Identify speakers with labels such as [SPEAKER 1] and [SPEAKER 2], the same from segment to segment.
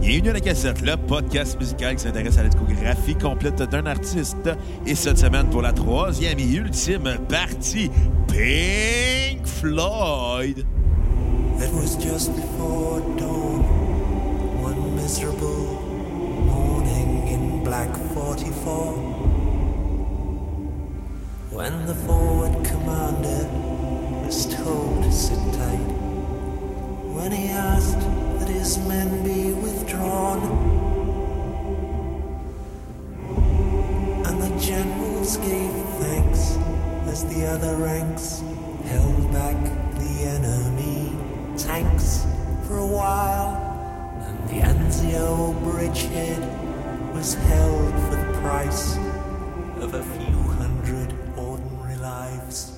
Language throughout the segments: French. [SPEAKER 1] Bienvenue à la cassette, le podcast musical qui s'intéresse à la discographie complète d'un artiste. Et cette semaine, pour la troisième et ultime partie, Pink Floyd.
[SPEAKER 2] It was just before dawn, one miserable morning in Black 44. When the forward commander was told to sit tight, when he asked that his men be withdrawn, and the generals gave thanks as the other ranks held back the enemy tanks for a while, and the Anzio bridgehead was held for the price of a few hundred ordinary lives.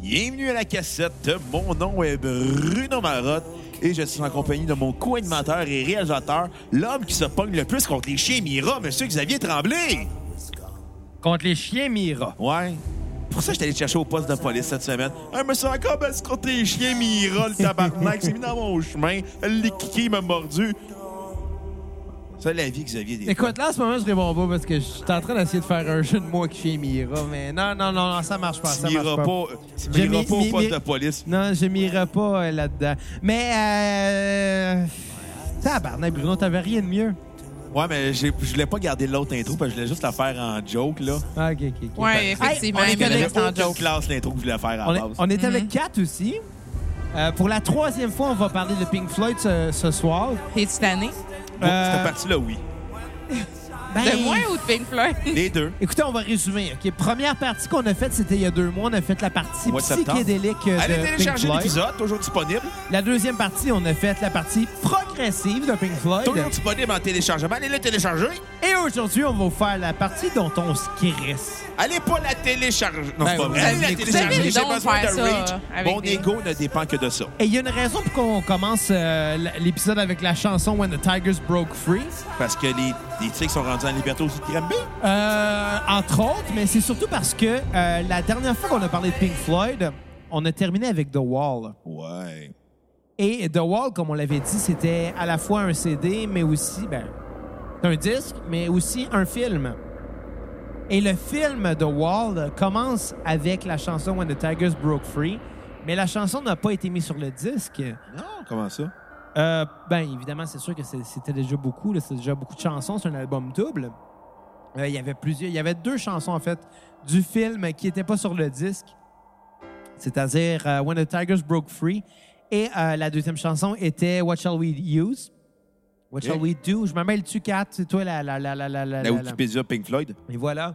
[SPEAKER 1] Bienvenue à la cassette, mon nom est Bruno Marotte et je suis en compagnie de mon co-animateur et réalisateur, l'homme qui se pogne le plus contre les chiens Mira, monsieur Xavier Tremblay.
[SPEAKER 3] Contre les chiens Mira.
[SPEAKER 1] Ouais. Pour ça, je suis allé chercher au poste de police cette semaine. Ah, mais c'est encore parce qu'on t'es chien, Mira, le tabarnak, s'est mis dans mon chemin. Le kiki m'a mordu. Ça, la vie, Xavier. Des fois.
[SPEAKER 3] Écoute, là, en ce moment, je réponds pas parce que je suis en train d'essayer de faire un jeu de mots avec chien Mira, mais non, non, non, non, ça marche pas.
[SPEAKER 1] Tu
[SPEAKER 3] Ça marche
[SPEAKER 1] m'iras
[SPEAKER 3] pas.
[SPEAKER 1] pas, euh, tu
[SPEAKER 3] Je
[SPEAKER 1] m'iras
[SPEAKER 3] m'y-
[SPEAKER 1] pas au
[SPEAKER 3] m'y-
[SPEAKER 1] poste
[SPEAKER 3] m'y-
[SPEAKER 1] de police.
[SPEAKER 3] Non, je m'irai pas euh, là-dedans. Mais, euh. Tabarnak, Bruno, t'avais rien de mieux.
[SPEAKER 1] Ouais, mais j'ai- je voulais pas garder l'autre intro parce que je voulais juste la faire en joke, là.
[SPEAKER 3] Ah, ok, ok. ok.
[SPEAKER 4] Ouais, effectivement,
[SPEAKER 3] Hey, on est
[SPEAKER 4] mais là,
[SPEAKER 3] connectés.
[SPEAKER 4] c'est en
[SPEAKER 1] J'avais aucune
[SPEAKER 4] joke.
[SPEAKER 1] classe l'intro que je voulais faire à
[SPEAKER 3] On,
[SPEAKER 1] la
[SPEAKER 3] est,
[SPEAKER 1] base.
[SPEAKER 3] on est avec Kat aussi. Euh, pour la troisième fois, on va parler de Pink Floyd ce, ce soir.
[SPEAKER 4] T'es-tu tanné?
[SPEAKER 1] Bon,
[SPEAKER 3] euh,
[SPEAKER 1] Cette partie-là, oui.
[SPEAKER 3] Ben,
[SPEAKER 4] De moi ou de Pink Floyd?
[SPEAKER 1] Les deux.
[SPEAKER 3] Écoutez, on va résumer. OK, première partie qu'on a faite, c'était il y a deux mois. On a fait la partie
[SPEAKER 1] Au mois de septembre.
[SPEAKER 3] psychédélique euh, de
[SPEAKER 1] Allez
[SPEAKER 3] Pink
[SPEAKER 1] télécharger
[SPEAKER 3] Floyd.
[SPEAKER 1] l'épisode, toujours disponible.
[SPEAKER 3] La deuxième partie, on a fait la partie progressive de Pink Floyd.
[SPEAKER 1] Toujours disponible en téléchargement. Allez le télécharger.
[SPEAKER 3] Et aujourd'hui, on va vous faire la partie dont on se crisse.
[SPEAKER 1] Allez pas la télécharger. Non,
[SPEAKER 3] Ben
[SPEAKER 1] c'est pas
[SPEAKER 3] oui.
[SPEAKER 1] vrai. Allez
[SPEAKER 3] Vous
[SPEAKER 1] la
[SPEAKER 3] avez-
[SPEAKER 1] télécharger.
[SPEAKER 4] vous avez
[SPEAKER 1] J'ai
[SPEAKER 4] donc
[SPEAKER 1] besoin
[SPEAKER 4] faire
[SPEAKER 1] de
[SPEAKER 4] ça,
[SPEAKER 1] rage.
[SPEAKER 4] euh, avec
[SPEAKER 1] Mon
[SPEAKER 4] des-
[SPEAKER 1] ego ne dépend que de ça.
[SPEAKER 3] Et il y a une raison pour qu'on commence euh, l- l'épisode avec la chanson When the Tigers Broke Free.
[SPEAKER 1] Parce que les, les tigres sont rendus en liberté aussi de Granby.
[SPEAKER 3] Euh, entre autres, mais c'est surtout parce que euh, la dernière fois qu'on a parlé de Pink Floyd, on a terminé avec The Wall.
[SPEAKER 1] Ouais.
[SPEAKER 3] Et The Wall, comme on l'avait dit, c'était à la fois un CD, mais aussi ben, un disque, mais aussi un film. Et le film The Wall commence avec la chanson When the Tigers Broke Free, mais la chanson n'a pas été mise sur le disque.
[SPEAKER 1] Non, comment ça?
[SPEAKER 3] Euh, ben évidemment, c'est sûr que c'est- c'était déjà beaucoup, là, c'est déjà beaucoup de chansons, c'est un album double. Euh, Il y avait plusieurs, il y avait deux chansons en fait du film qui n'étaient pas sur le disque, c'est-à-dire euh, When the Tigers Broke Free et euh, la deuxième chanson était What Shall We Use. What shall
[SPEAKER 1] Ok.
[SPEAKER 3] we do? Je me mêle tu Kat, c'est toi la la la la la la.
[SPEAKER 1] La Wikipédia Pink Floyd.
[SPEAKER 3] Et voilà.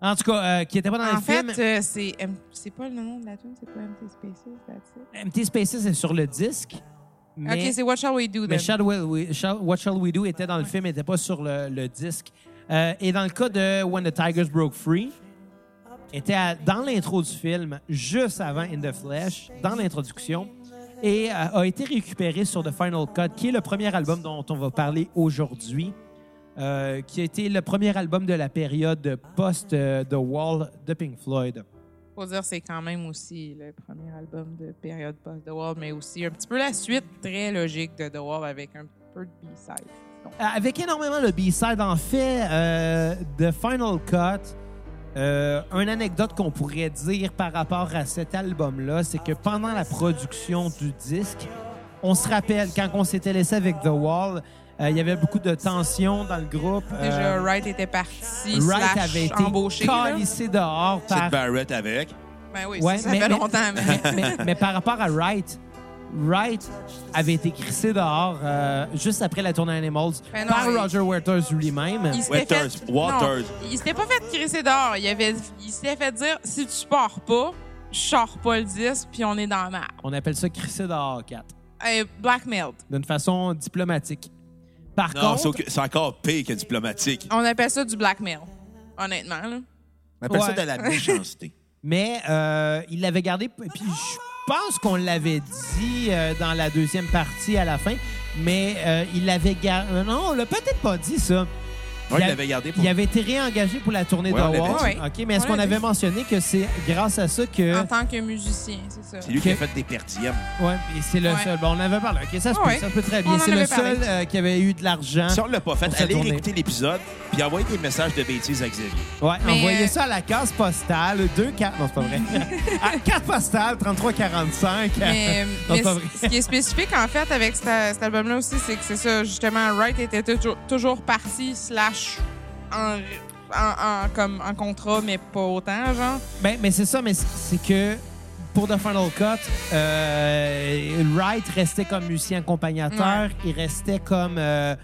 [SPEAKER 3] En tout cas, euh, qui n'était pas dans
[SPEAKER 4] En
[SPEAKER 3] le film.
[SPEAKER 4] fait, euh, c'est M- c'est pas le nom de la tune, c'est pas MT Spaces, that's it.
[SPEAKER 3] MT Spaces est sur le disque. mais-
[SPEAKER 4] OK, c'est What Shall We Do,
[SPEAKER 3] Mais
[SPEAKER 4] then?
[SPEAKER 3] Shall We- We- Shall- What Shall We Do était dans le film, n'était pas sur le, le disque. Euh, et dans le cas de When the Tigers Broke Free, était à- dans l'intro du film, juste avant In the Flesh, dans l'introduction, et euh, a été récupéré sur The Final Cut, qui est le premier album dont on va parler aujourd'hui, euh, qui a été le premier album de la période post-The Wall de Pink Floyd.
[SPEAKER 4] Faut dire c'est quand même aussi le premier album de période post-The Wall, mais aussi un petit peu la suite très logique de The Wall avec un peu de B-side. Donc,
[SPEAKER 3] Euh, Avec énormément de B-side, en fait, euh, The Final Cut, euh, une anecdote qu'on pourrait dire par rapport à cet album-là, c'est que pendant la production du disque, on se rappelle, quand on s'était laissé avec The Wall, euh, il y avait beaucoup de tensions dans le groupe.
[SPEAKER 4] Déjà,
[SPEAKER 3] Euh,
[SPEAKER 4] Wright était parti,
[SPEAKER 3] Wright
[SPEAKER 4] slash
[SPEAKER 3] avait été
[SPEAKER 4] embauché. là.
[SPEAKER 3] calissé dehors par
[SPEAKER 1] Sid Barrett avec.
[SPEAKER 4] Ben oui,
[SPEAKER 3] Ouais,
[SPEAKER 4] ça, ça
[SPEAKER 3] mais-
[SPEAKER 4] fait
[SPEAKER 3] mais-
[SPEAKER 4] longtemps. Mais...
[SPEAKER 3] mais, mais par rapport à Wright, Wright avait été crissé dehors euh, juste après la tournée Animals
[SPEAKER 4] Ben non,
[SPEAKER 3] par
[SPEAKER 4] il-
[SPEAKER 3] Roger Waters lui-même.
[SPEAKER 4] Il s'était
[SPEAKER 1] Waters,
[SPEAKER 4] fait...
[SPEAKER 1] Waters.
[SPEAKER 4] Non, il s'était pas fait crisser dehors. Il, avait... il s'était fait dire si tu pars pas, je sors pas le disque, puis on est dans la merde.
[SPEAKER 3] On appelle ça crissé dehors, Kat,
[SPEAKER 4] Euh, blackmailed.
[SPEAKER 3] d'une façon diplomatique. Par
[SPEAKER 1] Non, c'est
[SPEAKER 3] contre, Ah,
[SPEAKER 1] ok- c'est encore pire que diplomatique.
[SPEAKER 4] On appelle ça du blackmail, honnêtement. là.
[SPEAKER 1] On appelle ça
[SPEAKER 3] Ouais.
[SPEAKER 1] de la méchanceté.
[SPEAKER 3] mais euh, il l'avait gardé, p- puis je pense qu'on l'avait dit euh, dans la euh, deuxième partie à la fin, mais euh, il l'avait gardé. Non, on l'a peut-être pas dit ça.
[SPEAKER 1] Ouais,
[SPEAKER 3] il,
[SPEAKER 1] il
[SPEAKER 3] a-
[SPEAKER 1] l'avait gardé pour.
[SPEAKER 3] il avait été réengagé pour la tournée
[SPEAKER 1] Ouais, on l'avait
[SPEAKER 3] d'Award.
[SPEAKER 4] dit.
[SPEAKER 3] OK, mais est-ce
[SPEAKER 4] On
[SPEAKER 3] qu'on
[SPEAKER 4] l'avait
[SPEAKER 3] avait
[SPEAKER 4] dit.
[SPEAKER 3] mentionné que c'est grâce à ça que.
[SPEAKER 4] En tant que musicien, c'est ça.
[SPEAKER 1] C'est lui qui a
[SPEAKER 3] Ok.
[SPEAKER 1] fait des perdièmes.
[SPEAKER 3] Ouais, mais c'est le
[SPEAKER 4] Ouais.
[SPEAKER 3] seul. Bon, on en avait parlé. OK, ça se peut,
[SPEAKER 4] Ouais.
[SPEAKER 3] ça se peut très
[SPEAKER 4] On
[SPEAKER 3] bien.
[SPEAKER 4] en
[SPEAKER 3] C'est le
[SPEAKER 4] avait parlé.
[SPEAKER 3] seul euh, qui avait eu de l'argent.
[SPEAKER 1] Si on l'a pas fait,
[SPEAKER 3] Ah. Pour sa
[SPEAKER 1] allez
[SPEAKER 3] tournée.
[SPEAKER 1] écouter l'épisode puis envoyez des messages de bêtises à Xavier.
[SPEAKER 3] Ouais,
[SPEAKER 4] Mais,
[SPEAKER 3] envoyez
[SPEAKER 4] euh,
[SPEAKER 3] ça à la case postale 2 4 non c'est pas vrai. à 4 postales 33 45.
[SPEAKER 4] Mais,
[SPEAKER 3] Non,
[SPEAKER 4] mais
[SPEAKER 3] c'est pas vrai.
[SPEAKER 4] ce qui est spécifique, en fait, avec cet, cet album-là aussi, c'est que c'est ça, justement, Wright était toujours, toujours parti, slash, en, en, en- comme, en contrat, mais pas autant, genre.
[SPEAKER 3] Ben, mais c'est ça, mais c'est- c'est que pour The Final Cut, euh, Wright restait comme musicien accompagnateur, il restait comme, euh,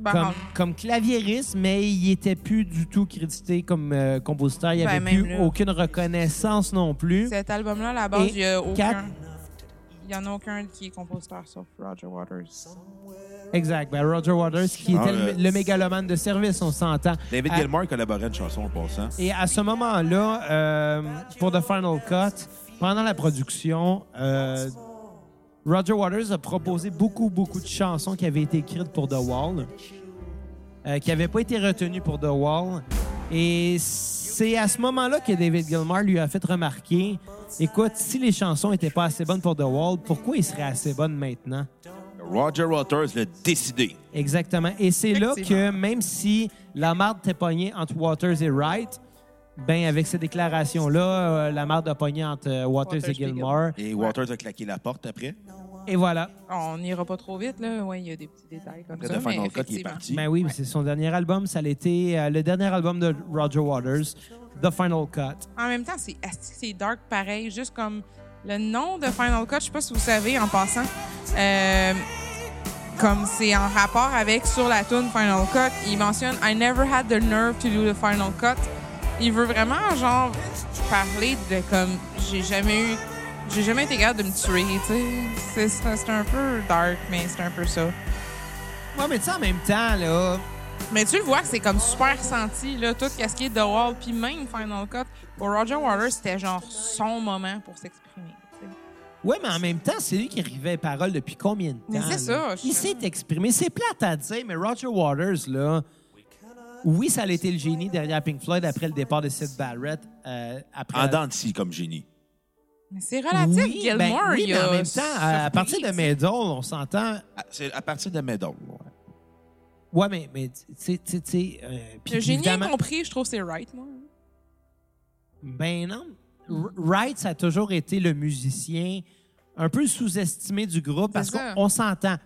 [SPEAKER 4] Bon,
[SPEAKER 3] comme comme claviériste, mais il était plus du tout crédité comme euh, compositeur. Il n'y
[SPEAKER 4] Ben,
[SPEAKER 3] avait
[SPEAKER 4] même
[SPEAKER 3] plus
[SPEAKER 4] là.
[SPEAKER 3] aucune reconnaissance non plus.
[SPEAKER 4] cet album-là, à la base,
[SPEAKER 3] Et
[SPEAKER 4] il y a
[SPEAKER 3] quatre-
[SPEAKER 4] aucun... Il y en a aucun qui est compositeur, sauf Roger Waters.
[SPEAKER 3] Exact. Ben, Roger Waters, qui
[SPEAKER 1] Ah,
[SPEAKER 3] était
[SPEAKER 1] ouais.
[SPEAKER 3] le, le mégalomane de service, on s'entend. Euh,
[SPEAKER 1] David
[SPEAKER 3] À-
[SPEAKER 1] Gilmour collaborait une chanson en passant.
[SPEAKER 3] Et à ce moment-là, euh, pour The Final Cut, pendant la production, euh, Roger Waters a proposé beaucoup, beaucoup de chansons qui avaient été écrites pour The Wall, euh, qui n'avaient pas été retenues pour The Wall. Et c'est à ce moment-là que David Gilmour lui a fait remarquer écoute, si les chansons n'étaient pas assez bonnes pour The Wall, pourquoi ils seraient assez bonnes maintenant
[SPEAKER 1] Roger Waters l'a décidé.
[SPEAKER 3] Exactement. Et c'est là que
[SPEAKER 4] Effectivement.
[SPEAKER 3] même si la marde t'est pognée entre Waters et Wright, ben avec ces déclarations-là, euh, la marde a pogné entre euh, Waters,
[SPEAKER 4] Waters
[SPEAKER 3] et
[SPEAKER 4] et
[SPEAKER 3] Gilmore.
[SPEAKER 1] Et Waters a claqué la porte après.
[SPEAKER 3] Et voilà.
[SPEAKER 4] On n'ira pas trop vite, là. Oui, il y a des petits détails comme
[SPEAKER 1] Après
[SPEAKER 4] ça.
[SPEAKER 1] The
[SPEAKER 4] mais
[SPEAKER 1] Final Cut, il est
[SPEAKER 4] effectivement.
[SPEAKER 1] parti.
[SPEAKER 3] Ben oui, c'est son dernier album. Ça l'était euh, le dernier album de Roger Waters, The Final Cut.
[SPEAKER 4] En même temps, c'est asti que c'est dark pareil, juste comme le nom de Final Cut, je sais pas si vous savez en passant. euh, comme c'est en rapport avec sur la tune Final Cut, il mentionne I never had the nerve to do the final cut. Il veut vraiment genre parler de comme j'ai jamais eu j'ai jamais été capable de me tuer, tu sais. C'est- C'est un- c'est un peu dark, mais c'est un peu ça.
[SPEAKER 3] Ouais, mais tu sais, en même temps, là,
[SPEAKER 4] Mais tu le vois, c'est comme super senti, là, tout ce qui est The Wall, puis même Final Cut. Pour Roger Waters, c'était genre son moment pour s'exprimer. tu sais.
[SPEAKER 3] Ouais, mais en même temps, c'est lui qui arrivait à parole depuis combien de temps?
[SPEAKER 4] Mais c'est
[SPEAKER 3] là?
[SPEAKER 4] ça, je-
[SPEAKER 3] Il s'est exprimé. C'est plate à dire, mais Roger Waters, là, oui, ça a été le génie derrière Pink Floyd après le départ de Sid Barrett. euh, après
[SPEAKER 1] En dents de scie comme génie.
[SPEAKER 4] Mais c'est relatif,
[SPEAKER 3] oui,
[SPEAKER 4] Gilmore,
[SPEAKER 3] ben oui,
[SPEAKER 4] il
[SPEAKER 3] mais
[SPEAKER 4] a
[SPEAKER 3] en même temps, à, à
[SPEAKER 4] surpris,
[SPEAKER 3] partir de
[SPEAKER 4] tu sais.
[SPEAKER 3] Medal, on s'entend.
[SPEAKER 1] À- Ah, C'est à partir de Meadow. ouais.
[SPEAKER 3] Ouais, mais, mais tu sais, tu sais, tu sais. euh, puis
[SPEAKER 4] Le génie
[SPEAKER 3] évidemment-
[SPEAKER 4] compris, je trouve, c'est right, moi.
[SPEAKER 3] Ben non. R- Wright, ça a toujours été le musicien un peu sous-estimé du groupe parce
[SPEAKER 4] ça.
[SPEAKER 3] qu'on on s'entend.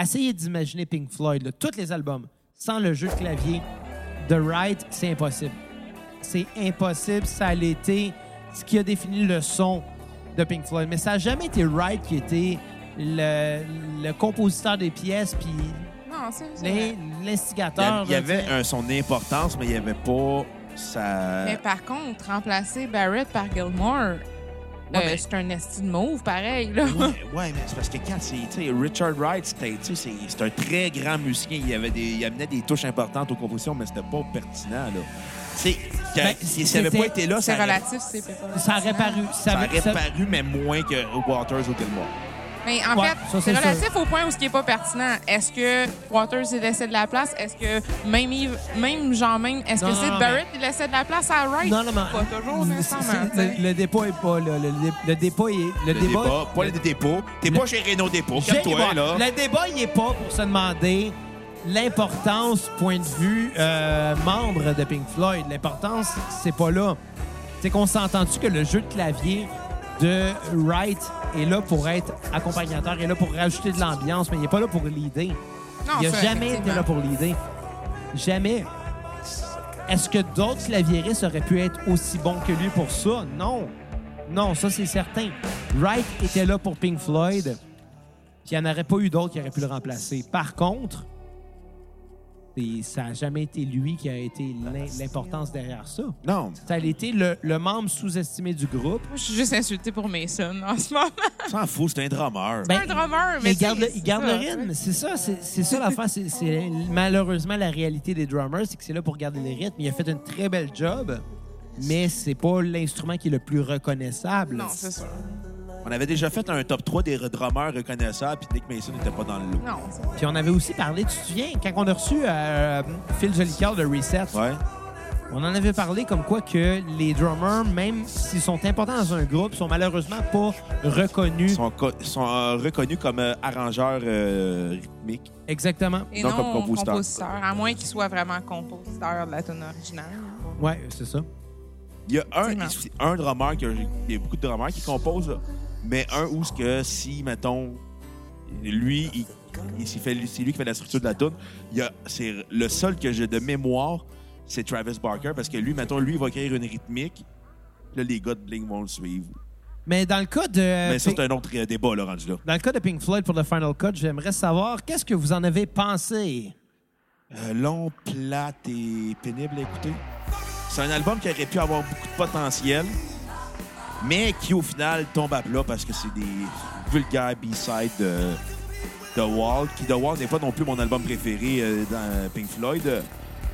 [SPEAKER 3] Essayez d'imaginer Pink Floyd, là, tous les albums, sans le jeu de clavier de Wright, c'est impossible. C'est impossible, ça a été ce qui a défini le son de Pink Floyd. Mais ça n'a jamais été Wright qui était le, le compositeur des pièces puis
[SPEAKER 4] Non, c'est c'est
[SPEAKER 3] l'in-
[SPEAKER 4] vrai.
[SPEAKER 1] Il y a-
[SPEAKER 3] l'instigateur.
[SPEAKER 1] Il y avait
[SPEAKER 3] hein,
[SPEAKER 1] un- son importance, mais il n'y avait pas sa.
[SPEAKER 4] Mais par contre, remplacer Barrett par Gilmore,
[SPEAKER 3] ben
[SPEAKER 4] euh,
[SPEAKER 1] mais-
[SPEAKER 4] c'est un estime move, pareil, là.
[SPEAKER 1] Ouais, ouais, mais c'est parce que quand c'est. tu sais, Richard Wright, c'était tu sais, c'est c'est un très grand musicien. Il, avait des, il amenait des touches importantes aux compositions, mais c'était pas pertinent, là. Tu sais, quand-
[SPEAKER 3] Ben,
[SPEAKER 1] si ça n'avait
[SPEAKER 3] c'était-
[SPEAKER 1] pas été là, ça
[SPEAKER 4] C'est
[SPEAKER 1] aurait,
[SPEAKER 4] relatif, c'est pas
[SPEAKER 3] Ça aurait paru. Ça,
[SPEAKER 1] ça
[SPEAKER 3] aurait-
[SPEAKER 1] aurait
[SPEAKER 3] ça-
[SPEAKER 1] paru, mais moins que Waters ou Gilmore.
[SPEAKER 4] Mais en
[SPEAKER 3] Ouais, ça,
[SPEAKER 4] fait,
[SPEAKER 3] c'est
[SPEAKER 4] c'est relatif au point où ce qui est pas pertinent. Est-ce que Waters il laissait de la place? Est-ce que même Yves, même genre même, est-ce
[SPEAKER 3] Non,
[SPEAKER 4] que
[SPEAKER 3] non,
[SPEAKER 4] Sid Barrett il laissait de la place à Wright?
[SPEAKER 3] Non, non, mais.
[SPEAKER 4] Pas toujours
[SPEAKER 3] le-
[SPEAKER 4] nécessairement.
[SPEAKER 3] c'est- le, le débat est pas là. Le, le, le débat est. Le,
[SPEAKER 1] Le
[SPEAKER 3] débat.
[SPEAKER 1] débat, pas le dépôt. T'es pas chez Renault Dépôt. Calme-toi,
[SPEAKER 3] J'ai-
[SPEAKER 1] là.
[SPEAKER 3] Le débat, il est pas pour se demander l'importance, point de vue euh, membre de Pink Floyd. L'importance, c'est pas là. C'est qu'on s'entend-tu que le jeu de clavier de Wright est là pour être accompagnateur, est là pour rajouter de l'ambiance, mais il n'est pas là pour l'idée.
[SPEAKER 4] Non,
[SPEAKER 3] Il n'a
[SPEAKER 4] ça,
[SPEAKER 3] jamais été là
[SPEAKER 4] effectivement.
[SPEAKER 3] pour l'idée. Jamais. Est-ce que d'autres claviéristes auraient pu être aussi bons que lui pour ça? Non. Non, ça, c'est certain. Wright était là pour Pink Floyd, puis il n'y en aurait pas eu d'autres qui auraient pu le remplacer. Par contre, et ça n'a jamais été lui qui a été l'im- l'importance derrière ça.
[SPEAKER 1] Non,
[SPEAKER 3] Ça a été le, le membre sous-estimé du groupe.
[SPEAKER 4] Moi, je suis juste insultée pour Mason en ce moment.
[SPEAKER 1] s'en fout, c'est un drummer.
[SPEAKER 3] Ben,
[SPEAKER 4] un drummer, mais
[SPEAKER 3] il garde, le,
[SPEAKER 4] c'est-
[SPEAKER 3] il garde le
[SPEAKER 4] c'est ça,
[SPEAKER 3] rythme. C'est ça, c'est c'est ça l'affaire. C'est- C'est malheureusement la réalité des drummers, c'est que c'est là pour garder les rythmes. Il a fait un très bel job, mais c'est pas l'instrument qui est le plus reconnaissable.
[SPEAKER 4] Non, c'est sûr.
[SPEAKER 1] On avait déjà fait un top 3 des drummers reconnaissables, puis Nick Mason n'était pas dans le lot.
[SPEAKER 4] Non.
[SPEAKER 3] Puis on avait aussi parlé, tu te souviens, quand on a reçu euh, Phil Jolicoeur de Reset,
[SPEAKER 1] Ouais.
[SPEAKER 3] on en avait parlé comme quoi que les drummers, même s'ils sont importants dans un groupe, sont malheureusement pas reconnus.
[SPEAKER 1] Ils sont, co- sont, euh, reconnus comme euh, arrangeurs euh, rythmiques.
[SPEAKER 3] Exactement.
[SPEAKER 4] Et
[SPEAKER 1] Non,
[SPEAKER 4] non,
[SPEAKER 1] comme compositeur.
[SPEAKER 4] compositeur. à moins qu'il soit vraiment compositeur de la tune originale.
[SPEAKER 3] Ouais, c'est ça.
[SPEAKER 1] Il y a un,
[SPEAKER 4] Effectivement.
[SPEAKER 1] ici- un drummer, que j'ai- il y a beaucoup de drummers qui composent, là, mais un où ce que si, mettons, lui, il, il s'y fait, c'est lui qui fait la structure de la tune, il y a- c'est le seul que j'ai de mémoire, c'est Travis Barker, parce que lui, mettons, lui, il va créer une rythmique, là, les gars de Bling vont le suivre.
[SPEAKER 3] Mais dans le cas de
[SPEAKER 1] mais ça,
[SPEAKER 3] Pink-
[SPEAKER 1] c'est un autre euh, débat, là, rendu là.
[SPEAKER 3] dans le cas de Pink Floyd pour le Final Cut, j'aimerais savoir qu'est-ce que vous en avez pensé.
[SPEAKER 1] Euh, long, plate et pénible à écouter. C'est un album qui aurait pu avoir beaucoup de potentiel, mais qui au final tombe à plat parce que c'est des vulgaires B-sides de The Wall. Qui The Wall n'est pas non plus mon album préféré euh, dans Pink Floyd, euh,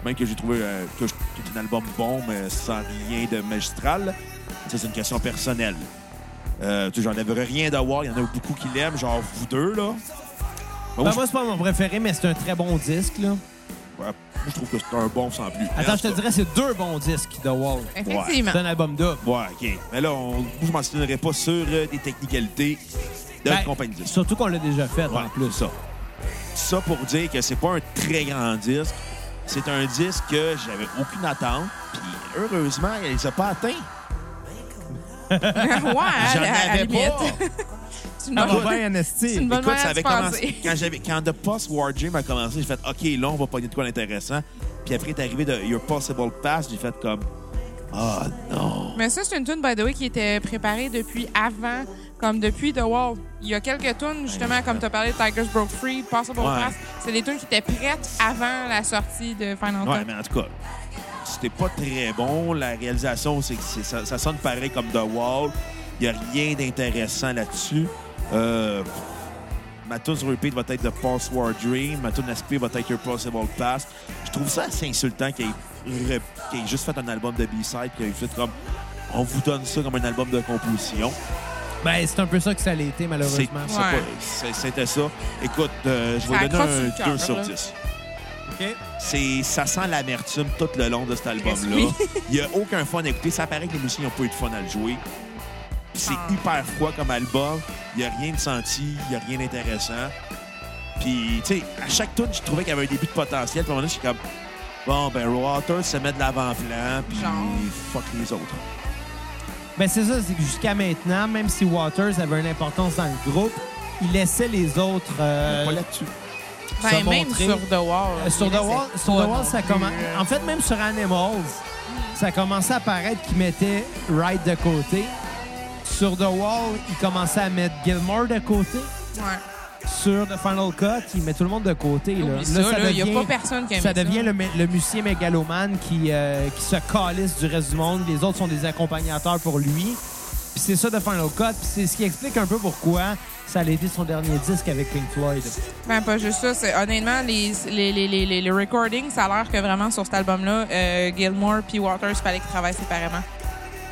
[SPEAKER 1] même que j'ai trouvé euh, que je- que c'est un album bon, mais sans rien de magistral. Ça, c'est une question personnelle. Euh, tu sais, J'enlèverais rien de Wall, il y en a beaucoup qui l'aiment, genre vous deux, là. Mais
[SPEAKER 3] Ben,
[SPEAKER 1] moi,
[SPEAKER 3] moi, c'est pas mon préféré, mais c'est un très bon disque. Là.
[SPEAKER 1] je, moi, je trouve que c'est un bon sans plus.
[SPEAKER 3] Attends, je te
[SPEAKER 1] Merde,
[SPEAKER 3] dirais, c'est deux bons disques de Wall.
[SPEAKER 4] Effectivement.
[SPEAKER 3] C'est un album double.
[SPEAKER 1] Ouais, OK. Mais là, on, je m'en souviendrai pas sur euh, des technicalités de
[SPEAKER 3] Ben,
[SPEAKER 1] compagnie de disques.
[SPEAKER 3] Surtout qu'on l'a déjà fait en
[SPEAKER 1] Ouais,
[SPEAKER 3] plus.
[SPEAKER 1] ça. Ça pour dire que c'est pas un très grand disque. C'est un disque que j'avais aucune attente. Puis heureusement, il les a pas atteints.
[SPEAKER 4] ouais, à,
[SPEAKER 1] J'en
[SPEAKER 4] la- à la
[SPEAKER 1] avais
[SPEAKER 4] limite.
[SPEAKER 1] pas.
[SPEAKER 4] C'est une bonne-
[SPEAKER 3] Ah, ben, NST.
[SPEAKER 4] C'est une bonne
[SPEAKER 1] Écoute,
[SPEAKER 4] manière
[SPEAKER 1] ça
[SPEAKER 4] de
[SPEAKER 1] avait
[SPEAKER 4] penser.
[SPEAKER 1] commencé. Quand, j'avais- quand The Post War Dream a commencé, j'ai fait OK, là, on va pogner de quoi d'intéressant. Puis après, est arrivé de Your Possible Past, j'ai fait comme Ah non.
[SPEAKER 4] Mais ça, c'est une tune, by the way, qui était préparée depuis avant, comme depuis The Wall. Il y a quelques tunes, justement, comme tu as parlé de Tigers Broke Free, Possible
[SPEAKER 1] Ouais.
[SPEAKER 4] Pass. C'est des tunes qui étaient prêtes avant la sortie de Final
[SPEAKER 1] Ouais,
[SPEAKER 4] Cut.
[SPEAKER 1] mais en tout cas, c'était pas très bon. La réalisation, c'est que c'est- ça, ça sonne pareil comme The Wall. Il n'y a rien d'intéressant là-dessus. Euh, ma tune sur repeat va être The Pulse War Dream. Ma tune SP va être Your Possible Past. Je trouve ça assez insultant qu'il ait, re- qu'il ait juste fait un album de B-side, qu'il ait fait comme... On vous donne ça comme un album de composition.
[SPEAKER 3] Ben, c'est un peu ça que ça a été,
[SPEAKER 1] C'est-
[SPEAKER 3] malheureusement.
[SPEAKER 1] c'est
[SPEAKER 4] Ouais.
[SPEAKER 1] pas- c'est- C'était ça. Écoute, euh, je
[SPEAKER 4] Ça
[SPEAKER 1] vais
[SPEAKER 4] accroche sur
[SPEAKER 1] donner
[SPEAKER 4] le
[SPEAKER 1] un
[SPEAKER 4] cœur,
[SPEAKER 1] 2 sur
[SPEAKER 4] là.
[SPEAKER 1] 10.
[SPEAKER 3] OK.
[SPEAKER 1] C'est, ça sent l'amertume tout le long de cet album-là.
[SPEAKER 4] Oui.
[SPEAKER 1] Il n'y a aucun fun à écouter. Ça paraît que les musiciens n'ont pas eu de fun à le jouer. Puis C'est
[SPEAKER 4] Ah.
[SPEAKER 1] hyper froid comme album. Il n'y a rien de senti. Il n'y a rien d'intéressant. Puis, tu sais, à chaque tour, je trouvais qu'il y avait un début de potentiel. Puis à un moment donné, je suis comme, bon, ben, Waters se met de l'avant-plan. Puis,
[SPEAKER 4] Genre.
[SPEAKER 1] fuck les autres.
[SPEAKER 3] Ben, c'est ça, c'est que jusqu'à maintenant, même si Waters avait une importance dans le groupe, il laissait les autres. euh,
[SPEAKER 1] pas là-dessus.
[SPEAKER 3] se
[SPEAKER 4] Ben, même
[SPEAKER 3] montrer.
[SPEAKER 4] sur The Wall.
[SPEAKER 3] Euh, sur
[SPEAKER 4] il
[SPEAKER 3] The
[SPEAKER 4] laissait
[SPEAKER 3] Wall,
[SPEAKER 4] pas
[SPEAKER 3] sur The Wall,
[SPEAKER 4] non
[SPEAKER 3] ça
[SPEAKER 4] plus,
[SPEAKER 3] commence.
[SPEAKER 4] euh,
[SPEAKER 3] En fait, même sur Animals, ça commençait à paraître qu'ils mettaient Wright de côté. Sur The Wall, ils commençaient à mettre Gilmore de côté.
[SPEAKER 4] ouais.
[SPEAKER 3] Sur The Final Cut, ils mettent tout le monde de côté. Là,
[SPEAKER 4] Oublie ça, là, il y a pas personne qui aime
[SPEAKER 3] ça
[SPEAKER 4] ça.
[SPEAKER 3] devient le, mé- le musicien mégalomane qui, euh, qui se calisse du reste du monde. Les autres sont des accompagnateurs pour lui. Puis c'est ça The Final Cut. Puis c'est ce qui explique un peu pourquoi ça a été son dernier disque avec Pink Floyd.
[SPEAKER 4] Ben, pas juste ça. c'est- Honnêtement, les, les, les, les, les- les recordings, ça a l'air que vraiment sur cet album-là, euh, Gilmore puis Waters, fallait qu'ils travaillent séparément.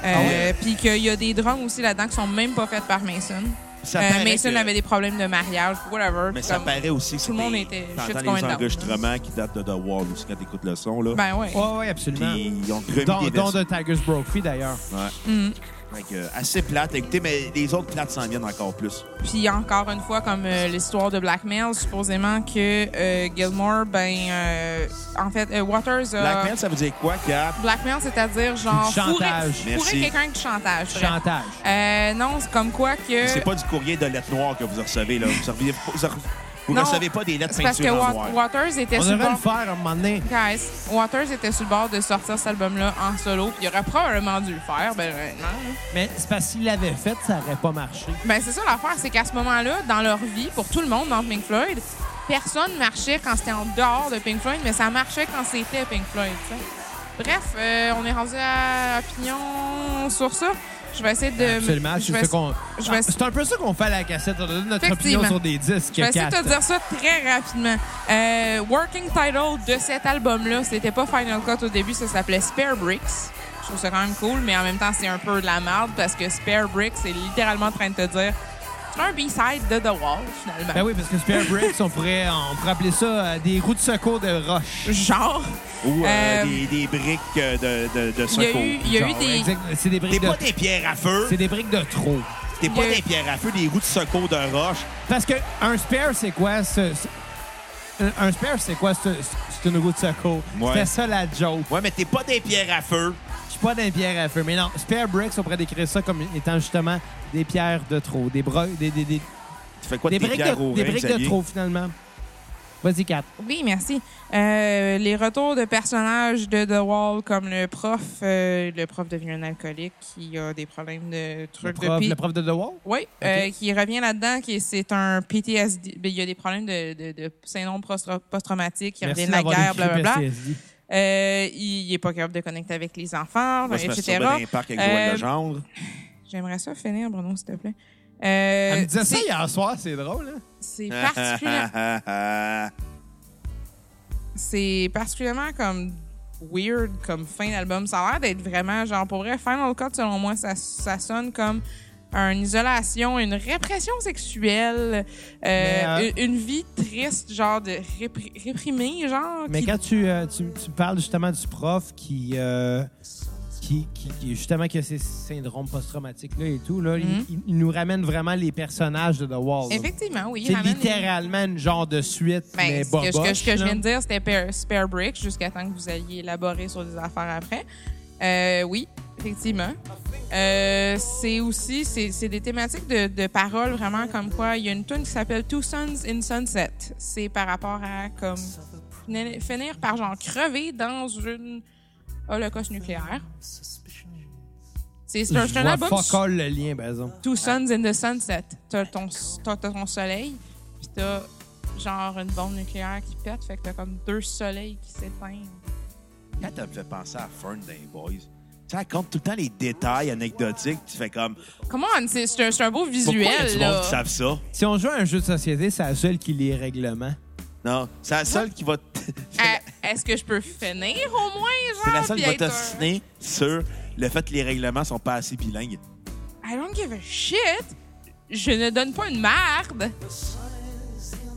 [SPEAKER 4] Euh,
[SPEAKER 1] ouais?
[SPEAKER 4] Puis qu'il y a des drums aussi là-dedans qui sont même pas faits par Mason.
[SPEAKER 1] Ça
[SPEAKER 4] Euh,
[SPEAKER 1] paraît
[SPEAKER 4] Mason
[SPEAKER 1] que-
[SPEAKER 4] avait des problèmes de mariage, whatever.
[SPEAKER 1] Mais
[SPEAKER 4] puis
[SPEAKER 1] ça
[SPEAKER 4] comme-
[SPEAKER 1] paraît aussi que
[SPEAKER 4] tout le monde
[SPEAKER 1] c'était-
[SPEAKER 4] était shit
[SPEAKER 1] T'entends
[SPEAKER 4] going
[SPEAKER 1] les
[SPEAKER 4] down.
[SPEAKER 1] enregistrements qui datent de The Wall aussi quand t'écoutes le son, là.
[SPEAKER 4] Ben ouais.
[SPEAKER 3] Oui, oui, absolument.
[SPEAKER 1] Puis ils ont remis
[SPEAKER 3] Dont,
[SPEAKER 1] des
[SPEAKER 3] dont
[SPEAKER 1] versions.
[SPEAKER 3] de Tigers Broke Free, d'ailleurs.
[SPEAKER 1] Ouais. Fait que, euh, assez plate. Écoutez, mais les autres plates s'en viennent encore plus.
[SPEAKER 4] Puis encore une fois, comme euh, l'histoire de Blackmail, supposément que euh, Gilmore, ben, euh, en fait, euh, Waters a...
[SPEAKER 1] Blackmail, ça veut dire quoi, Cap?
[SPEAKER 4] Blackmail, c'est-à-dire genre
[SPEAKER 3] Du chantage.
[SPEAKER 4] fourrer,
[SPEAKER 1] Merci.
[SPEAKER 4] fourrer quelqu'un avec du chantage. bref.
[SPEAKER 3] Chantage.
[SPEAKER 4] Euh, non, c'est comme quoi que...
[SPEAKER 1] C'est pas du courrier de lettres noires que vous recevez, là. Vous recevez, vous re- vous
[SPEAKER 4] Non,
[SPEAKER 1] recevez pas des lettres
[SPEAKER 4] C'est parce que
[SPEAKER 1] peintures en
[SPEAKER 4] Wa-
[SPEAKER 1] noir.
[SPEAKER 4] Waters était
[SPEAKER 3] On
[SPEAKER 4] sur le
[SPEAKER 3] devrait le
[SPEAKER 4] bord...
[SPEAKER 3] faire à un moment donné.
[SPEAKER 4] Guys, Waters était sur le bord de sortir cet album-là en solo, puis il aurait probablement dû le faire, ben honnêtement. là.
[SPEAKER 3] Mais c'est parce qu'il l'avait fait, ça n'aurait pas marché.
[SPEAKER 4] Ben, c'est ça l'affaire, c'est qu'à ce moment-là, dans leur vie, pour tout le monde, dans Pink Floyd, personne marchait quand c'était en dehors de Pink Floyd, mais ça marchait quand c'était Pink Floyd. tu sais. Bref, euh, on est rendu à opinion sur ça. Je vais essayer de.
[SPEAKER 3] Absolument.
[SPEAKER 4] Euh, je
[SPEAKER 3] C'est
[SPEAKER 4] vais-
[SPEAKER 3] ça qu'on-
[SPEAKER 4] je vais-
[SPEAKER 3] C'est un peu ça qu'on fait à la cassette. On donne notre opinion
[SPEAKER 4] Effectivement.
[SPEAKER 3] sur des disques.
[SPEAKER 4] Je vais essayer de
[SPEAKER 3] Kat.
[SPEAKER 4] te dire ça très rapidement. Euh, working title de cet album-là, c'était pas Final Cut au début, ça s'appelait Spare Bricks. Je trouve ça quand même cool, mais en même temps, c'est un peu de la merde parce que Spare Brick, c'est littéralement en train de te dire c'est un B-side de The Wall, finalement.
[SPEAKER 3] Ben oui, parce que Spare Bricks, on pourrait, on pourrait appeler ça euh, des roues de secours de roche.
[SPEAKER 4] Genre.
[SPEAKER 1] Ou euh,
[SPEAKER 4] Euh,
[SPEAKER 1] des, des briques euh, de, de, de
[SPEAKER 4] Il y a
[SPEAKER 1] secours.
[SPEAKER 4] eu, il y a eu
[SPEAKER 3] Genre,
[SPEAKER 4] des.
[SPEAKER 3] exact- C'est des
[SPEAKER 1] T'es
[SPEAKER 3] briques de...
[SPEAKER 1] pas des pierres à feu,
[SPEAKER 3] C'est des briques de trop.
[SPEAKER 1] t'es pas
[SPEAKER 4] il y a-
[SPEAKER 1] des pierres à feu, des roues de secours de roche.
[SPEAKER 3] Parce que un spare, c'est quoi? ce- ce- un- Un spare, c'est quoi? C'est c'est une roue de secours.
[SPEAKER 1] Ouais.
[SPEAKER 3] C'était ça la joke.
[SPEAKER 1] Ouais, mais t'es pas des pierres à feu.
[SPEAKER 3] Je suis pas d'un pierre à feu, mais non. Spare bricks, on pourrait décrire ça comme étant justement des pierres de trop, des, bro- des, des, des,
[SPEAKER 1] Tu fais quoi de
[SPEAKER 3] des
[SPEAKER 1] tes
[SPEAKER 3] briques,
[SPEAKER 1] pierres
[SPEAKER 3] de,
[SPEAKER 1] au
[SPEAKER 3] des
[SPEAKER 1] rein,
[SPEAKER 3] briques de
[SPEAKER 1] Xavier?
[SPEAKER 3] trop, finalement. Vas-y, Kat.
[SPEAKER 4] Oui, merci. Euh, les retours de personnages de The Wall, comme le prof, euh, le prof devient un alcoolique qui a des problèmes de
[SPEAKER 3] Le
[SPEAKER 4] trucs de
[SPEAKER 3] prof,
[SPEAKER 4] pi-
[SPEAKER 3] le prof de The Wall?
[SPEAKER 4] Oui, euh, qui revient là-dedans, qui c'est un PTSD. Ben, Il y a des problèmes de, de, de syndrome prostra- post-traumatique, qui revient de la
[SPEAKER 3] d'avoir
[SPEAKER 4] guerre,
[SPEAKER 3] décrit
[SPEAKER 4] blablabla.
[SPEAKER 3] PTSD.
[SPEAKER 4] Euh, il n'est pas capable de connecter avec les enfants,
[SPEAKER 1] On va se masturber
[SPEAKER 4] etc.
[SPEAKER 1] dans un parc avec Joël
[SPEAKER 4] Euh,
[SPEAKER 1] Legendre.
[SPEAKER 4] J'aimerais ça finir, Bruno, s'il te plaît.
[SPEAKER 3] Elle
[SPEAKER 4] Euh,
[SPEAKER 3] me disait ça
[SPEAKER 4] c'est-
[SPEAKER 3] hier soir, c'est drôle. Hein?
[SPEAKER 4] c'est particulier. c'est particulièrement comme weird comme fin d'album. Ça a l'air d'être vraiment genre pour vrai Final Cut selon moi ça, ça sonne comme une isolation, une répression sexuelle, euh,
[SPEAKER 3] Mais, euh,
[SPEAKER 4] une, une vie triste genre de répri- réprimée genre.
[SPEAKER 3] Mais
[SPEAKER 4] qui-
[SPEAKER 3] quand tu, euh, tu, tu parles justement du prof qui, euh, qui, qui- qui- justement qui a ces syndromes post-traumatiques-là et tout, là, il-
[SPEAKER 4] Mhm.
[SPEAKER 3] il, il nous ramène vraiment les personnages de The Wall. là.
[SPEAKER 4] Effectivement oui.
[SPEAKER 3] C'est
[SPEAKER 4] ramène-
[SPEAKER 3] littéralement une genre de suite,
[SPEAKER 4] Ben,
[SPEAKER 3] mais
[SPEAKER 4] ce que, ce que- ce que je
[SPEAKER 3] boboche,
[SPEAKER 4] viens de
[SPEAKER 3] là.
[SPEAKER 4] dire, c'était Spare- Spare Brick, jusqu'à temps que vous alliez élaborer sur des affaires après. Euh, oui, effectivement. Euh, c'est aussi c'est c'est des thématiques de, de paroles vraiment comme quoi il y a une tune qui s'appelle Two Suns in Sunset. C'est par rapport à comme finir finir par genre crever dans une holocauste nucléaire. C'est c'est un,
[SPEAKER 3] Je
[SPEAKER 4] c'est un
[SPEAKER 3] vois
[SPEAKER 4] album
[SPEAKER 3] fuck all le lien, ben, par exemple.
[SPEAKER 4] Two Suns in the Sunset. T'as ton, t'as- t'as ton soleil, puis t'as genre une bombe nucléaire qui pète, fait que t'as comme deux soleils qui s'éteignent.
[SPEAKER 1] Quand t'as me fait penser à Fern des Boys, tu sais, elle compte tout le temps les détails anecdotiques. Tu fais comme,
[SPEAKER 4] Comment c'est c'est un, c'est un beau
[SPEAKER 1] pourquoi y
[SPEAKER 4] visuel
[SPEAKER 1] a du monde
[SPEAKER 4] là.
[SPEAKER 1] qui savent ça?
[SPEAKER 3] Si on joue à un jeu de société, c'est la seule qui lit les règlements.
[SPEAKER 1] Non, c'est la seule qui va... t- c'est la-
[SPEAKER 4] Ah, Est-ce que je peux finir au moins genre
[SPEAKER 1] C'est la seule
[SPEAKER 4] puis
[SPEAKER 1] qui va
[SPEAKER 4] être un-
[SPEAKER 1] t'ostiner sur le fait que les règlements sont pas assez bilingues.
[SPEAKER 4] I don't give a shit. Je ne donne pas une marde.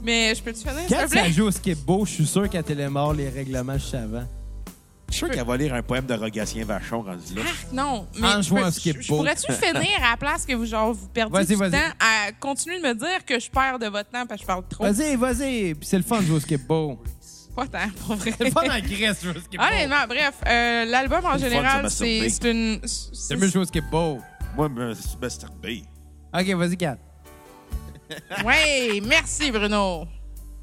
[SPEAKER 4] Mais je peux-tu finir, s'il
[SPEAKER 3] Quand
[SPEAKER 4] te
[SPEAKER 3] ça
[SPEAKER 4] plaît?
[SPEAKER 3] joue au skip-beau, je suis sûr qu'à Télémort, les règlements juste avant.
[SPEAKER 1] Je suis sûr qu'elle va lire un poème de Rogatien Vachon rendu là.
[SPEAKER 4] Arc, Ah, non. Mais
[SPEAKER 3] En
[SPEAKER 4] je
[SPEAKER 3] jouant
[SPEAKER 4] peux-
[SPEAKER 3] au skip
[SPEAKER 4] je- je
[SPEAKER 3] boat.
[SPEAKER 4] Pourrais-tu finir à la place que vous, genre, vous perdez
[SPEAKER 3] Vas-y,
[SPEAKER 4] du
[SPEAKER 3] vas-y.
[SPEAKER 4] temps à continuer de me dire que je perds de votre temps parce que je parle trop?
[SPEAKER 3] Vas-y, vas-y. Puis c'est le fun de jouer au skip-beau.
[SPEAKER 4] Pas tant, pour vrai.
[SPEAKER 3] C'est le fun en Grèce de jouer au skip-beau.
[SPEAKER 4] Honnêtement, bref, euh, l'album
[SPEAKER 1] C'est le fun
[SPEAKER 4] en
[SPEAKER 1] de
[SPEAKER 4] général,
[SPEAKER 1] se
[SPEAKER 4] c'est
[SPEAKER 1] masturber.
[SPEAKER 4] c'est une.
[SPEAKER 3] C'est
[SPEAKER 4] c'est-
[SPEAKER 3] mieux jouer au skip-beau.
[SPEAKER 1] Moi, je suis masturbé.
[SPEAKER 3] OK, vas-y, Kat.
[SPEAKER 4] Ouais, merci Bruno.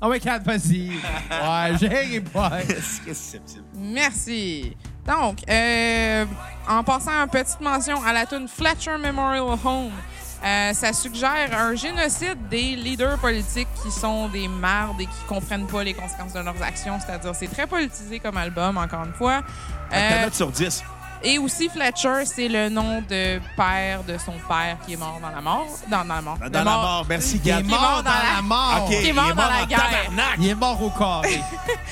[SPEAKER 3] Ah ouais, Kat, vas-y. Ouais, j'ai ri pas.
[SPEAKER 1] Qu'est-ce que c'est possible?
[SPEAKER 4] Merci. Donc, euh, en passant une petite mention à la tune Fletcher Memorial Home, euh, ça suggère un génocide des leaders politiques qui sont des mardes et qui comprennent pas les conséquences de leurs actions. C'est-à-dire, c'est très politisé comme album, encore une fois.
[SPEAKER 1] Ta
[SPEAKER 4] Euh,
[SPEAKER 1] note sur 10.
[SPEAKER 4] et aussi, Fletcher, c'est le nom de père de son père qui est mort dans la mort. Dans, dans la mort.
[SPEAKER 1] Dans
[SPEAKER 4] La
[SPEAKER 1] la mort, merci, Gab.
[SPEAKER 3] Il est
[SPEAKER 4] mort
[SPEAKER 3] mort
[SPEAKER 4] dans
[SPEAKER 3] dans
[SPEAKER 4] la-
[SPEAKER 3] la mort.
[SPEAKER 1] OK,
[SPEAKER 4] qui est mort dans la
[SPEAKER 1] en
[SPEAKER 4] guerre.
[SPEAKER 1] tabarnak.
[SPEAKER 3] Il est mort au carré.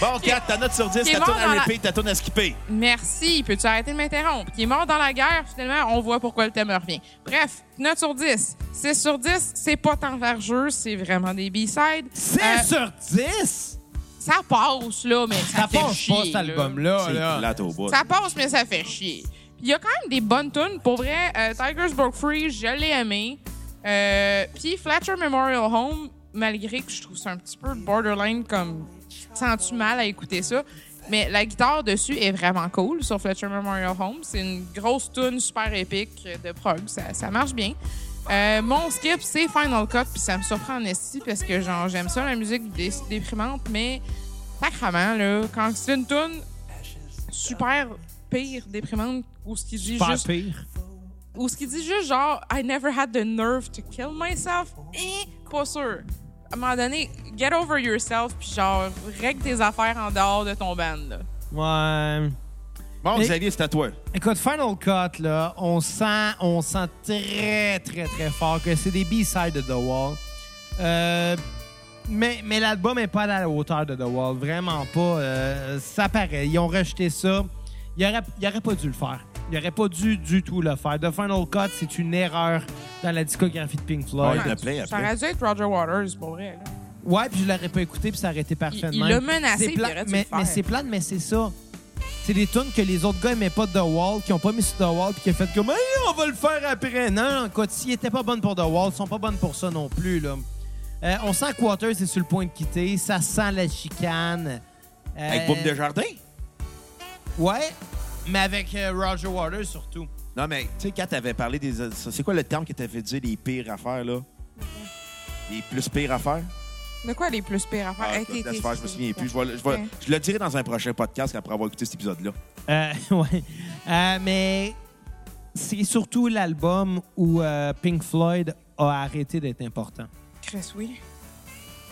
[SPEAKER 1] Bon, Kat, ta note sur 10,
[SPEAKER 4] Qui est
[SPEAKER 1] ta tourne
[SPEAKER 4] mort dans
[SPEAKER 1] à
[SPEAKER 4] la-
[SPEAKER 1] repeat, ta tourne à skipper.
[SPEAKER 4] Merci, peux-tu arrêter de m'interrompre? Qui est mort dans la guerre, finalement, on voit pourquoi le thème revient. Bref, note sur 10. 6 sur 10, c'est pas tant vergeux, c'est vraiment des B-sides.
[SPEAKER 3] 6
[SPEAKER 4] Euh,
[SPEAKER 3] sur 10?
[SPEAKER 4] Ça passe, là, mais ça,
[SPEAKER 3] Ça
[SPEAKER 4] fait
[SPEAKER 3] passe
[SPEAKER 4] chier.
[SPEAKER 3] pas, cet
[SPEAKER 4] Oh, là.
[SPEAKER 3] album-là.
[SPEAKER 1] C'est
[SPEAKER 3] là.
[SPEAKER 1] plate au bout.
[SPEAKER 4] Ça passe, mais ça fait chier. Puis Il y a quand même des bonnes tunes. Pour vrai, euh, Tigers Broke Free, je l'ai aimé. Euh, Puis Fletcher Memorial Home, malgré que je trouve ça un petit peu borderline, comme sens-tu mal à écouter ça. Mais la guitare dessus est vraiment cool sur Fletcher Memorial Home. C'est une grosse tune super épique de prog. Ça, ça marche bien. Euh, mon skip, c'est Final Cut, puis ça me surprend en esti parce que genre j'aime ça la musique dé- déprimante, mais sacrement là, quand c'est une tune super pire déprimante ou ce qui dit
[SPEAKER 3] Pas
[SPEAKER 4] juste
[SPEAKER 3] pire.
[SPEAKER 4] ou ce qui dit juste genre I never had the nerve to kill myself et pas sûr. À un moment donné, get over yourself puis genre règle tes affaires en dehors de ton band là.
[SPEAKER 3] Ouais.
[SPEAKER 1] Bon,
[SPEAKER 3] Mais-
[SPEAKER 1] Xavier, c'est à toi.
[SPEAKER 3] Écoute, Final Cut, là, on sent, on sent très, très, très fort que c'est des B-sides de The Wall. Euh, mais mais l'album n'est pas à la hauteur de The Wall. Vraiment pas. Euh, ça paraît. Ils ont rejeté ça. Ils n'auraient pas dû le faire. Il n'aurait pas dû du tout le faire. The Final Cut, c'est une erreur dans la discographie de Pink
[SPEAKER 1] Ah,
[SPEAKER 3] Floyd.
[SPEAKER 1] il y en a plein
[SPEAKER 4] Ça
[SPEAKER 1] après.
[SPEAKER 4] aurait dû être Roger Waters, pour vrai. là.
[SPEAKER 3] Ouais, puis je l'aurais pas écouté, puis ça aurait été parfait. de
[SPEAKER 4] Il- il
[SPEAKER 3] même.
[SPEAKER 4] l'a menacé,
[SPEAKER 3] C'est
[SPEAKER 4] puis
[SPEAKER 3] plate,
[SPEAKER 4] il aurait dû
[SPEAKER 3] mais,
[SPEAKER 4] le faire.
[SPEAKER 3] mais c'est plate, mais c'est ça. C'est des tunes que les autres gars aimaient pas de The Wall, qui ont pas mis sur The Wall, puis qui ont fait comme Hey, on va le faire après. Non, écoute, s'ils étaient pas bonnes pour The Wall, ils sont pas bonnes pour ça non plus. Là. Euh, on sent que Waters est sur le point de quitter, ça sent la chicane. Euh,
[SPEAKER 1] Avec Boum de Jardin?
[SPEAKER 3] Ouais, mais avec euh, Roger Waters surtout.
[SPEAKER 1] Non, mais tu sais, quand t'avais parlé des. ça, C'est quoi le terme que t'avais dit, les pires affaires, là? Les plus pires affaires?
[SPEAKER 4] De quoi les plus pires à faire?
[SPEAKER 1] Ah,
[SPEAKER 4] Hey, t'es-
[SPEAKER 1] laisse
[SPEAKER 4] t'es-
[SPEAKER 1] faire, je me souviens plus. Je, vais le- je vais-
[SPEAKER 4] Ouais.
[SPEAKER 1] je le dirai dans un prochain podcast après avoir écouté cet épisode-là.
[SPEAKER 3] Euh, ouais. Euh, mais c'est surtout l'album où euh, Pink Floyd a arrêté d'être important.
[SPEAKER 4] Chris, oui.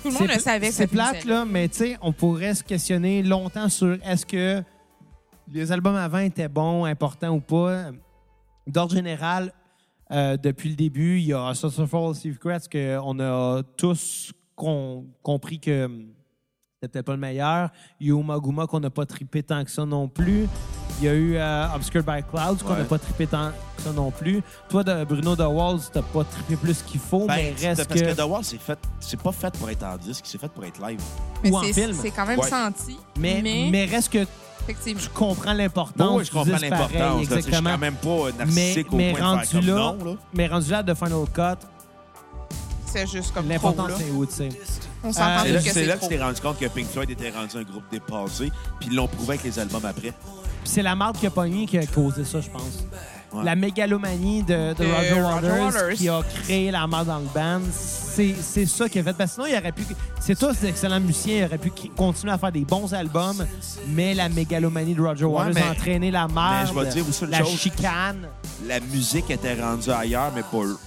[SPEAKER 4] Tout le monde le
[SPEAKER 3] C'est-
[SPEAKER 4] savait. que ça
[SPEAKER 3] C'est plate,
[SPEAKER 4] finissait là.
[SPEAKER 3] là, mais tu sais, on pourrait se questionner longtemps sur est-ce que les albums avant étaient bons, importants ou pas. D'ordre général, euh, depuis le début, il y a Saucerful Secrets qu'on a tous con- compris que c'était peut-être pas le meilleur. Il y a Umaguma qu'on n'a pas trippé tant que ça non plus. Il y a eu euh, Obscured by Clouds qu'on n'a
[SPEAKER 1] Ouais.
[SPEAKER 3] pas trippé tant que ça non plus. Toi, de Bruno The Walls, t'as pas trippé plus qu'il faut,
[SPEAKER 1] Ben,
[SPEAKER 3] mais
[SPEAKER 1] c'est-
[SPEAKER 3] reste
[SPEAKER 1] parce que, The Wall, c'est fait- c'est pas fait pour être en disque, c'est fait pour être live.
[SPEAKER 4] Mais
[SPEAKER 3] ou en
[SPEAKER 4] c'est-
[SPEAKER 3] film.
[SPEAKER 4] C'est quand même
[SPEAKER 1] Ouais.
[SPEAKER 4] senti.
[SPEAKER 3] mais,
[SPEAKER 4] mais,
[SPEAKER 3] mais reste que
[SPEAKER 4] effectivement.
[SPEAKER 3] je comprends l'importance.
[SPEAKER 1] Bon, oui, je
[SPEAKER 3] du
[SPEAKER 1] comprends
[SPEAKER 3] disque pareil,
[SPEAKER 1] l'importance. là, tu sais, Je suis
[SPEAKER 3] Exactement.
[SPEAKER 1] quand même pas
[SPEAKER 3] Mais,
[SPEAKER 1] narcissique
[SPEAKER 3] mais
[SPEAKER 1] au point de
[SPEAKER 3] rendu
[SPEAKER 1] faire comme
[SPEAKER 3] là,
[SPEAKER 1] non, là.
[SPEAKER 3] mais rendu là de Final Cut,
[SPEAKER 4] C'est juste comme trop,
[SPEAKER 3] l'important
[SPEAKER 4] là.
[SPEAKER 3] c'est où, tu sais.
[SPEAKER 4] On s'entend
[SPEAKER 1] C'est
[SPEAKER 3] Euh,
[SPEAKER 1] là,
[SPEAKER 4] tous que
[SPEAKER 1] c'est
[SPEAKER 4] c'est
[SPEAKER 1] là que
[SPEAKER 4] trop.
[SPEAKER 1] tu t'es rendu compte que Pink Floyd était rendu un groupe dépassé, puis ils l'ont prouvé avec les albums après.
[SPEAKER 3] Puis c'est la marque qui a pogné qui a causé ça, je pense.
[SPEAKER 1] Ouais.
[SPEAKER 3] La mégalomanie de, de
[SPEAKER 4] De
[SPEAKER 3] Roger,
[SPEAKER 4] Roger
[SPEAKER 3] Waters,
[SPEAKER 4] Waters.
[SPEAKER 3] qui a créé la marque dans le band, c'est c'est ça qui a fait. Parce que sinon, il aurait pu. C'est tous d'excellents musiciens, ils auraient pu cr- continuer à faire des bons albums, mais la mégalomanie de Roger Waters
[SPEAKER 1] mais-
[SPEAKER 3] a entraîné la marque,
[SPEAKER 1] vais te dire aussi une
[SPEAKER 3] la
[SPEAKER 1] chose.
[SPEAKER 3] chicane.
[SPEAKER 1] La musique était rendue ailleurs, mais pas eux.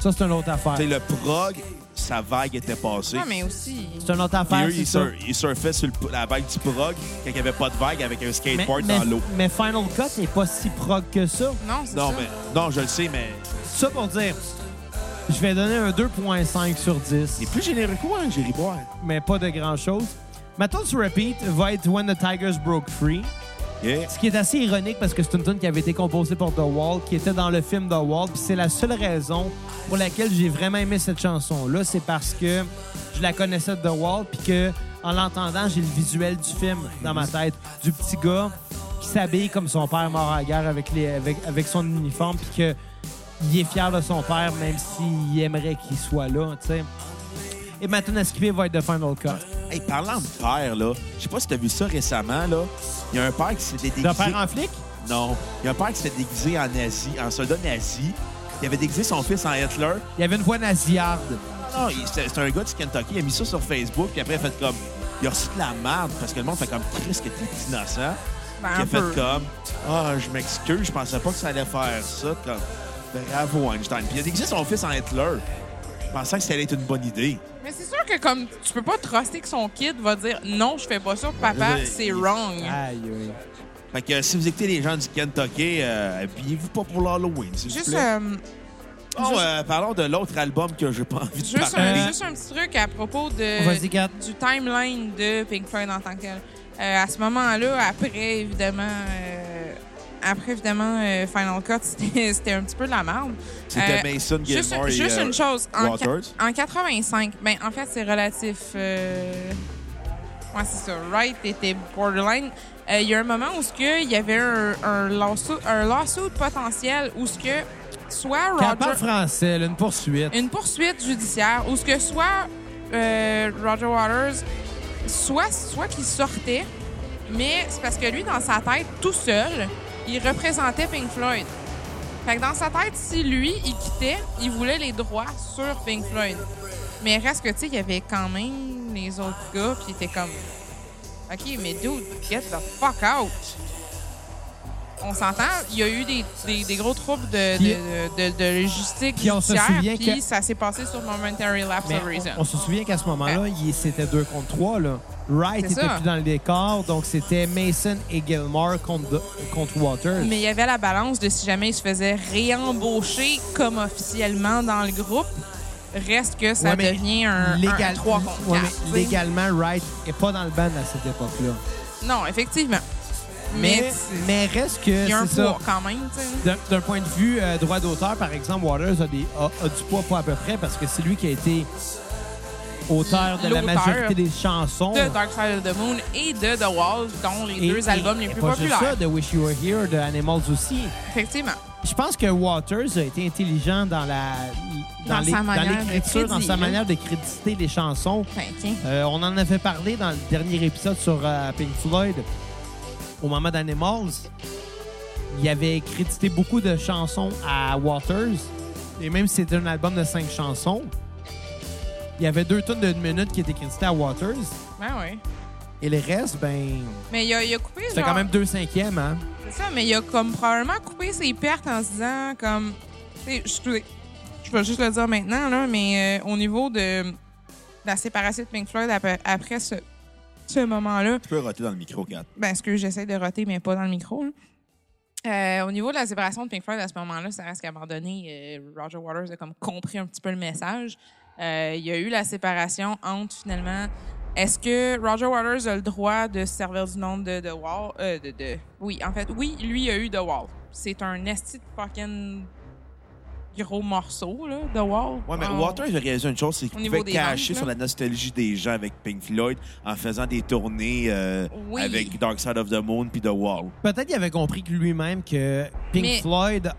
[SPEAKER 3] Ça, c'est une autre affaire.
[SPEAKER 1] Tu sais, le prog, sa vague était passée.
[SPEAKER 4] Non, mais aussi.
[SPEAKER 3] C'est une autre
[SPEAKER 1] Puis
[SPEAKER 3] affaire.
[SPEAKER 1] eux,
[SPEAKER 3] c'est
[SPEAKER 1] ils,
[SPEAKER 3] ça.
[SPEAKER 1] sur- ils surfaient sur le- la vague du prog quand il n'y avait pas de vague avec un
[SPEAKER 3] Mais,
[SPEAKER 1] skateboard
[SPEAKER 3] mais-
[SPEAKER 1] dans l'eau.
[SPEAKER 3] mais Final Cut n'est pas si prog que ça.
[SPEAKER 4] Non, c'est ça.
[SPEAKER 1] Non, mais, non, je le sais, mais
[SPEAKER 3] Ça pour dire, je vais donner un 2.5 sur 10,
[SPEAKER 1] c'est plus généreux que moi, hein, Jerry Boire.
[SPEAKER 3] mais pas de grand-chose. Ma tune sur repeat va être When the Tigers Broke Free,
[SPEAKER 1] Yeah.
[SPEAKER 3] ce qui est assez ironique parce que c'est une tune qui avait été composée pour The Wall, qui était dans le film The Wall, puis c'est la seule raison pour laquelle j'ai vraiment aimé cette chanson-là, c'est parce que je la connaissais de The Wall, puis que en l'entendant, j'ai le visuel du film dans ma tête, du petit gars qui s'habille comme son père mort à la guerre avec, les, avec, avec son uniforme, puis que il est fier de son père, même s'il aimerait qu'il soit là, tu sais. Et maintenant, à skipper va être de Final Cut.
[SPEAKER 1] Hey, parlant de père, là, je sais pas si t'as vu ça récemment, là. Il y a un père qui s'est déguisé.
[SPEAKER 3] De père en flic?
[SPEAKER 1] Non. Il y a un père qui s'est déguisé en nazi, en soldat nazi. Il avait déguisé son fils en Hitler.
[SPEAKER 3] Il y avait une voix nasillarde.
[SPEAKER 1] Non, Ah, il- c'est c'est un gars du Kentucky. Il a mis ça sur Facebook, puis après, il a fait comme. Il a reçu de la merde parce que le monde fait comme Chris que t'es innocent.
[SPEAKER 4] Ben,
[SPEAKER 1] qui
[SPEAKER 4] un
[SPEAKER 1] a
[SPEAKER 4] peu.
[SPEAKER 1] fait comme Ah, je m'excuse, je pensais pas que ça allait faire ça. Comme Bravo, Einstein. Puis il a déguisé son fils en Hitler, pensant que ça allait être une bonne idée.
[SPEAKER 4] Mais c'est sûr que comme tu peux pas truster que son kid va dire non, je fais pas ça, papa,
[SPEAKER 1] Je-
[SPEAKER 4] c'est
[SPEAKER 1] il-
[SPEAKER 4] wrong.
[SPEAKER 1] Ah,
[SPEAKER 3] Aïe, aïe.
[SPEAKER 1] Fait que si vous écoutez les gens du Kentucky, euh, habillez-vous pas pour l'Halloween, s'il vous
[SPEAKER 4] Juste,
[SPEAKER 1] plaît.
[SPEAKER 4] euh,
[SPEAKER 1] Oh,
[SPEAKER 4] juste-
[SPEAKER 1] euh, parlons de l'autre album que j'ai pas envie de
[SPEAKER 4] juste,
[SPEAKER 1] parler.
[SPEAKER 4] un, juste un petit truc à propos
[SPEAKER 3] Vas-y,
[SPEAKER 4] de,
[SPEAKER 3] Kat.
[SPEAKER 4] du timeline de Pink Floyd en tant que tel. Euh, à ce moment-là, après évidemment, euh, après évidemment euh, Final Cut, c'était c'était un petit peu de la merde.
[SPEAKER 1] C'était
[SPEAKER 4] Euh,
[SPEAKER 1] Mason
[SPEAKER 4] Juste,
[SPEAKER 1] Gilmore et,
[SPEAKER 4] juste
[SPEAKER 1] euh,
[SPEAKER 4] une chose. En, qua-
[SPEAKER 1] Waters.
[SPEAKER 4] en 85, ben, en fait, c'est relatif. euh, Ouais, c'est ça. Wright était borderline. Euh, Il y a un moment où ce que il y avait un, un, lawsuit, un lawsuit potentiel où ce que soit
[SPEAKER 3] Quand parle
[SPEAKER 4] Roger,
[SPEAKER 3] français, là, une poursuite.
[SPEAKER 4] une poursuite judiciaire où ce que soit euh, Roger Waters, soit, soit qu'il sortait, mais c'est parce que lui, dans sa tête, tout seul, il représentait Pink Floyd. Fait que dans sa tête, si lui, il quittait, il voulait les droits sur Pink Floyd. Mais reste que, tu sais, il y avait quand même les autres gars, puis il était comme... OK, mais dude, get the fuck out! On s'entend, il y a eu des, des- des gros troubles de,
[SPEAKER 3] Puis-
[SPEAKER 4] de, de, de logistique
[SPEAKER 3] Puis on se
[SPEAKER 4] judiciaire,
[SPEAKER 3] souvient
[SPEAKER 4] puis
[SPEAKER 3] que-
[SPEAKER 4] ça s'est passé sur Momentary Lapse
[SPEAKER 3] Mais
[SPEAKER 4] of Reason.
[SPEAKER 3] on, on se souvient qu'à ce moment-là, il- c'était deux contre trois. Là. Wright
[SPEAKER 4] C'est
[SPEAKER 3] était
[SPEAKER 4] ça.
[SPEAKER 3] plus dans le décor, donc c'était Mason et Gilmore contre, contre Waters.
[SPEAKER 4] Mais il y avait la balance de si jamais il se faisait réembaucher comme officiellement dans le groupe, reste que ça
[SPEAKER 3] Ouais, mais
[SPEAKER 4] devient un,
[SPEAKER 3] légal-
[SPEAKER 4] 3 contre
[SPEAKER 3] ouais,
[SPEAKER 4] 4.
[SPEAKER 3] mais légalement, Wright n'est pas dans le ban à cette époque-là.
[SPEAKER 4] Non, effectivement.
[SPEAKER 3] Mais,
[SPEAKER 4] Mais c'est-
[SPEAKER 3] mais reste que
[SPEAKER 4] Il y a un
[SPEAKER 3] c'est ça.
[SPEAKER 4] poids quand même, tu sais.
[SPEAKER 3] D'un d'un point de vue euh, droit d'auteur, par exemple, Waters a, des- a- a du poids pas à peu près parce que c'est lui qui a été auteur de la
[SPEAKER 4] L'auteur
[SPEAKER 3] majorité des chansons.
[SPEAKER 4] De Dark Side of the Moon et de The Wall, dont les
[SPEAKER 3] Oh. Et-
[SPEAKER 4] deux albums
[SPEAKER 3] et-
[SPEAKER 4] les
[SPEAKER 3] et
[SPEAKER 4] plus
[SPEAKER 3] pas juste
[SPEAKER 4] populaires.
[SPEAKER 3] ça, de Wish You Were Here, de Animals aussi.
[SPEAKER 4] Effectivement.
[SPEAKER 3] Je pense que Waters a été intelligent dans la
[SPEAKER 4] Dans sa manière de hein.
[SPEAKER 3] l'écriture, dans sa
[SPEAKER 4] crédit,
[SPEAKER 3] manière de créditer les chansons.
[SPEAKER 4] Enfin, Ben, tiens.
[SPEAKER 3] Euh, on en avait parlé dans le dernier épisode sur euh, Pink Floyd. Au moment d'Animals, il avait crédité beaucoup de chansons à Waters. Et même si c'était un album de cinq chansons, il y avait deux tonnes d'une minute qui étaient créditées à Waters.
[SPEAKER 4] Ben oui.
[SPEAKER 3] Et le reste, ben,
[SPEAKER 4] Mais il a, il a coupé,
[SPEAKER 3] c'était
[SPEAKER 4] genre...
[SPEAKER 3] quand même deux cinquièmes, hein?
[SPEAKER 4] C'est ça, mais il a comme probablement coupé ses pertes en se disant, comme... tu sais, excusez, Je vais juste le dire maintenant, là, mais euh, au niveau de, de la séparation de Pink Floyd ap- après ce, ce moment-là,
[SPEAKER 1] Tu peux roter dans le micro, Kat.
[SPEAKER 4] ben, ce que j'essaie de roter, mais pas dans le micro. là. Euh, au niveau de la séparation de Pink Floyd, à ce moment-là, ça reste qu'à un moment donné, euh, Roger Waters a comme compris un petit peu le message. Euh, il y a eu la séparation entre finalement, est-ce que Roger Waters a le droit de se servir du nom de The Wall? euh, de, de- Oui, en fait, oui, lui a eu The Wall. C'est un esti de fucking gros morceau, là, The Wall. Ah.
[SPEAKER 1] Ouais, mais
[SPEAKER 4] En-
[SPEAKER 1] Waters a réalisé une chose, c'est qu'il
[SPEAKER 4] niveau
[SPEAKER 1] pouvait
[SPEAKER 4] des
[SPEAKER 1] cacher
[SPEAKER 4] ventes, là.
[SPEAKER 1] sur la nostalgie des gens avec Pink Floyd en faisant des tournées euh,
[SPEAKER 4] Oui.
[SPEAKER 1] avec Dark Side of the Moon puis The Wall.
[SPEAKER 3] Peut-être qu'il avait compris que lui-même que Pink
[SPEAKER 4] Mais-
[SPEAKER 3] Floyd,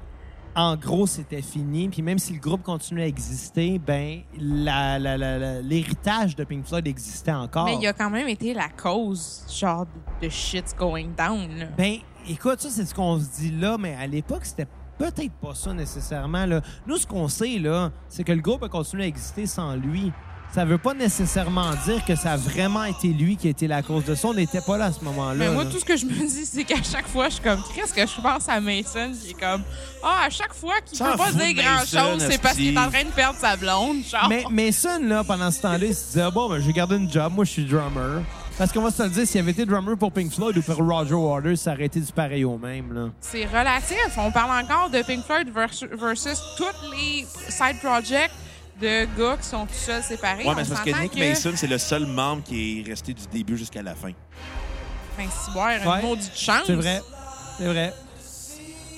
[SPEAKER 3] en gros, c'était fini. Puis même si le groupe continuait à exister, ben la- la- la- la- l'héritage de Pink Floyd existait encore.
[SPEAKER 4] Mais il a quand même été la cause, genre, de shit's going down, là.
[SPEAKER 3] Ben, écoute, ça, c'est ce qu'on se dit là, mais à l'époque, c'était peut-être pas ça nécessairement. Là. Nous, ce qu'on sait, là, c'est que le groupe a continué à exister sans lui. Ça veut pas nécessairement dire que ça a vraiment été lui qui a été la cause de ça. On n'était pas là à ce moment-là.
[SPEAKER 4] Mais moi,
[SPEAKER 3] là.
[SPEAKER 4] tout ce que je me dis, c'est qu'à chaque fois, je suis comme, Chris, que je pense à Mason, qui est comme, ah, à chaque fois qu'il
[SPEAKER 1] S'en
[SPEAKER 4] peut pas
[SPEAKER 1] fout de
[SPEAKER 4] dire grand-chose,
[SPEAKER 1] Mason,
[SPEAKER 4] c'est parce qu'il est en
[SPEAKER 1] esti.
[SPEAKER 4] train de perdre sa blonde, genre.
[SPEAKER 3] Mais Mason, là, pendant ce temps-là, il se disait Bon, ben, j'ai gardé une job, moi, je suis drummer. Parce qu'on va se le dire, s'il avait été drummer pour Pink Floyd ou pour Roger Waters, ça aurait été du pareil au même, là.
[SPEAKER 4] C'est relatif. On parle encore de Pink Floyd versus, versus tous les side projects de gars qui sont tout seuls séparés.
[SPEAKER 1] Ouais, mais
[SPEAKER 4] On
[SPEAKER 1] c'est parce que
[SPEAKER 4] s'entend
[SPEAKER 1] Nick
[SPEAKER 4] que-
[SPEAKER 1] Mason, c'est le seul membre qui est resté du début jusqu'à la fin.
[SPEAKER 4] Ben, si boire,
[SPEAKER 3] Ouais.
[SPEAKER 4] une maudite chance.
[SPEAKER 3] C'est vrai. C'est vrai.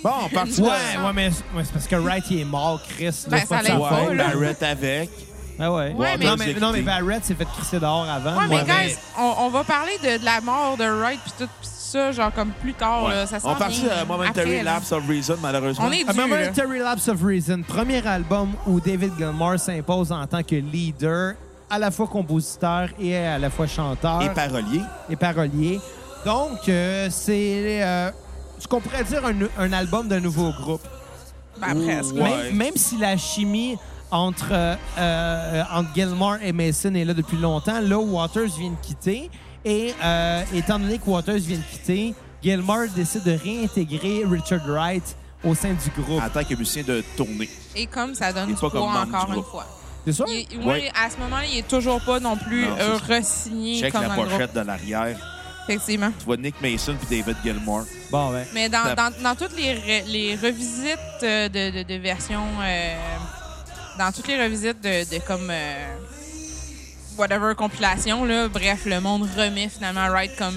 [SPEAKER 1] Bon, on part
[SPEAKER 3] Ouais,
[SPEAKER 4] Ouais.
[SPEAKER 3] ouais, mais ouais, c'est parce que Wright, il est mort, Chris. là,
[SPEAKER 4] Ben,
[SPEAKER 3] c'est pas
[SPEAKER 4] ça
[SPEAKER 3] de sa
[SPEAKER 4] l'aide pas,
[SPEAKER 3] faute.
[SPEAKER 1] Ouais,
[SPEAKER 4] là.
[SPEAKER 1] Barrett avec.
[SPEAKER 3] Ben ouais.
[SPEAKER 4] Ouais, mais-
[SPEAKER 3] Non, mais, non, mais Barrett s'est fait crisser dehors avant.
[SPEAKER 4] Ouais, mais
[SPEAKER 3] Ouais,
[SPEAKER 4] guys, on, on va parler de, de la mort de Wright puis tout pis ça, genre, comme plus tard,
[SPEAKER 1] Ouais.
[SPEAKER 4] Oh, là, ça s'en
[SPEAKER 1] on part
[SPEAKER 4] vient
[SPEAKER 1] sur euh, Momentary
[SPEAKER 4] après, là.
[SPEAKER 1] Lapse of Reason, malheureusement.
[SPEAKER 4] On est
[SPEAKER 3] A
[SPEAKER 4] dû, là.
[SPEAKER 3] Momentary Lapse of Reason, premier album où David Gilmour s'impose en tant que leader, à la fois compositeur et à la fois chanteur.
[SPEAKER 1] Et parolier.
[SPEAKER 3] et parolier. Donc, euh, c'est euh, ce qu'on pourrait dire un, un album d'un nouveau groupe.
[SPEAKER 4] Ben, presque.
[SPEAKER 1] Ouais.
[SPEAKER 3] Même, même si la chimie entre, euh, euh, entre Gilmore et Mason est là depuis longtemps, là, Waters vient de quitter. Et euh, étant donné que Waters vient de quitter, Gilmore décide de réintégrer Richard Wright au sein du groupe.
[SPEAKER 1] En tant que musicien de tournée.
[SPEAKER 4] Et comme ça donne
[SPEAKER 1] Et
[SPEAKER 4] du
[SPEAKER 1] pas
[SPEAKER 4] poids
[SPEAKER 1] comme membre
[SPEAKER 4] encore
[SPEAKER 1] du
[SPEAKER 4] une
[SPEAKER 1] groupe.
[SPEAKER 4] fois.
[SPEAKER 3] C'est ça?
[SPEAKER 4] Il- il-
[SPEAKER 1] Ouais.
[SPEAKER 4] ouais, À ce moment-là, il est toujours pas non plus
[SPEAKER 1] Non,
[SPEAKER 4] euh,
[SPEAKER 1] c'est-
[SPEAKER 4] re-signé
[SPEAKER 1] Check
[SPEAKER 4] comme
[SPEAKER 1] la
[SPEAKER 4] dans le groupe.
[SPEAKER 1] pochette de l'arrière.
[SPEAKER 4] Effectivement.
[SPEAKER 1] Tu vois Nick Mason puis David Gilmour.
[SPEAKER 3] Bon, ben.
[SPEAKER 4] Mais dans,
[SPEAKER 1] La-
[SPEAKER 4] dans, dans toutes les, re- les revisites euh, de, de, de versions... euh, dans toutes les revisites de, de comme... euh, whatever compilation, là, bref, le monde remet finalement Wright comme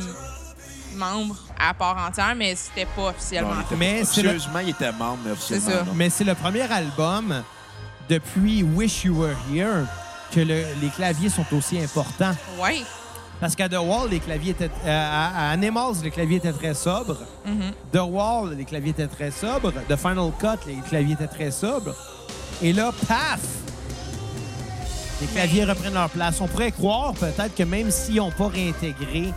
[SPEAKER 4] membre à part entière, mais c'était pas officiellement.
[SPEAKER 1] Non, il était-
[SPEAKER 3] Mais c'est le-
[SPEAKER 1] Officieusement, il était membre, mais officiellement.
[SPEAKER 4] ça.
[SPEAKER 1] non.
[SPEAKER 3] Mais c'est le premier album depuis Wish You Were Here que le- les claviers sont aussi importants.
[SPEAKER 4] ouais.
[SPEAKER 3] Parce qu'à The Wall, les claviers étaient. euh, à, à Animals, les claviers étaient très sobres. The Wall, les claviers étaient très sobres. The Final Cut, les claviers étaient très sobres. Et là, paf! Les claviers reprennent leur place. On pourrait croire peut-être que même s'ils n'ont pas réintégré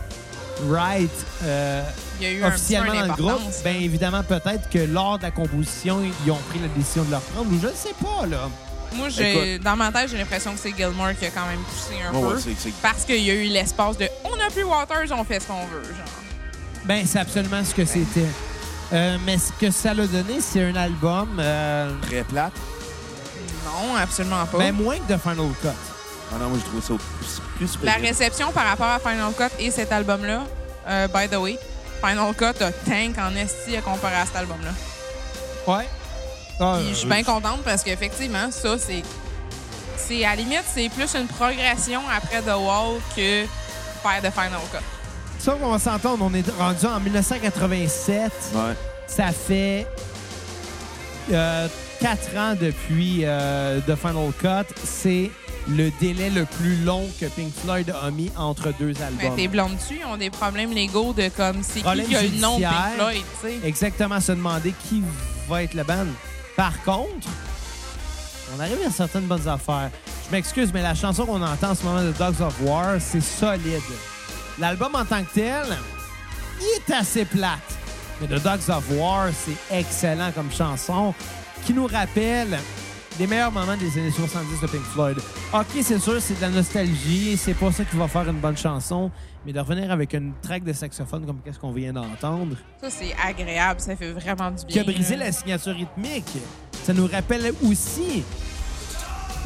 [SPEAKER 3] Wright euh,
[SPEAKER 4] Il y a eu un petit peu
[SPEAKER 3] officiellement dans le groupe,
[SPEAKER 4] d'importance.
[SPEAKER 1] ben,
[SPEAKER 3] bien évidemment, peut-être que lors de la composition, ils ont pris la décision de le reprendre. Ou je ne sais pas, là.
[SPEAKER 4] Moi, j'ai, dans ma tête, j'ai l'impression que c'est Gilmore qui a quand même poussé un
[SPEAKER 1] Ouais,
[SPEAKER 4] peu.
[SPEAKER 1] ouais, c'est- c'est-
[SPEAKER 4] Parce qu'il y a eu l'espace de on a plus Waters, on fait ce qu'on veut. Genre.
[SPEAKER 3] Ben, c'est absolument ce que c'était. Euh, mais ce que ça l'a donné, c'est un album euh,
[SPEAKER 1] Très plate.
[SPEAKER 4] Non, absolument pas.
[SPEAKER 3] ben, moins que de Final Cut.
[SPEAKER 1] Ah non, moi, j'ai trouvé ça au plus, plus
[SPEAKER 4] La
[SPEAKER 1] pénible.
[SPEAKER 4] réception par rapport à Final Cut et cet album-là, euh, by the way, Final Cut a tank en esti à comparer à cet album-là.
[SPEAKER 3] Ouais. Ah,
[SPEAKER 4] Puis je suis
[SPEAKER 3] euh,
[SPEAKER 4] bien contente parce qu'effectivement, ça, c'est. C'est à la limite, c'est plus une progression après The Wall que faire de Final Cut.
[SPEAKER 3] Ça, on va s'entendre, on est rendu en 1987.
[SPEAKER 1] Ouais.
[SPEAKER 3] Ça fait euh, quatre ans depuis euh, The Final Cut. C'est le délai le plus long que Pink Floyd a mis entre deux
[SPEAKER 4] Mais
[SPEAKER 3] albums.
[SPEAKER 4] tes blondes dessus ont des problèmes légaux de comme c'est qui
[SPEAKER 3] Problème
[SPEAKER 4] qui a le nom de
[SPEAKER 3] judiciaire.
[SPEAKER 4] Pink Floyd, tu sais.
[SPEAKER 3] Exactement, se demander qui va être le band. Par contre, on arrive à certaines bonnes affaires. Je m'excuse, mais la chanson qu'on entend en ce moment de Dogs of War, c'est solide. L'album en tant que tel, il est assez plate. Mais The Dogs of War, c'est excellent comme chanson qui nous rappelle les meilleurs moments des années 70 de Pink Floyd. OK, c'est sûr, c'est de la nostalgie, c'est pas ça qui va faire une bonne chanson, mais de revenir avec une track de saxophone comme qu'est-ce qu'on vient d'entendre,
[SPEAKER 4] Ça, c'est agréable. Ça fait vraiment du
[SPEAKER 3] qui
[SPEAKER 4] bien.
[SPEAKER 3] a brisé la signature rythmique. Ça nous rappelle aussi,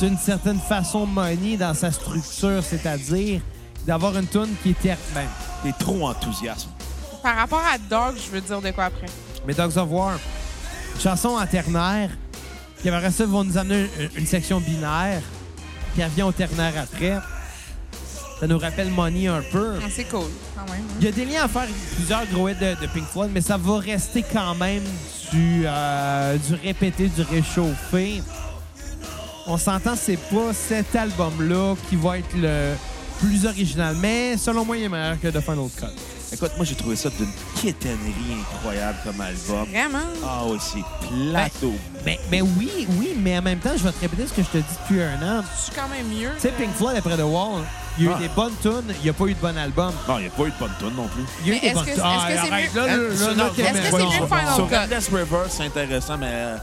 [SPEAKER 3] d'une certaine façon, Money dans sa structure, c'est-à-dire d'avoir une tune qui était... Ben,
[SPEAKER 1] T'es trop enthousiaste.
[SPEAKER 4] Par rapport à Dog, je veux dire de quoi après.
[SPEAKER 3] mais Dogs of War, une chanson en ternaire, puis après ça, ils vont nous amener une- une section binaire, puis elle vient au ternaire après. Ça nous rappelle Money un peu.
[SPEAKER 4] Ah, c'est cool, quand même. hein.
[SPEAKER 3] Il y a des liens à faire avec plusieurs gros hits de, de Pink Floyd, mais ça va rester quand même du, euh, du répété, du réchauffé. On s'entend, c'est pas cet album-là qui va être le plus original, mais selon moi, il est meilleur que The Final Cut.
[SPEAKER 1] Écoute, moi, j'ai trouvé ça d'une quétainerie incroyable comme album.
[SPEAKER 4] Vraiment.
[SPEAKER 1] Ah oui, c'est plateau.
[SPEAKER 3] Mais, mais oui, oui, mais en même temps, je vais te répéter ce que je te dis depuis un an.
[SPEAKER 4] Je suis quand même mieux.
[SPEAKER 3] Tu sais, Pink Floyd après The Wall, il y a eu
[SPEAKER 1] Ah.
[SPEAKER 3] des bonnes tunes, il n'y a pas eu de bon album.
[SPEAKER 1] Non, il n'y a pas eu de bonne tune non plus.
[SPEAKER 3] Il y a eu
[SPEAKER 4] Mais
[SPEAKER 3] des
[SPEAKER 4] est-ce
[SPEAKER 3] bonnes
[SPEAKER 4] que-
[SPEAKER 3] tunes.
[SPEAKER 4] est-ce que c'est
[SPEAKER 3] arrête,
[SPEAKER 4] mieux-
[SPEAKER 1] Euh,
[SPEAKER 3] là, là, là, là, t'es
[SPEAKER 4] Est-ce que
[SPEAKER 3] bien
[SPEAKER 4] c'est
[SPEAKER 3] bon.
[SPEAKER 4] mieux le Final
[SPEAKER 1] Sur
[SPEAKER 4] Cut?
[SPEAKER 1] Endless River, c'est intéressant, mais euh,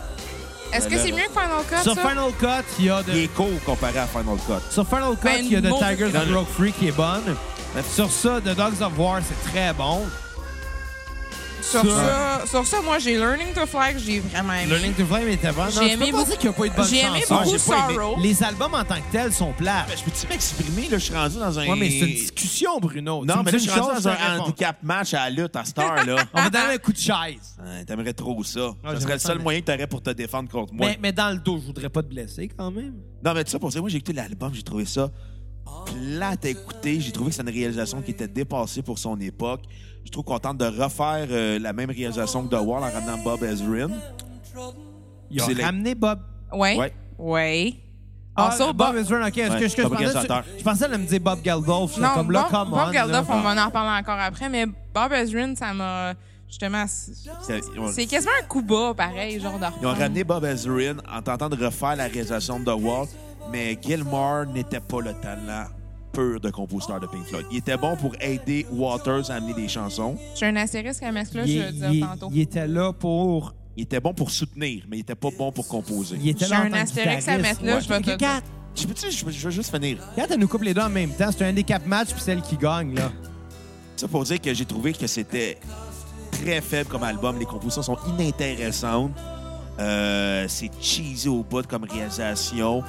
[SPEAKER 4] Est-ce que
[SPEAKER 1] Euh,
[SPEAKER 4] c'est
[SPEAKER 1] le-
[SPEAKER 4] mieux que Final Cut,
[SPEAKER 3] Sur
[SPEAKER 4] ça?
[SPEAKER 3] Final Cut, il y a de...
[SPEAKER 1] il est court comparé à Final Cut.
[SPEAKER 3] Sur Final Cut,
[SPEAKER 4] Ben,
[SPEAKER 3] il y a The
[SPEAKER 4] une mauvaise-
[SPEAKER 3] Tigers
[SPEAKER 1] Non,
[SPEAKER 3] and
[SPEAKER 1] non.
[SPEAKER 3] Rock Free qui est bonne. Sur ça, The Dogs of War, c'est très bon.
[SPEAKER 4] Sur ça, sur ça, moi, j'ai Learning to Fly que Ben, j'ai vraiment aimé.
[SPEAKER 3] Learning to Flame était bon. Non,
[SPEAKER 4] J'ai
[SPEAKER 3] je peux
[SPEAKER 4] aimé
[SPEAKER 3] pas
[SPEAKER 4] beaucoup-
[SPEAKER 3] dire qu'il n'y a pas eu de bonne
[SPEAKER 4] J'ai aimé
[SPEAKER 3] chanson.
[SPEAKER 4] beaucoup Ben,
[SPEAKER 1] j'ai pas aimé.
[SPEAKER 4] Sorrow.
[SPEAKER 3] Les albums en tant que tels sont plats.
[SPEAKER 1] Mais je peux-tu m'exprimer? Là, je suis rendu dans un.
[SPEAKER 3] Ouais, mais c'est une discussion, Bruno. Tu
[SPEAKER 1] Non,
[SPEAKER 3] me
[SPEAKER 1] mais là,
[SPEAKER 3] dis
[SPEAKER 1] je suis
[SPEAKER 3] une
[SPEAKER 1] rendu
[SPEAKER 3] chose,
[SPEAKER 1] dans
[SPEAKER 3] je te
[SPEAKER 1] un
[SPEAKER 3] réponds.
[SPEAKER 1] handicap match à la lutte à cette heure, là.
[SPEAKER 3] On va donner un coup de chaise.
[SPEAKER 1] Hein, T'aimerais trop ça.
[SPEAKER 3] Ah,
[SPEAKER 1] ça
[SPEAKER 3] j'aimerais
[SPEAKER 1] serait le
[SPEAKER 3] ça,
[SPEAKER 1] seul
[SPEAKER 3] mais-
[SPEAKER 1] moyen que t'aurais pour te défendre contre moi.
[SPEAKER 3] Mais, mais dans le dos, je voudrais pas te blesser quand même.
[SPEAKER 1] Non, mais tout ça pour dire, moi, j'ai écouté l'album, j'ai trouvé ça plate à écouter. J'ai trouvé que c'est une réalisation qui était dépassée pour son époque. Je suis trop contente de refaire euh, la même réalisation que The Wall en ramenant Bob Ezrin.
[SPEAKER 3] Il
[SPEAKER 1] C'est
[SPEAKER 3] a
[SPEAKER 1] le-
[SPEAKER 3] ramené Bob.
[SPEAKER 4] Ouais.
[SPEAKER 1] Ouais.
[SPEAKER 4] Ouais.
[SPEAKER 3] Ah,
[SPEAKER 4] Also,
[SPEAKER 3] Bob,
[SPEAKER 4] Bob...
[SPEAKER 3] Ezrin, OK. Est-ce
[SPEAKER 1] Ouais,
[SPEAKER 3] que- est-ce que je
[SPEAKER 1] Bob
[SPEAKER 3] pensais-
[SPEAKER 1] réalisateur.
[SPEAKER 3] Je pensais de me dire Bob Geldof.
[SPEAKER 4] Non,
[SPEAKER 3] comme
[SPEAKER 4] Bob,
[SPEAKER 3] là, come
[SPEAKER 4] Bob
[SPEAKER 3] on, là.
[SPEAKER 4] Geldof, on va en reparler encore après, mais Bob Ezrin, ça m'a... Justement, c'est-
[SPEAKER 1] C'est- Ils ont,
[SPEAKER 4] c'est quasiment un coup bas, pareil, genre de
[SPEAKER 1] ils ont ramené Bob Ezrin en tentant de refaire la réalisation de The Wall, mais Gilmore n'était pas le talent pur de compositeur de Pink Floyd. Il était bon pour aider Waters à amener des chansons.
[SPEAKER 4] J'ai un astérisque à mettre là,
[SPEAKER 3] Il-
[SPEAKER 4] je vais le
[SPEAKER 3] il-
[SPEAKER 4] dire tantôt.
[SPEAKER 3] il était là pour
[SPEAKER 1] Il était bon pour soutenir, mais il était pas bon pour composer.
[SPEAKER 3] Il était
[SPEAKER 4] J'ai
[SPEAKER 3] là
[SPEAKER 4] un
[SPEAKER 3] en tant que
[SPEAKER 4] astérix à
[SPEAKER 3] guitariste.
[SPEAKER 4] mettre là, je vais te le
[SPEAKER 3] Quand,
[SPEAKER 1] Je peux-tu- je- je veux juste finir.
[SPEAKER 3] quand elle nous coupe les deux en même temps, c'est un handicap match puis celle qui gagne, là.
[SPEAKER 1] Ça pour dire que j'ai trouvé que c'était très faible comme album. Les compositions sont inintéressantes. Euh, c'est cheesy au bout comme réalisation.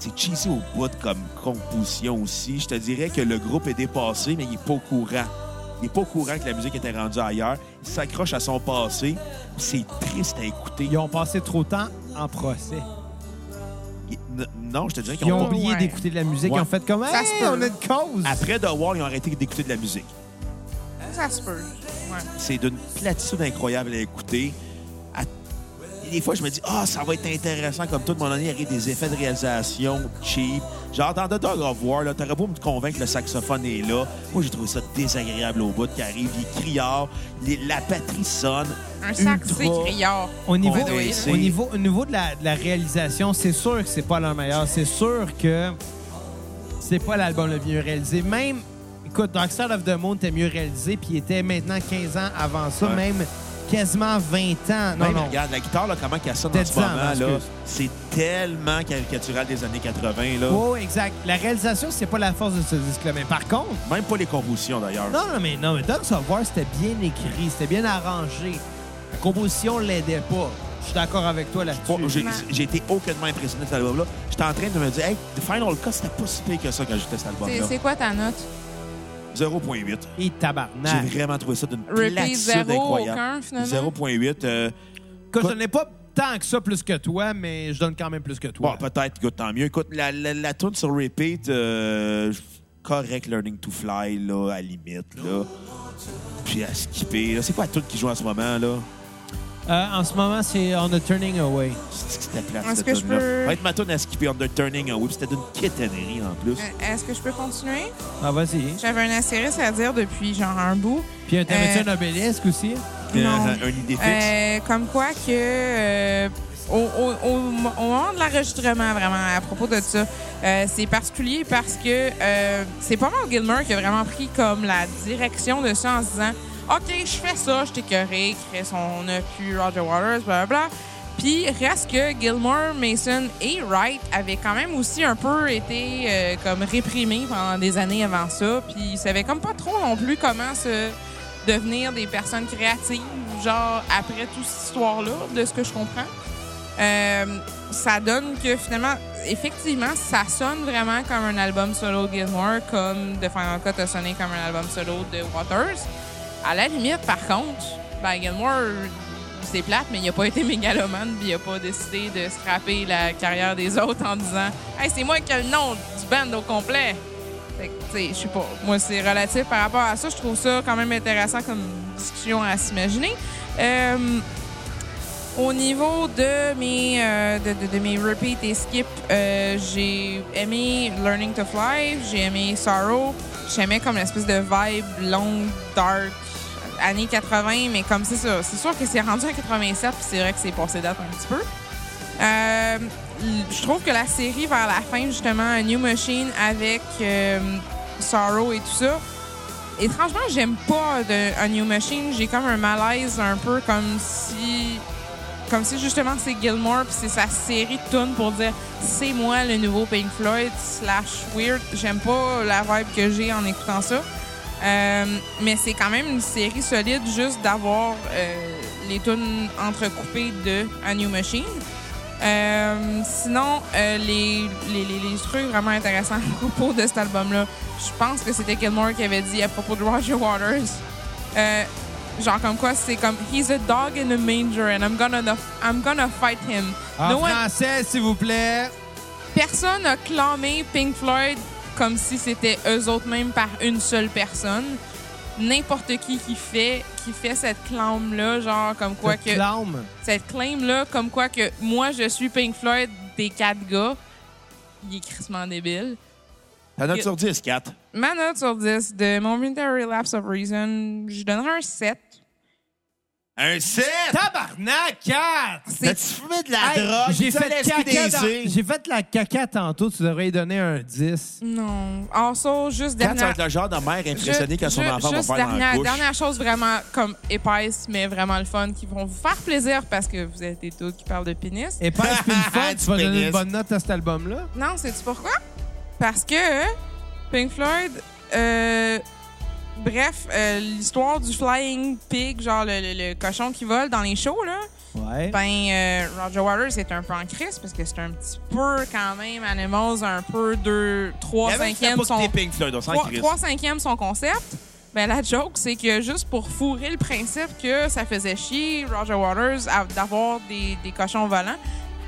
[SPEAKER 1] C'est cheesy au bout comme composition aussi. Je te dirais que le groupe est dépassé, mais il n'est pas au courant. Il n'est pas au courant que la musique était rendue ailleurs. Il s'accroche à son passé. C'est triste à écouter.
[SPEAKER 3] Ils ont passé trop de temps en procès.
[SPEAKER 1] Ils- n- Non, je te dirais
[SPEAKER 3] Ils
[SPEAKER 1] qu'ils
[SPEAKER 3] ont
[SPEAKER 1] ont...
[SPEAKER 4] Ouais.
[SPEAKER 3] oublié d'écouter de la musique.
[SPEAKER 1] Ouais.
[SPEAKER 3] Ils ont fait comme,
[SPEAKER 4] Ça
[SPEAKER 3] hey,
[SPEAKER 4] se peut.
[SPEAKER 3] on a une cause.
[SPEAKER 1] Après The Wall, ils ont arrêté d'écouter de la musique.
[SPEAKER 4] Ça se peut. Ouais.
[SPEAKER 1] C'est d'une platitude incroyable à écouter. À- Des fois, je me dis, ah, ça va être intéressant comme tout. Mon année, il arrive des effets de réalisation cheap. Genre, dans The Dog of War, là, t'aurais beau me convaincre que le saxophone est là. Moi, j'ai trouvé ça désagréable au bout qui arrive. Il criard, les- la batterie sonne.
[SPEAKER 4] Un sac,
[SPEAKER 1] ultra-
[SPEAKER 4] c'est criard.
[SPEAKER 3] Au niveau,
[SPEAKER 1] On va essayer.
[SPEAKER 3] au niveau, au niveau de, la, de la réalisation, c'est sûr que c'est pas leur meilleur. C'est sûr que c'est pas l'album le mieux réalisé. Même, écoute, Dark Side of the Moon était mieux réalisé, puis il était maintenant 15 ans avant ça,
[SPEAKER 1] Ouais.
[SPEAKER 3] même quasiment 20 ans. Non,
[SPEAKER 1] Même,
[SPEAKER 3] non.
[SPEAKER 1] Regarde, la guitare, là, comment qu'elle sonne en
[SPEAKER 3] Peut-être
[SPEAKER 1] ce
[SPEAKER 3] dix ans,
[SPEAKER 1] moment,
[SPEAKER 3] hein,
[SPEAKER 1] là.
[SPEAKER 3] excuse.
[SPEAKER 1] C'est tellement caricatural des années 80, là.
[SPEAKER 3] Oh, exact. La réalisation, c'est pas la force de ce disque-là. Mais par contre,
[SPEAKER 1] Même pas les compositions, d'ailleurs.
[SPEAKER 3] Non, non, mais, non, mais Dogs of War, c'était bien écrit, c'était bien arrangé. La composition l'aidait pas. Je suis d'accord avec toi
[SPEAKER 1] Pas- J'ai
[SPEAKER 3] là-dessus.
[SPEAKER 1] j'ai été aucunement impressionné de cet album-là. J'étais en train de me dire, hey, The Final Cut, c'était pas si pire que ça quand j'écoutais cet
[SPEAKER 4] C'est
[SPEAKER 1] album-là.
[SPEAKER 4] c'est quoi ta note?
[SPEAKER 1] 0.8.
[SPEAKER 3] Et
[SPEAKER 1] J'ai
[SPEAKER 3] tabarnak.
[SPEAKER 1] vraiment trouvé ça d'une
[SPEAKER 4] Repeat
[SPEAKER 1] platitude
[SPEAKER 4] zéro, aucun,
[SPEAKER 1] incroyable.
[SPEAKER 4] finalement?
[SPEAKER 1] 0.8. euh,
[SPEAKER 3] Écoute, je n'en ai pas tant que ça plus que toi, mais je donne quand même plus que
[SPEAKER 1] bon,
[SPEAKER 3] toi.
[SPEAKER 1] peut-être, écoute, tant mieux. Écoute, la, la, la tune sur Repeat, euh, correct Learning to Fly, là, à la limite, là. Puis à skipper, là. C'est quoi tout qui joue en ce moment, là?
[SPEAKER 3] Euh, en ce moment, c'est On the Turning Away.
[SPEAKER 1] C'est que c'était plate,
[SPEAKER 4] Est-ce
[SPEAKER 1] cette
[SPEAKER 4] que je
[SPEAKER 1] tune-là.
[SPEAKER 4] peux-
[SPEAKER 1] Va être ma tune à skipper Under Turning Away, puis c'était d'une kittenerie, en plus.
[SPEAKER 4] Euh, Est-ce que je peux continuer?
[SPEAKER 3] Ah, vas-y.
[SPEAKER 4] J'avais un astérisque à dire depuis genre un bout.
[SPEAKER 3] Puis, t'avais-tu
[SPEAKER 4] Euh,
[SPEAKER 3] un obélisque aussi?
[SPEAKER 1] Euh,
[SPEAKER 4] non.
[SPEAKER 1] un idée fixe.
[SPEAKER 4] Euh, comme quoi que euh, au, au- au- au moment de l'enregistrement, vraiment, à propos de ça, euh, c'est particulier parce que euh, c'est pas mal Gilmer qui a vraiment pris comme la direction de ça en se disant OK, je fais ça, je t'écœuré, Chris, on a plus Roger Waters, blablabla. Puis reste que Gilmore, Mason et Wright avaient quand même aussi un peu été euh, comme réprimés pendant des années avant ça. Puis ils savaient comme pas trop non plus comment se devenir des personnes créatives, genre après toute cette histoire-là, de ce que je comprends. Euh, ça donne que finalement, effectivement, ça sonne vraiment comme un album solo de Gilmore, comme The Final Cut a sonné comme un album solo de Waters. À la limite, par contre, ben Gilmore, c'est plate, mais il n'a pas été mégalomane, puis il n'a pas décidé de scraper la carrière des autres en disant Hey, c'est moi qui ai le nom du band au complet. Fait que, tu sais, je sais pas. Moi, c'est relatif par rapport à ça. Je trouve ça quand même intéressant comme discussion à s'imaginer. Euh, au niveau de mes, euh, de, de- de mes repeats et skips, euh, j'ai aimé Learning to Fly, j'ai aimé Sorrow, j'aimais comme l'espèce de vibe longue, dark, années 80, mais comme c'est ça. C'est sûr que c'est rendu en 87, puis c'est vrai que c'est passé date un petit peu. Euh, je trouve que la série vers la fin, justement, New Machine avec euh, Sorrow et tout ça, étrangement, j'aime pas de, A New Machine. J'ai comme un malaise un peu comme si. Comme si justement c'est Gilmore puis c'est sa série de tunes pour dire c'est moi le nouveau Pink Floyd slash weird. J'aime pas la vibe que j'ai en écoutant ça. Euh, mais c'est quand même une série solide juste d'avoir euh, les tunes entrecoupées de A New Machine. Euh, sinon, euh, les, les, les, les trucs vraiment intéressants à propos de cet album-là, je pense que c'était Gilmore qui avait dit à propos de Roger Waters. Euh, genre comme quoi, c'est comme « He's a dog in a manger and I'm gonna, I'm gonna fight him.
[SPEAKER 3] En
[SPEAKER 4] No one-
[SPEAKER 3] français, s'il vous plaît.
[SPEAKER 4] personne a clamé Pink Floyd comme si c'était eux autres mêmes par une seule personne. N'importe qui qui fait, qui fait cette clame-là, genre comme quoi que
[SPEAKER 3] Clown.
[SPEAKER 4] cette claim-là, comme quoi que moi, je suis Pink Floyd des quatre gars, il est crissement débile.
[SPEAKER 1] Ta note sur 10, 4.
[SPEAKER 4] Ma note sur 10 de Momentary Lapse of Reason, je donnerais un 7.
[SPEAKER 1] Un 7!
[SPEAKER 3] Tabarnak, 4!
[SPEAKER 4] C'est-
[SPEAKER 1] T'as-tu fumé de la
[SPEAKER 3] Hey,
[SPEAKER 1] drogue?
[SPEAKER 3] J'ai
[SPEAKER 1] Tu
[SPEAKER 3] fait,
[SPEAKER 1] as
[SPEAKER 3] caca
[SPEAKER 1] la
[SPEAKER 3] dans- j'ai fait la caca tantôt, tu devrais y donner un 10.
[SPEAKER 4] Non. En saut, juste
[SPEAKER 1] Quand tu vas
[SPEAKER 4] dernière...
[SPEAKER 1] être le genre de mère impressionnée
[SPEAKER 4] Ju-
[SPEAKER 1] quand son
[SPEAKER 4] ju-
[SPEAKER 1] enfant va
[SPEAKER 4] juste
[SPEAKER 1] faire dans la
[SPEAKER 4] dernière,
[SPEAKER 1] couche.
[SPEAKER 4] dernière chose vraiment comme épaisse, mais vraiment le fun, qui vont vous faire plaisir parce que vous êtes des tous qui parlent de pénis.
[SPEAKER 3] Et pas une fois,
[SPEAKER 1] Tu
[SPEAKER 3] tu vas donner
[SPEAKER 1] pénis.
[SPEAKER 3] une bonne note à cet album-là.
[SPEAKER 4] Non, sais-tu pourquoi? Parce que Pink Floyd, euh, bref, euh, l'histoire du flying pig, genre le, le- le cochon qui vole dans les shows, là,
[SPEAKER 3] Ouais.
[SPEAKER 4] ben, euh, Roger Waters est un peu en crise parce que c'est un petit peu quand même Animals, un peu deux, trois
[SPEAKER 1] Il y avait
[SPEAKER 4] cinquièmes
[SPEAKER 1] pas que
[SPEAKER 4] sont-
[SPEAKER 1] t'es Pink Floyd, on s'en
[SPEAKER 4] trois,
[SPEAKER 1] crisse.
[SPEAKER 4] trois cinquièmes son concept. Ben, la joke, c'est que juste pour fourrer le principe que ça faisait chier Roger Waters à- d'avoir des, des cochons volants,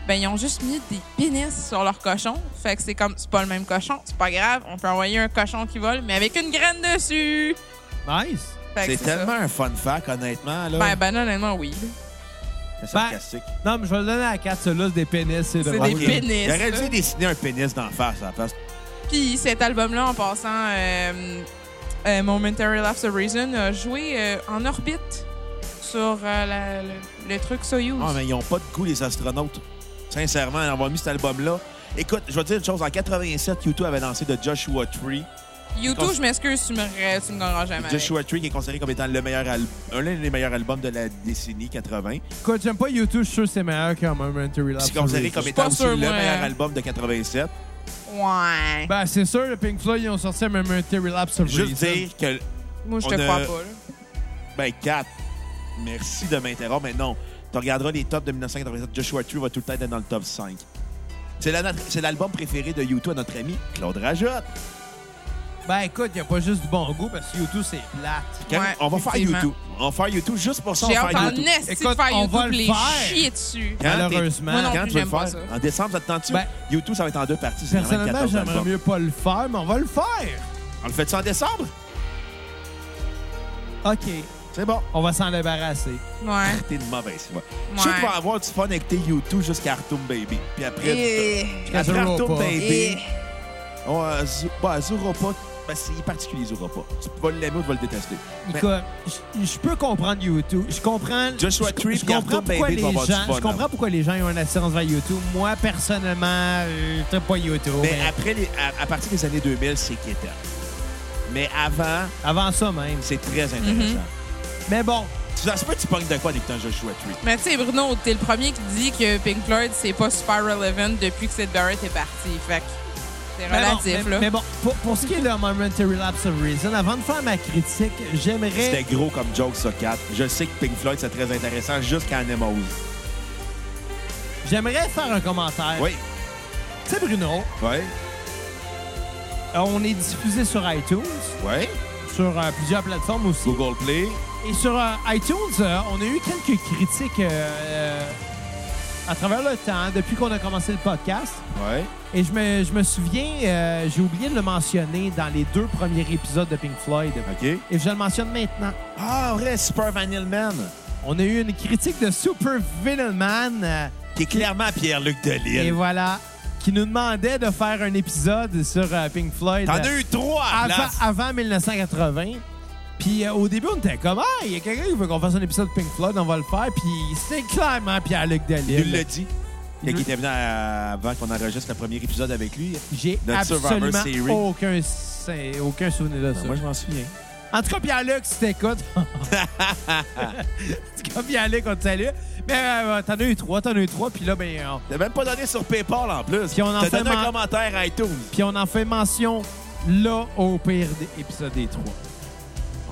[SPEAKER 4] ben, ils ont juste mis des pénis sur leurs cochons. Fait que c'est comme, c'est pas le même cochon, c'est pas grave, on peut envoyer un cochon qui vole, mais avec une graine dessus.
[SPEAKER 3] Nice.
[SPEAKER 4] Fait que
[SPEAKER 1] C'est
[SPEAKER 4] ça.
[SPEAKER 1] tellement un fun fact, honnêtement. là.
[SPEAKER 4] Ben, ben, honnêtement, oui.
[SPEAKER 1] c'est sarcastique.
[SPEAKER 3] Non, mais je vais le donner à 4, celui-là, c'est des pénis. C'est
[SPEAKER 4] C'est
[SPEAKER 3] drôle.
[SPEAKER 4] ben, des
[SPEAKER 1] Ok.
[SPEAKER 4] pénis.
[SPEAKER 1] Il aurait dû
[SPEAKER 4] là.
[SPEAKER 1] dessiner un pénis d'en face à la place.
[SPEAKER 4] Puis cet album-là, en passant, euh, euh, Momentary Lapse of Reason a joué euh, en orbite sur euh, la- le, le truc Soyuz.
[SPEAKER 1] Ah, mais ils ont pas de goût, les astronautes. Sincèrement, avoir mis cet album-là. Écoute, je vais te dire une chose. En 87, U2 avait lancé de Joshua Tree.
[SPEAKER 4] YouTube, je m'excuse, tu me, tu me gagneras jamais. avec.
[SPEAKER 1] Joshua Tree qui est considéré comme étant le meilleur al- un des meilleurs albums de la décennie 80.
[SPEAKER 3] Écoute, j'aime pas YouTube, je suis sûr que c'est meilleur qu'un Momentary Lapse.
[SPEAKER 1] C'est considéré comme
[SPEAKER 4] pas
[SPEAKER 1] étant aussi
[SPEAKER 4] sûre,
[SPEAKER 1] le
[SPEAKER 4] moi. hein.
[SPEAKER 1] meilleur album de 87.
[SPEAKER 4] Ouais.
[SPEAKER 1] Bah,
[SPEAKER 3] Ben, c'est sûr, le Pink Floyd, ils ont sorti un Momentary Lapse of
[SPEAKER 1] Juste
[SPEAKER 3] Reason.
[SPEAKER 1] dire que
[SPEAKER 4] Moi, je te
[SPEAKER 1] on a-
[SPEAKER 4] crois pas. là.
[SPEAKER 1] Ben, 4. Merci de m'interrompre, mais non. Tu regarderas les tops de 1987. Joshua Tree va tout le temps être dans le top 5. C'est la nat- c'est l'album préféré de U2 à notre ami Claude Rajotte.
[SPEAKER 3] Ben, écoute, il a pas juste du bon goût parce que YouTube, c'est plate.
[SPEAKER 1] Quand-
[SPEAKER 4] Ouais,
[SPEAKER 1] on va faire
[SPEAKER 4] effectivement.
[SPEAKER 1] U2. On va faire U2 juste pour ça.
[SPEAKER 4] J'ai
[SPEAKER 1] on va
[SPEAKER 4] hâte
[SPEAKER 1] faire
[SPEAKER 4] en
[SPEAKER 1] U2.
[SPEAKER 4] esti de
[SPEAKER 3] Écoute,
[SPEAKER 4] faire
[SPEAKER 3] on va
[SPEAKER 4] YouTube
[SPEAKER 3] le
[SPEAKER 4] les
[SPEAKER 3] faire.
[SPEAKER 4] chier dessus.
[SPEAKER 1] Quand t'es-
[SPEAKER 3] Malheureusement.
[SPEAKER 4] Moi non
[SPEAKER 1] Quand tu
[SPEAKER 4] plus,
[SPEAKER 1] veux le
[SPEAKER 4] j'aime pas
[SPEAKER 1] faire?
[SPEAKER 4] ça.
[SPEAKER 1] En décembre, ça te tente-tu?
[SPEAKER 3] Ben,
[SPEAKER 1] U2, ça va être en deux parties. c'est vraiment le
[SPEAKER 3] Personnellement,
[SPEAKER 1] 14
[SPEAKER 3] j'aimerais
[SPEAKER 1] album.
[SPEAKER 3] mieux pas le faire, mais on va le faire.
[SPEAKER 1] On le fait-tu en décembre?
[SPEAKER 3] OK,
[SPEAKER 1] C'est bon.
[SPEAKER 3] on va s'en débarrasser.
[SPEAKER 4] Ouais.
[SPEAKER 1] T'es une mauvaise foi. Je sais que tu
[SPEAKER 4] Ouais.
[SPEAKER 1] vas avoir du fun avec tes YouTube jusqu'à Artoum Baby. Puis après,
[SPEAKER 4] Et-
[SPEAKER 1] après
[SPEAKER 3] Azura
[SPEAKER 1] Artoum
[SPEAKER 3] pas.
[SPEAKER 1] Baby,
[SPEAKER 4] et-
[SPEAKER 1] on, euh, Zu- bah, Zuropa, ben, c'est particulier Zuropa. Tu vas l'aimer ou tu vas le détester. Mais-
[SPEAKER 3] Écoute, je- je peux comprendre YouTube. Je comprends.
[SPEAKER 1] Joshua
[SPEAKER 3] je-
[SPEAKER 1] Tree
[SPEAKER 3] je
[SPEAKER 1] puis
[SPEAKER 3] comprends
[SPEAKER 1] Arthur
[SPEAKER 3] pourquoi
[SPEAKER 1] Baby
[SPEAKER 3] les
[SPEAKER 1] vont avoir du
[SPEAKER 3] gens.
[SPEAKER 1] fun,
[SPEAKER 3] Je comprends
[SPEAKER 1] là.
[SPEAKER 3] pourquoi les gens ont une attirance vers YouTube. Moi, personnellement, euh, je n'aime pas YouTube.
[SPEAKER 1] Mais
[SPEAKER 3] mais
[SPEAKER 1] après, les- à, à partir des années 2000, c'est quétaine. Mais avant,
[SPEAKER 3] avant ça même.
[SPEAKER 1] c'est très intéressant.
[SPEAKER 3] Mais bon,
[SPEAKER 1] Tu Ça se peut que tu pognes de quoi avec ton Joshua Tree?
[SPEAKER 4] Mais tu sais, Bruno, t'es le premier qui dit que Pink Floyd, c'est pas super relevant depuis que Sid Barrett est parti. Fait que
[SPEAKER 3] mais
[SPEAKER 4] c'est
[SPEAKER 3] bon,
[SPEAKER 4] relatif,
[SPEAKER 3] mais-
[SPEAKER 4] là.
[SPEAKER 3] mais bon, pour, pour ce qui est de Momentary Lapse of Reason, avant de faire ma critique,
[SPEAKER 1] C'était
[SPEAKER 3] j'aimerais.
[SPEAKER 1] gros comme joke, ça, Kat. Je sais que Pink Floyd, c'est très intéressant jusqu'à Anemos.
[SPEAKER 3] J'aimerais faire un commentaire.
[SPEAKER 1] Oui,
[SPEAKER 3] Tu sais, Bruno,
[SPEAKER 1] oui,
[SPEAKER 3] euh, on est diffusé sur iTunes,
[SPEAKER 1] oui.
[SPEAKER 3] sur euh, plusieurs plateformes aussi.
[SPEAKER 1] Google Play.
[SPEAKER 3] Et sur euh, iTunes, euh, on a eu quelques critiques euh, euh, à travers le temps, depuis qu'on a commencé le podcast.
[SPEAKER 1] Oui.
[SPEAKER 3] Et je me, je me souviens, euh, j'ai oublié de le mentionner dans les deux premiers épisodes de Pink Floyd.
[SPEAKER 1] OK.
[SPEAKER 3] Et je le mentionne maintenant.
[SPEAKER 1] Ah, vrai, Super Vanille Man,
[SPEAKER 3] On a eu une critique de Super Villain Man. euh,
[SPEAKER 1] qui est clairement Pierre-Luc
[SPEAKER 3] et
[SPEAKER 1] Delisle.
[SPEAKER 3] voilà, qui nous demandait de faire un épisode sur euh, Pink Floyd.
[SPEAKER 1] T'en
[SPEAKER 3] euh,
[SPEAKER 1] as eu trois à la
[SPEAKER 3] avant,
[SPEAKER 1] place.
[SPEAKER 3] avant 1980. Puis euh, au début, on était comme Ah, il y a quelqu'un qui veut qu'on fasse un épisode de Pink Floyd, on va le faire. Puis c'est clairement Pierre-Luc
[SPEAKER 1] Il nous
[SPEAKER 3] Delisle.
[SPEAKER 1] l'a dit. Hein? Il était venu à- avant qu'on enregistre le premier épisode avec lui.
[SPEAKER 3] J'ai
[SPEAKER 1] Notre Survivor
[SPEAKER 3] absolument
[SPEAKER 1] Series.
[SPEAKER 3] aucun, c'est- aucun souvenir de ça.
[SPEAKER 1] Ben, moi, je m'en souviens.
[SPEAKER 3] En tout cas, Pierre-Luc, si t'écoutes. en tout cas, Pierre-Luc, on te salue. Mais euh, t'en as eu trois, t'en as eu trois. Puis là, ben, on-
[SPEAKER 1] T'as même pas donné sur PayPal en plus.
[SPEAKER 3] Puis on en
[SPEAKER 1] T'as
[SPEAKER 3] fait
[SPEAKER 1] donné un
[SPEAKER 3] man-
[SPEAKER 1] commentaire à iTunes.
[SPEAKER 3] puis on en fait mention là au pire des- épisode des trois.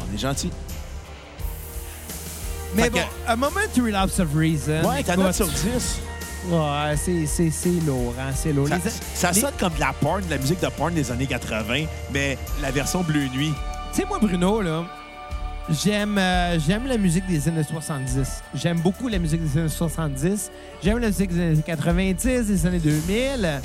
[SPEAKER 1] On est gentil.
[SPEAKER 3] Mais
[SPEAKER 1] Fait
[SPEAKER 3] bon,
[SPEAKER 1] que-
[SPEAKER 3] A Moment to Relapse of Reason.
[SPEAKER 1] Ouais, t'as
[SPEAKER 3] écoute,
[SPEAKER 1] note sur 10.
[SPEAKER 3] Ouais, c'est- c'est c'est lourd, hein, c'est lourd.
[SPEAKER 1] Ça,
[SPEAKER 3] Les-
[SPEAKER 1] ça
[SPEAKER 3] les-
[SPEAKER 1] sonne comme de la porn, de la musique de porn des années 80, mais la version Bleu Nuit.
[SPEAKER 3] Tu sais, moi, Bruno, là, j'aime euh, j'aime la musique des années 70. J'aime beaucoup la musique des années 70. J'aime la musique des années 90, des années 2000.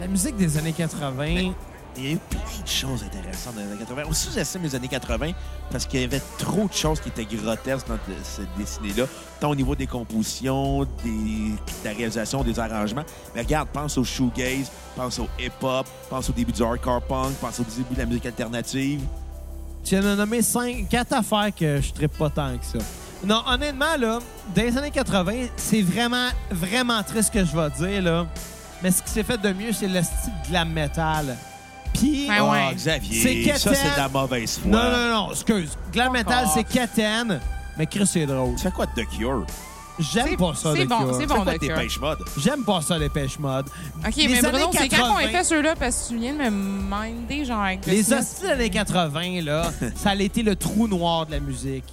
[SPEAKER 3] La musique des années 80.
[SPEAKER 1] Ben, Il y a eu plein de choses intéressantes dans les années 80. On sous-estime les années 80 parce qu'il y avait trop de choses qui étaient grotesques dans cette dessinée-là, tant au niveau des compositions, des, de la réalisation, des arrangements. Mais regarde, pense au shoegaze, pense au hip-hop, pense au début du hardcore punk, pense au début de la musique alternative.
[SPEAKER 3] Tu en as nommé 5, 4 affaires que je ne pas tant que ça. Non, honnêtement, là, dans les années 80, c'est vraiment, vraiment triste ce que je vais dire, là. Mais ce qui s'est fait de mieux, c'est le style glam metal. Puis.
[SPEAKER 4] Ben Ah ouais.
[SPEAKER 1] Ah, Xavier,
[SPEAKER 3] C'est
[SPEAKER 1] ça, c'est de la
[SPEAKER 3] quétaine.
[SPEAKER 1] mauvaise foi.
[SPEAKER 3] Non, non, non, excuse. Glam
[SPEAKER 4] Fuck
[SPEAKER 3] metal,
[SPEAKER 4] off.
[SPEAKER 3] c'est Katen. Mais Chris, c'est drôle.
[SPEAKER 1] Tu fais quoi de The Cure?
[SPEAKER 3] J'aime
[SPEAKER 4] C'est-
[SPEAKER 3] pas ça,
[SPEAKER 4] c'est
[SPEAKER 3] les
[SPEAKER 4] bon,
[SPEAKER 3] Cure.
[SPEAKER 4] c'est
[SPEAKER 1] Tu
[SPEAKER 4] bon.
[SPEAKER 1] fais quoi
[SPEAKER 4] The
[SPEAKER 1] de
[SPEAKER 4] Cure.
[SPEAKER 1] Dépêche Mode?
[SPEAKER 3] J'aime pas ça, les pêche mode.
[SPEAKER 4] OK,
[SPEAKER 3] Les
[SPEAKER 4] mais Bruno,
[SPEAKER 3] années
[SPEAKER 4] c'est quand qu'on
[SPEAKER 3] 80.
[SPEAKER 4] a fait ceux-là parce que tu viens de me minder, genre, avec le
[SPEAKER 3] Les
[SPEAKER 4] signal-
[SPEAKER 3] hosties des années 80, là, ça a été le trou noir de la musique.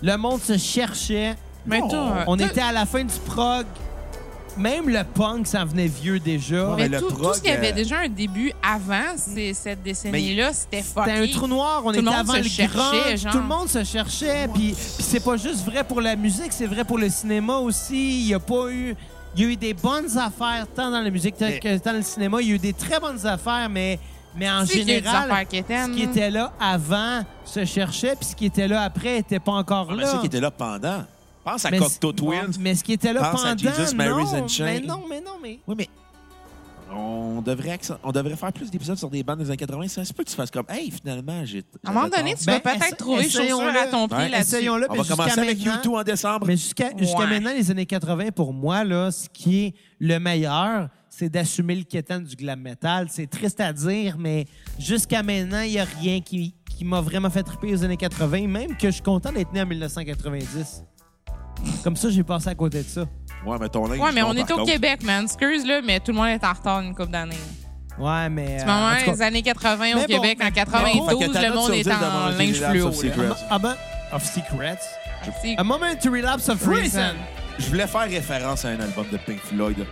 [SPEAKER 3] Le monde se cherchait.
[SPEAKER 4] Mais
[SPEAKER 1] Non,
[SPEAKER 4] toi,
[SPEAKER 3] On
[SPEAKER 4] toi-
[SPEAKER 3] était à la fin du prog. Même le punk s'en venait vieux déjà.
[SPEAKER 1] Ouais,
[SPEAKER 4] Mais
[SPEAKER 1] mais le
[SPEAKER 4] tout, tout
[SPEAKER 1] prog,
[SPEAKER 4] ce qu'il y
[SPEAKER 1] euh,
[SPEAKER 4] avait déjà un début avant c'est- cette décennie-là, c'était fucké.
[SPEAKER 3] C'était un trou noir, on
[SPEAKER 4] Tout le
[SPEAKER 3] était
[SPEAKER 4] monde
[SPEAKER 3] avant
[SPEAKER 4] se
[SPEAKER 3] le
[SPEAKER 4] cherchait,
[SPEAKER 3] grunge,
[SPEAKER 4] genre.
[SPEAKER 3] tout le monde se cherchait, puis puis c'est pas juste vrai pour la musique, c'est vrai pour le cinéma aussi. Il y a pas eu, il y a eu des bonnes affaires tant dans la musique
[SPEAKER 1] Mais-
[SPEAKER 3] que dans le cinéma, il y a eu des très bonnes affaires, mais mais en
[SPEAKER 4] Tu sais qu'il y a eu des
[SPEAKER 3] général,
[SPEAKER 4] affaires quétaines,
[SPEAKER 3] ce qui
[SPEAKER 4] hein.
[SPEAKER 3] était là avant se cherchait, puis ce qui était là après était pas encore
[SPEAKER 1] Mais
[SPEAKER 3] là.
[SPEAKER 1] ceux qui étaient là pendant. Pense à
[SPEAKER 3] Mais
[SPEAKER 1] Cocteau
[SPEAKER 3] c'est- ouais,
[SPEAKER 1] Twins.
[SPEAKER 3] Mais ce qui était là
[SPEAKER 1] Pense à
[SPEAKER 3] pendant,
[SPEAKER 1] Jesus, Mary's and
[SPEAKER 3] non,
[SPEAKER 1] Chain.
[SPEAKER 3] mais non, mais non, mais
[SPEAKER 1] Oui, mais on devrait, accent- on devrait faire plus d'épisodes sur des bandes des années 80. Ça se peut que tu fasses comme, hey, finalement, j'ai.
[SPEAKER 4] À un moment donné, tu vas
[SPEAKER 3] Ben, essa-
[SPEAKER 4] peut-être trouver chaussures
[SPEAKER 3] essayons-le.
[SPEAKER 4] à ton
[SPEAKER 1] Ouais,
[SPEAKER 4] pied là-dessus.
[SPEAKER 3] essayons-le,
[SPEAKER 1] on
[SPEAKER 3] mais
[SPEAKER 1] va
[SPEAKER 3] jusqu'à
[SPEAKER 1] commencer avec
[SPEAKER 3] maintenant-
[SPEAKER 1] YouTube en décembre.
[SPEAKER 3] Mais jusqu'à jusqu'à
[SPEAKER 4] Ouais.
[SPEAKER 3] maintenant, les années 80, pour moi, là, ce qui est le meilleur, c'est d'assumer le quétaine du glam metal. C'est triste à dire, mais jusqu'à maintenant, il n'y a rien qui, qui m'a vraiment fait triper aux années 80, même que je suis content d'être né en 1990. Comme ça, j'ai passé à côté de ça.
[SPEAKER 1] Ouais, mais ton linge.
[SPEAKER 4] Ouais, mais
[SPEAKER 1] non,
[SPEAKER 4] on est
[SPEAKER 1] par
[SPEAKER 4] au
[SPEAKER 1] contre.
[SPEAKER 4] Québec, man. Excuse, là, mais tout le monde est en retard une couple d'années.
[SPEAKER 3] Ouais, mais. euh,
[SPEAKER 4] Maman,
[SPEAKER 3] en tout cas-
[SPEAKER 4] les années 80 au
[SPEAKER 3] Mais bon,
[SPEAKER 4] Québec, en
[SPEAKER 3] mais-
[SPEAKER 1] Bon, fait
[SPEAKER 4] 92,
[SPEAKER 1] que ta
[SPEAKER 4] le
[SPEAKER 1] note
[SPEAKER 4] monde
[SPEAKER 1] sur
[SPEAKER 4] est
[SPEAKER 1] 10
[SPEAKER 4] en
[SPEAKER 1] de Monty
[SPEAKER 4] linge
[SPEAKER 1] Relapse
[SPEAKER 4] fluo.
[SPEAKER 1] of Secrets.
[SPEAKER 4] là.
[SPEAKER 3] Ah ben, of Secrets.
[SPEAKER 4] C'est-
[SPEAKER 3] A moment to relapse of reason.
[SPEAKER 1] Je voulais faire référence à un album de Pink Floyd.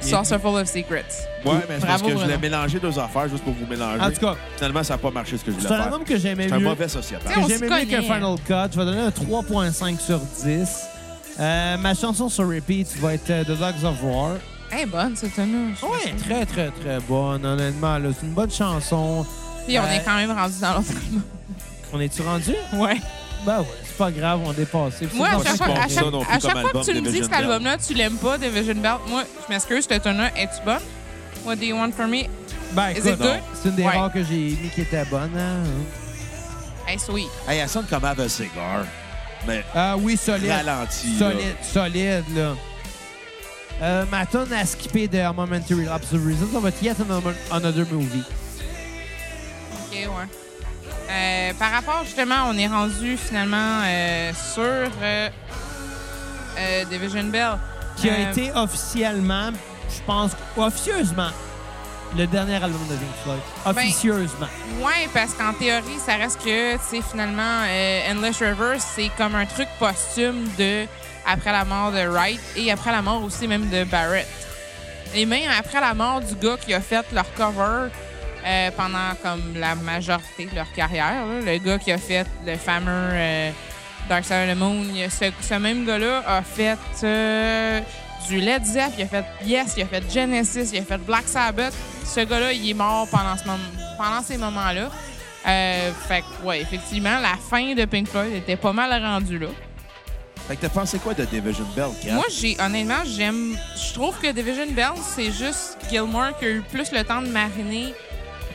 [SPEAKER 4] Saucer full of secrets.
[SPEAKER 1] Ouais, mais c'est parce
[SPEAKER 4] Bravo,
[SPEAKER 1] que je voulais
[SPEAKER 4] Bruno.
[SPEAKER 1] mélanger deux affaires juste pour vous mélanger.
[SPEAKER 3] En tout cas,
[SPEAKER 1] finalement, ça n'a pas marché ce que je voulais
[SPEAKER 3] c'est un
[SPEAKER 1] faire.
[SPEAKER 3] album que j'aimais
[SPEAKER 1] C'est un
[SPEAKER 3] mieux.
[SPEAKER 1] mauvais sociétal.
[SPEAKER 4] Tiens, on
[SPEAKER 3] que
[SPEAKER 4] se
[SPEAKER 3] j'aimais mieux que
[SPEAKER 4] connaît.
[SPEAKER 3] Final Cut. Je vais donner un 3.5 sur 10. Euh, ma chanson sur repeat va être euh, The Dogs of War.
[SPEAKER 4] Elle est bonne, cette tune là
[SPEAKER 3] Ouais, très, très, très bonne, honnêtement. là. C'est une bonne chanson.
[SPEAKER 4] Puis on
[SPEAKER 3] Euh,
[SPEAKER 4] est quand même rendu dans l'autre album.
[SPEAKER 3] On est-tu rendu?
[SPEAKER 4] Ouais.
[SPEAKER 3] Ben ouais, c'est pas grave, on est dépassé.
[SPEAKER 4] Moi, à
[SPEAKER 3] C'est
[SPEAKER 4] chaque
[SPEAKER 1] je
[SPEAKER 4] fois,
[SPEAKER 1] pense
[SPEAKER 4] à
[SPEAKER 1] pas
[SPEAKER 4] chaque,
[SPEAKER 1] non plus
[SPEAKER 4] à chaque
[SPEAKER 1] comme
[SPEAKER 4] fois que tu
[SPEAKER 1] album
[SPEAKER 4] me
[SPEAKER 1] de
[SPEAKER 4] dis que cet
[SPEAKER 1] Vision
[SPEAKER 4] album-là, tu l'aimes pas, The Vision Belt, moi, je m'excuse, cette tune-là, es-tu bonne? What do you want from me?
[SPEAKER 3] Ben,
[SPEAKER 4] Is
[SPEAKER 3] écoute,
[SPEAKER 4] it good?
[SPEAKER 3] c'est une des
[SPEAKER 4] Ouais.
[SPEAKER 3] rares que j'ai mis qui était bonne. hein.
[SPEAKER 4] Hey, sweet.
[SPEAKER 1] Hey, elle sonne comme Have a Cigar. Mais
[SPEAKER 3] Ah oui, solide.
[SPEAKER 1] ralenti. là.
[SPEAKER 3] Solide, solide, là. Euh, ma tonne à skipper de A Momentary Lapse of Reasons, on va être Yet Another- Another Movie.
[SPEAKER 4] OK, ouais. Euh, par rapport, justement, on est rendu finalement euh, sur euh, euh, The Vision Bell.
[SPEAKER 3] Qui a
[SPEAKER 4] Euh,
[SPEAKER 3] été officiellement, je pense, officieusement, le dernier album de Pink Floyd.
[SPEAKER 4] Ben,
[SPEAKER 3] Officieusement.
[SPEAKER 4] Ouais, parce qu'en théorie, ça reste que, tu sais, finalement, euh, Endless River, c'est comme un truc posthume de après la mort de Wright et après la mort aussi même de Barrett. Et même après la mort du gars qui a fait leur cover euh, pendant comme la majorité de leur carrière, là, le gars qui a fait le fameux euh, Dark Side of the Moon, il y a ce, ce même gars-là a fait euh, du Led Zepp, il a fait Yes, il a fait Genesis, il a fait Black Sabbath. Ce gars-là, il est mort pendant, ce moment- pendant ces moments-là. Euh, fait que, ouais, effectivement, la fin de Pink Floyd était pas mal rendue là.
[SPEAKER 1] Fait que t'as pensé quoi de Division Bell, Kat?
[SPEAKER 4] Moi, j'ai honnêtement, j'aime. Je trouve que Division Bell, c'est juste Gilmore qui a eu plus le temps de mariner.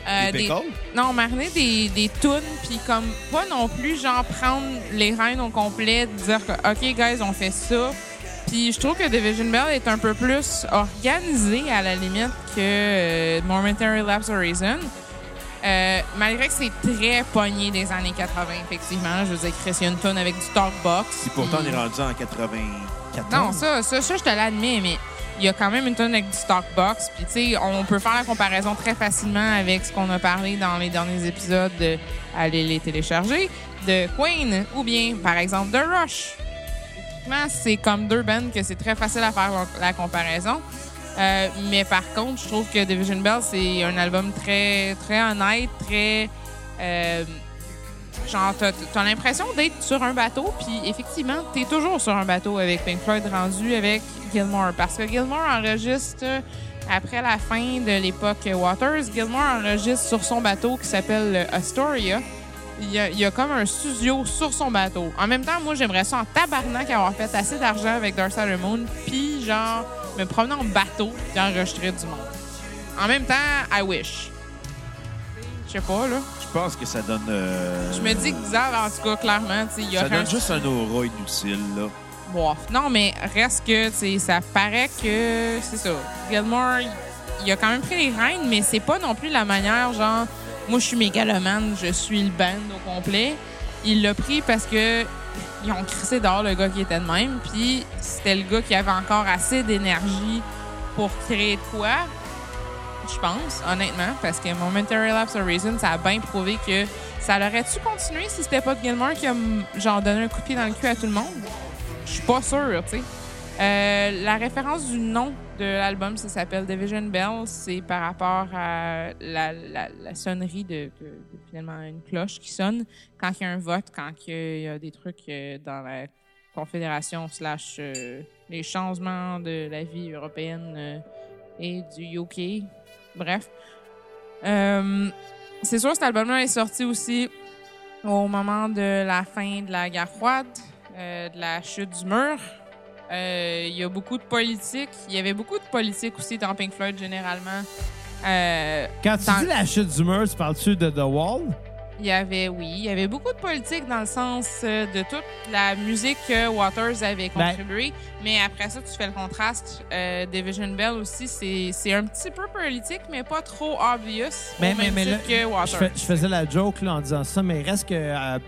[SPEAKER 4] euh,
[SPEAKER 1] Des pécoles?
[SPEAKER 4] non, mariner des, des tunes, puis comme pas non plus, genre prendre les rênes au complet, dire que, OK, guys, on fait ça. Puis je trouve que Division Bell est un peu plus organisé à la limite que euh, Momentary Lapse Horizon. Euh, malgré que c'est très pogné des années 80, effectivement. là. je veux dire, Chris, il y a une tonne avec du talk box.
[SPEAKER 1] Si pourtant on
[SPEAKER 4] puis-
[SPEAKER 1] est rendu en 94.
[SPEAKER 4] non, ça, ça, ça, je te l'admets, mais il y a quand même une tonne avec du Stockbox. Puis, tu sais, on peut faire la comparaison très facilement avec ce qu'on a parlé dans les derniers épisodes de Aller les télécharger, de Queen, ou bien, par exemple, de Rush. Typiquement, c'est comme deux bands que c'est très facile à faire la- la comparaison. Euh, mais par contre, je trouve que Division Bell, c'est un album très, très honnête, très. euh, Genre, t'as t'as l'impression d'être sur un bateau, puis effectivement, t'es toujours sur un bateau avec Pink Floyd rendu avec Gilmore. Parce que Gilmore enregistre euh, après la fin de l'époque Waters. Gilmore enregistre sur son bateau qui s'appelle le Astoria. Il y, a, il y a comme un studio sur son bateau. En même temps, moi, j'aimerais ça en tabarnak avoir fait assez d'argent avec Dark Side of the Moon, puis genre, me promener en bateau puis enregistrer du monde. En même temps, I wish. Je sais pas, là.
[SPEAKER 1] Je pense que ça donne. euh,
[SPEAKER 4] Je me dis que Xav, en tout cas, clairement, tu sais, il y a
[SPEAKER 1] Ça
[SPEAKER 4] un
[SPEAKER 1] donne juste un aura inutile, là.
[SPEAKER 4] Bof. Non, mais reste que, tu sais, ça paraît que. C'est ça. Gilmore, il a quand même pris les rênes, mais c'est pas non plus la manière, genre, moi, je suis mégalomane, je suis le band au complet. Il l'a pris parce que. Ils ont crissé dehors le gars qui était de même, puis c'était le gars qui avait encore assez d'énergie pour créer de quoi, je pense, honnêtement, parce que Momentary Lapse of Reason, ça a bien prouvé que ça aurait-tu continué si c'était pas Gilmore qui a mm, genre donné un coup de pied dans le cul à tout le monde? Je suis pas sûre, tu sais. Euh, la référence du nom de l'album, ça s'appelle Division Bell, c'est par rapport à la, la- la sonnerie de, de- de, finalement une cloche qui sonne quand il y a un vote, quand il y a- il y a des trucs euh, dans la Confédération slash euh, les changements de la vie européenne euh, et du UK. Bref. Euh, c'est sûr, cet album-là est sorti aussi au moment de la fin de la guerre froide, euh, de la chute du mur. Euh, Il y a beaucoup de politique. Il y avait beaucoup de politique aussi dans Pink Floyd, généralement. Euh,
[SPEAKER 3] Quand tu
[SPEAKER 4] Dans-
[SPEAKER 3] dis la chute du mur, tu parles-tu de The Wall?
[SPEAKER 4] il y avait, oui, il y avait beaucoup de politique dans le sens euh, de toute la musique que Waters avait
[SPEAKER 3] Ben-
[SPEAKER 4] contribué. Mais après ça, tu fais le contraste. Euh, Division Bell aussi, c'est c'est un petit peu politique, mais pas trop obvious.
[SPEAKER 3] Ben,
[SPEAKER 4] au même titre que
[SPEAKER 3] je,
[SPEAKER 4] Waters.
[SPEAKER 3] fais- je faisais la joke là, en disant ça, mais reste que euh,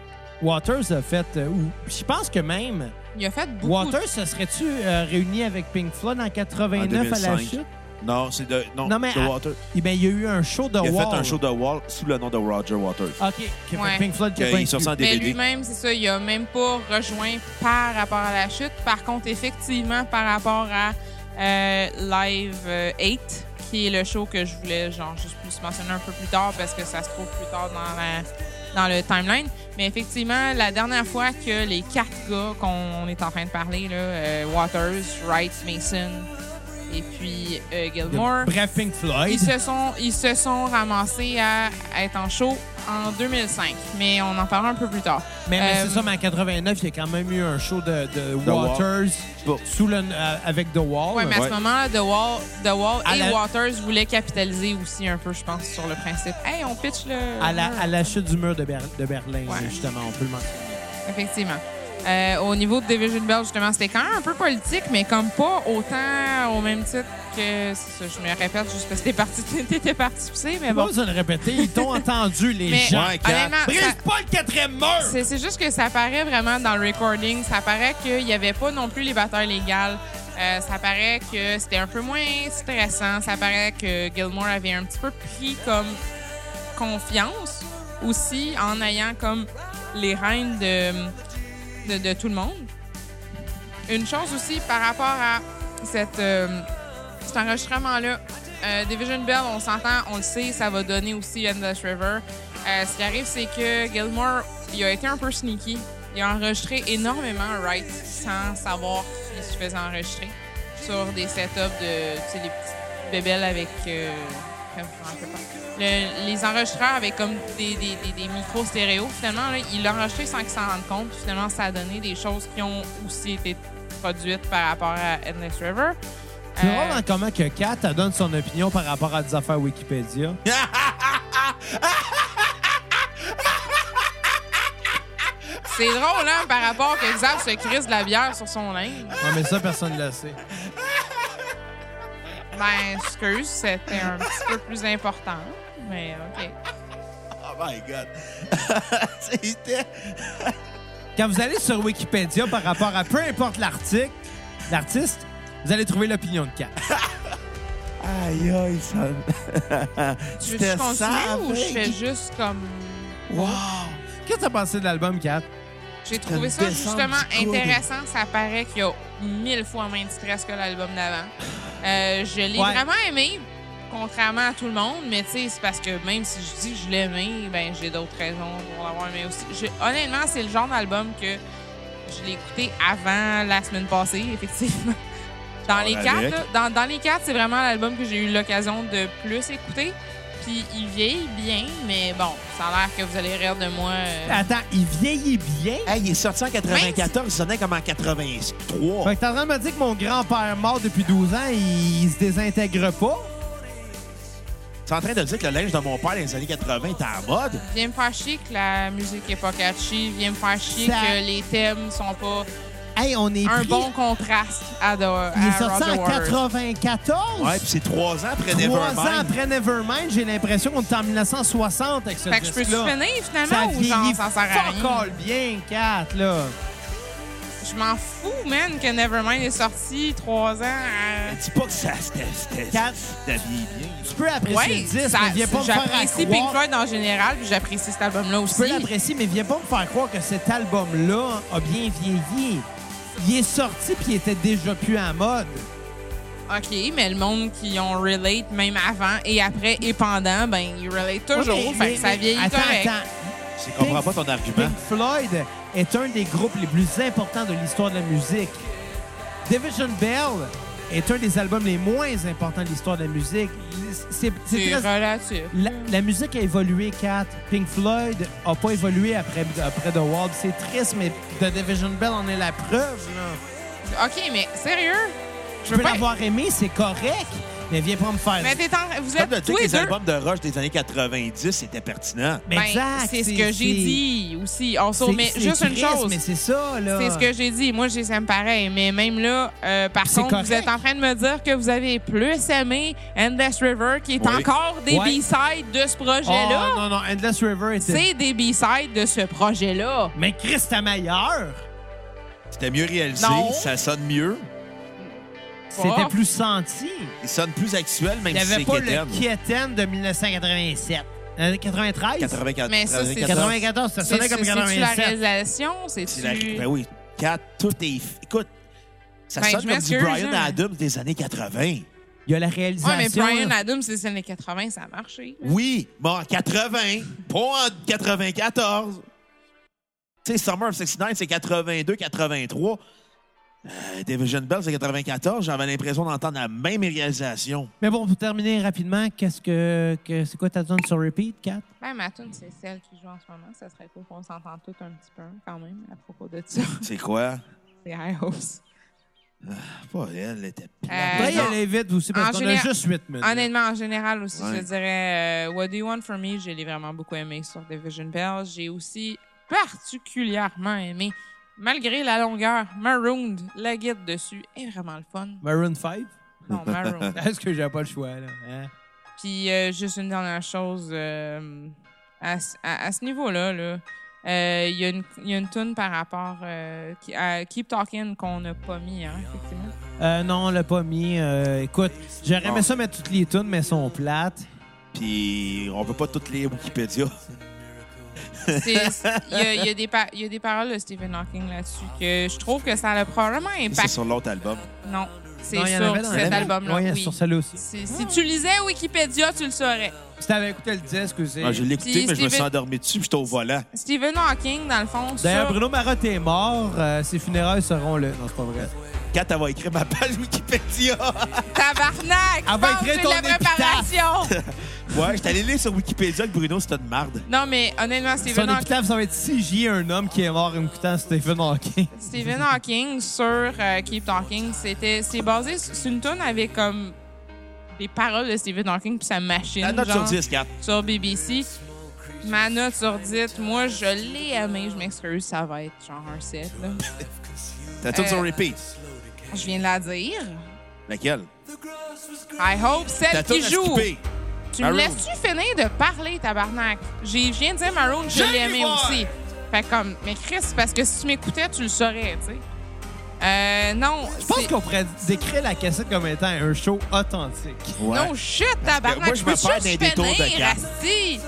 [SPEAKER 3] Waters a fait... euh, ou- je pense que même...
[SPEAKER 4] Il a fait beaucoup.
[SPEAKER 3] Waters, se serait-tu euh, réuni avec Pink Floyd en 89
[SPEAKER 1] En
[SPEAKER 3] Ben, à la
[SPEAKER 1] 2005.
[SPEAKER 3] chute?
[SPEAKER 1] Non, c'est de. Non,
[SPEAKER 3] Non, mais
[SPEAKER 1] The
[SPEAKER 3] à-
[SPEAKER 1] Water.
[SPEAKER 3] Eh bien, il y a eu un show de
[SPEAKER 1] Il a
[SPEAKER 3] Wall.
[SPEAKER 1] fait un show de Wall sous le nom de Roger Waters.
[SPEAKER 3] OK, que
[SPEAKER 4] Ouais.
[SPEAKER 3] Pink Floyd qui Ah, a
[SPEAKER 1] Qu'il
[SPEAKER 3] pas
[SPEAKER 1] est sorti
[SPEAKER 3] inclus.
[SPEAKER 1] en
[SPEAKER 4] Mais
[SPEAKER 1] DVD.
[SPEAKER 4] Ben, lui-même, c'est ça, il a même pas rejoint par rapport à la chute. Par contre, effectivement, par rapport à euh, Live euh, 8, qui est le show que je voulais genre juste plus mentionner un peu plus tard parce que ça se trouve plus tard dans la- dans le timeline. Mais effectivement, la dernière fois que les quatre gars qu'on est en train de parler, là, euh, Waters, Wright, Mason, et puis euh, Gilmore.
[SPEAKER 3] Bref, Pink Floyd.
[SPEAKER 4] Ils se, sont, ils se sont ramassés à être en show en 2005, mais on en parlera un peu plus tard.
[SPEAKER 3] Mais, mais
[SPEAKER 4] Euh,
[SPEAKER 3] c'est ça, mais en 89, il y a quand même eu un show de, de
[SPEAKER 1] The Wall.
[SPEAKER 3] Waters
[SPEAKER 1] Bon.
[SPEAKER 3] sous le, euh, avec The Wall.
[SPEAKER 4] Ouais, mais à
[SPEAKER 1] Ouais.
[SPEAKER 4] ce moment-là, The Wall, The Wall
[SPEAKER 3] À
[SPEAKER 4] et
[SPEAKER 3] la-
[SPEAKER 4] Waters voulaient capitaliser aussi un peu, je pense, sur le principe. Hey, on pitch le.
[SPEAKER 3] à, la, à la chute du mur de, Ber- de Berlin,
[SPEAKER 4] Ouais.
[SPEAKER 3] justement, on peut le mentionner.
[SPEAKER 4] Effectivement. Euh, au niveau de Division Bell, justement, c'était quand même un peu politique, mais comme pas autant au même titre que. c'est ça, je me répète juste parce que t'es parti, t'étais participé,
[SPEAKER 3] C'est
[SPEAKER 4] mais
[SPEAKER 3] pas
[SPEAKER 4] bon.
[SPEAKER 3] besoin de le répéter, ils t'ont entendu, les
[SPEAKER 4] Mais-
[SPEAKER 3] gens.
[SPEAKER 1] Ouais, Kat.
[SPEAKER 4] honnêtement,
[SPEAKER 1] Brise
[SPEAKER 4] ça-
[SPEAKER 1] pas le quatrième mur!
[SPEAKER 4] C'est c'est juste que ça paraît vraiment dans le recording. Ça paraît qu'il n'y avait pas non plus les batailles légales. Euh, ça paraît que c'était un peu moins stressant. Ça paraît que Gilmore avait un petit peu pris comme confiance aussi en ayant comme les rênes de, de, de tout le monde. Une chose aussi par rapport à cette, euh, cet enregistrement-là, euh, Division Bell, on s'entend, on le sait, ça va donner aussi Endless River. Euh, ce qui arrive, c'est que Gilmore, il a été un peu sneaky. Il a enregistré énormément Wright sans savoir qu'il se faisait enregistrer sur des setups de, tu sais, les petites bébelles avec... euh, je me rappelle pas. Le- les enregistreurs avaient comme des, des, des- des micros stéréo. Finalement, là, il l'a enregistré sans qu'il s'en rende compte. Puis finalement, ça a donné des choses qui ont aussi été produites par rapport à Endless River.
[SPEAKER 3] C'est
[SPEAKER 4] Euh,
[SPEAKER 3] drôle en comment que Kat elle donne son opinion par rapport à des affaires Wikipédia.
[SPEAKER 4] C'est drôle, hein, par rapport que Xav se crisse de la bière sur son linge.
[SPEAKER 3] Ouais, mais ça, personne ne le sait.
[SPEAKER 4] Ben, excuse, c'était un petit peu plus important, mais OK.
[SPEAKER 1] Oh my God! C'était...
[SPEAKER 3] Quand vous allez sur Wikipédia par rapport à peu importe l'article, l'artiste, vous allez trouver l'opinion de Kat.
[SPEAKER 1] Aïe, aïe, ça...
[SPEAKER 4] Tu veux-tu continuer ou je fais juste comme...
[SPEAKER 1] Wow!
[SPEAKER 3] Qu'est-ce que t'as pensé de l'album, Kat?
[SPEAKER 4] J'ai trouvé ça
[SPEAKER 1] descends
[SPEAKER 4] justement
[SPEAKER 1] du coude.
[SPEAKER 4] intéressant. Ça paraît qu'il y a mille fois moins de stress que l'album d'avant. Euh, je l'ai
[SPEAKER 3] Ouais.
[SPEAKER 4] vraiment aimé, contrairement à tout le monde, mais tu sais, c'est parce que même si je dis que je l'aimais, ben j'ai d'autres raisons pour l'avoir aimé aussi. Je- honnêtement, c'est le genre d'album que je l'ai écouté avant la semaine passée, effectivement. Dans
[SPEAKER 1] Genre
[SPEAKER 4] les
[SPEAKER 1] avec.
[SPEAKER 4] quatre, là, dans, dans les quatre, c'est vraiment l'album que j'ai eu l'occasion de plus écouter. Puis il vieillit bien, mais bon, ça a l'air que vous allez rire de moi. euh,
[SPEAKER 3] Attends, il vieillit bien?
[SPEAKER 1] Hey, il est sorti en 94, il sonnait comme en 83.
[SPEAKER 3] Fait que t'es en train de me dire que mon grand-père mort depuis 12 ans, il, il se désintègre pas?
[SPEAKER 1] T'es en train de dire que le linge de mon père dans les années 80 était en mode?
[SPEAKER 4] Viens me faire chier que la musique est pas catchy. Viens me faire chier
[SPEAKER 3] Ça-
[SPEAKER 4] que les thèmes sont pas
[SPEAKER 3] Hey, on est
[SPEAKER 4] un
[SPEAKER 3] pris-
[SPEAKER 4] bon contraste à, The, à
[SPEAKER 3] Il est sorti
[SPEAKER 4] Roger
[SPEAKER 3] en
[SPEAKER 4] Waters.
[SPEAKER 3] 94?
[SPEAKER 1] Ouais, puis c'est trois ans après
[SPEAKER 3] Trois
[SPEAKER 1] Nevermind.
[SPEAKER 3] ans après Nevermind, j'ai l'impression qu'on est en 1960 avec ce
[SPEAKER 4] Fait que je peux
[SPEAKER 3] disque-là.
[SPEAKER 4] finir
[SPEAKER 3] Ça
[SPEAKER 4] finalement ou genre
[SPEAKER 3] vieillit
[SPEAKER 4] ça sert à
[SPEAKER 3] fuck
[SPEAKER 4] rien?
[SPEAKER 3] all bien, Kat, là.
[SPEAKER 4] Je m'en fous, man, que Nevermind est sorti trois ans. euh, à-
[SPEAKER 1] Dis pas que ça, c'était... c'était-
[SPEAKER 3] Quatre.
[SPEAKER 1] C'était bien, bien.
[SPEAKER 3] Tu peux apprécier
[SPEAKER 4] Ouais,
[SPEAKER 3] le disque,
[SPEAKER 4] ça-
[SPEAKER 3] mais viens pas me faire à
[SPEAKER 4] j'apprécie
[SPEAKER 3] croire-
[SPEAKER 4] Pink Floyd en général, puis j'apprécie cet album-là
[SPEAKER 3] Tu
[SPEAKER 4] aussi.
[SPEAKER 3] peux l'apprécier, mais viens pas me faire croire que cet album-là a bien vieilli. Il est sorti puis il était déjà plus en mode.
[SPEAKER 4] OK, mais le monde qui ont relate même avant et après et pendant, ben, ils relate toujours.
[SPEAKER 3] Ouais, mais-
[SPEAKER 4] fait que ça
[SPEAKER 3] mais-
[SPEAKER 4] vieillit
[SPEAKER 3] attends,
[SPEAKER 4] correct.
[SPEAKER 3] Attends,
[SPEAKER 1] Je comprends pas ton argument.
[SPEAKER 3] Pink Floyd est un des groupes les plus importants de l'histoire de la musique. Division Bell est un des albums les moins importants de l'histoire de la musique. C'est c'est
[SPEAKER 4] C'est
[SPEAKER 3] très-
[SPEAKER 4] relatif.
[SPEAKER 3] La, la musique a évolué, Kat. Pink Floyd a pas évolué après, après The Wall. C'est triste, mais The Division Bell en est la preuve. Là.
[SPEAKER 4] OK, mais sérieux?
[SPEAKER 3] Je peux l'avoir aimé, c'est correct, mais viens pas me faire...
[SPEAKER 4] Mais t'es en- vous
[SPEAKER 1] Comme de dire
[SPEAKER 4] êtes tous
[SPEAKER 1] que
[SPEAKER 4] les
[SPEAKER 1] les
[SPEAKER 4] deux.
[SPEAKER 1] albums de Rush des années 90 c'était pertinent.
[SPEAKER 3] Mais
[SPEAKER 4] Ben,
[SPEAKER 3] exact,
[SPEAKER 4] c'est ce que
[SPEAKER 3] c'est-
[SPEAKER 4] j'ai dit aussi. On
[SPEAKER 3] c'est-
[SPEAKER 4] saute, mais
[SPEAKER 3] c'est
[SPEAKER 4] juste une
[SPEAKER 3] triste,
[SPEAKER 4] chose.
[SPEAKER 3] mais c'est ça, là.
[SPEAKER 4] C'est ce que j'ai dit. Moi, j'ai aimé pareil. Mais même là, euh, par
[SPEAKER 3] C'est
[SPEAKER 4] contre, vous
[SPEAKER 3] correct.
[SPEAKER 4] êtes en train de me dire que vous avez plus aimé Endless River, qui est
[SPEAKER 1] Oui.
[SPEAKER 4] encore des
[SPEAKER 3] Ouais.
[SPEAKER 4] B-sides de ce
[SPEAKER 3] Oh,
[SPEAKER 4] projet-là.
[SPEAKER 3] non, non, Endless River était...
[SPEAKER 4] c'est des B-sides de ce projet-là.
[SPEAKER 3] Mais Chris, t'as meilleur.
[SPEAKER 1] C'était mieux réalisé,
[SPEAKER 4] Non.
[SPEAKER 1] ça sonne mieux,
[SPEAKER 3] C'était plus senti.
[SPEAKER 1] il sonne plus actuel,
[SPEAKER 3] Il
[SPEAKER 1] même
[SPEAKER 3] n'y
[SPEAKER 1] si
[SPEAKER 3] avait
[SPEAKER 1] c'est
[SPEAKER 3] pas
[SPEAKER 1] quétaine.
[SPEAKER 3] le Kieten de 1987. Euh, 93?
[SPEAKER 1] 94.
[SPEAKER 4] Mais ça, c'est-
[SPEAKER 3] 94, ça
[SPEAKER 4] C'est
[SPEAKER 3] sonnait comme
[SPEAKER 4] c'est- c'est-tu la
[SPEAKER 3] 87.
[SPEAKER 4] réalisation? C'est
[SPEAKER 1] C'est la- Ben oui, 4, tout est... Écoute, ça
[SPEAKER 4] Ben,
[SPEAKER 1] sonne comme
[SPEAKER 4] je
[SPEAKER 1] du
[SPEAKER 4] m'excuse,
[SPEAKER 1] Brian
[SPEAKER 4] hein.
[SPEAKER 1] Adams des années 80.
[SPEAKER 3] Il y a la
[SPEAKER 4] Ouais,
[SPEAKER 1] ben
[SPEAKER 4] mais
[SPEAKER 3] réalisation.
[SPEAKER 4] Brian
[SPEAKER 3] là.
[SPEAKER 4] Adams, c'est les années 80, ça a marché.
[SPEAKER 1] Oui, mais en 80, pas en 94. Tu sais, Summer of 69, c'est 82, 83. euh, Division Bell, c'est 94. J'avais l'impression d'entendre la même réalisation.
[SPEAKER 3] Mais bon, pour terminer rapidement, qu'est-ce que, que- c'est quoi ta zone sur repeat, Kat?
[SPEAKER 4] Ben, ma tune, c'est celle qui joue en ce moment. Ça serait cool qu'on s'entende tous un petit peu, quand même, à propos de ça.
[SPEAKER 1] C'est quoi?
[SPEAKER 4] C'est High Hopes.
[SPEAKER 1] Pas elle, elle était plate.
[SPEAKER 4] Euh,
[SPEAKER 3] Après,
[SPEAKER 4] non.
[SPEAKER 3] aller vite aussi parce
[SPEAKER 4] En
[SPEAKER 3] qu'on a
[SPEAKER 4] général-
[SPEAKER 3] juste 8 minutes.
[SPEAKER 4] Honnêtement, en général aussi,
[SPEAKER 1] Ouais.
[SPEAKER 4] je dirais euh, What Do You Want From Me? Je l'ai vraiment beaucoup aimé sur Division Bell. J'ai aussi particulièrement aimé, malgré la longueur, Marooned. La guide dessus est vraiment le fun.
[SPEAKER 3] Maroon 5?
[SPEAKER 4] Non, Marooned.
[SPEAKER 3] Est-ce que j'avais pas le choix, là? Hein?
[SPEAKER 4] Puis euh, juste une dernière chose, euh, à, ce- à- à ce niveau-là, là, euh, il y a une, il y a une toune par rapport euh, qui- à Keep Talking qu'on n'a pas mis, hein, effectivement.
[SPEAKER 3] Euh, non, on l'a pas mis. Euh, écoute, j'aurais aimé ça mettre toutes les tunes, mais elles sont plates.
[SPEAKER 1] Puis on peut pas toutes les Wikipédia.
[SPEAKER 4] C'est- c'est- Il y, a- il y a des pa- il y a des paroles de Stephen Hawking là-dessus que je trouve que ça a probablement
[SPEAKER 1] C'est
[SPEAKER 4] impact.
[SPEAKER 1] sur l'autre album.
[SPEAKER 4] Non, c'est
[SPEAKER 3] Non, il y en avait
[SPEAKER 4] sur
[SPEAKER 3] dans- il y en
[SPEAKER 4] cet
[SPEAKER 3] avait-
[SPEAKER 4] album-là.
[SPEAKER 3] Ouais,
[SPEAKER 4] oui.
[SPEAKER 3] sur celui-là aussi.
[SPEAKER 4] C'est- Si tu lisais Wikipédia, tu le saurais.
[SPEAKER 3] Si t'avais écouté le disque aussi.
[SPEAKER 1] Ah, je l'ai écouté,
[SPEAKER 4] Puis
[SPEAKER 1] mais je me suis
[SPEAKER 4] Steven-
[SPEAKER 1] endormi dessus, puis j'étais au volant.
[SPEAKER 4] Stephen Hawking, dans le fond,
[SPEAKER 3] D'ailleurs,
[SPEAKER 4] sur-
[SPEAKER 3] Bruno Marotte est mort. euh, ses funérailles seront le. Non, c'est pas vrai.
[SPEAKER 1] Quand elle va écrire ma page Wikipédia.
[SPEAKER 4] Tabarnak!
[SPEAKER 3] Elle va
[SPEAKER 4] pense
[SPEAKER 3] écrire
[SPEAKER 4] que j'ai
[SPEAKER 3] ton
[SPEAKER 4] de la préparation!
[SPEAKER 1] ouais, j'étais allé lire sur Wikipédia que Bruno, c'était de marde.
[SPEAKER 4] non, mais honnêtement, Stephen
[SPEAKER 3] Son
[SPEAKER 4] Hawking...
[SPEAKER 3] épitaphe, ça va être si j'y ai un homme qui est mort en écoutant Stephen Hawking.
[SPEAKER 4] Stephen Hawking sur euh, Keep Talking, c'était c'est basé sur une tune avec comme des paroles de Stephen Hawking puis sa machine
[SPEAKER 1] La note
[SPEAKER 4] genre,
[SPEAKER 1] sur 10, Kat.
[SPEAKER 4] sur BBC. Ma note sur 10, moi je l'ai aimé, je m'excuse, ça va être genre un 7 là.
[SPEAKER 1] T'as tout sur
[SPEAKER 4] Euh,
[SPEAKER 1] repeat.
[SPEAKER 4] Je viens de la dire.
[SPEAKER 1] Laquelle?
[SPEAKER 4] I hope
[SPEAKER 1] T'as
[SPEAKER 4] celle
[SPEAKER 1] tout
[SPEAKER 4] qui
[SPEAKER 1] à
[SPEAKER 4] joue.
[SPEAKER 1] skipper.
[SPEAKER 4] Tu me
[SPEAKER 1] Maroon.
[SPEAKER 4] laisses-tu finir de parler, tabarnak? J'ai- Je viens de dire Maroon, je
[SPEAKER 1] J'ai
[SPEAKER 4] l'ai
[SPEAKER 1] vu
[SPEAKER 4] aimé
[SPEAKER 1] voir.
[SPEAKER 4] aussi. Fait comme, mais Chris, parce que si tu m'écoutais, tu le saurais, tu sais. Euh, non.
[SPEAKER 3] Je pense
[SPEAKER 4] c'est-
[SPEAKER 3] qu'on pourrait décrire la cassette comme étant un show authentique.
[SPEAKER 1] Ouais.
[SPEAKER 4] Non, shit, tabarnak.
[SPEAKER 1] moi, je me
[SPEAKER 4] peux
[SPEAKER 1] perds
[SPEAKER 4] juste
[SPEAKER 1] dans les détours de
[SPEAKER 4] finir,
[SPEAKER 1] Kat.
[SPEAKER 4] asti.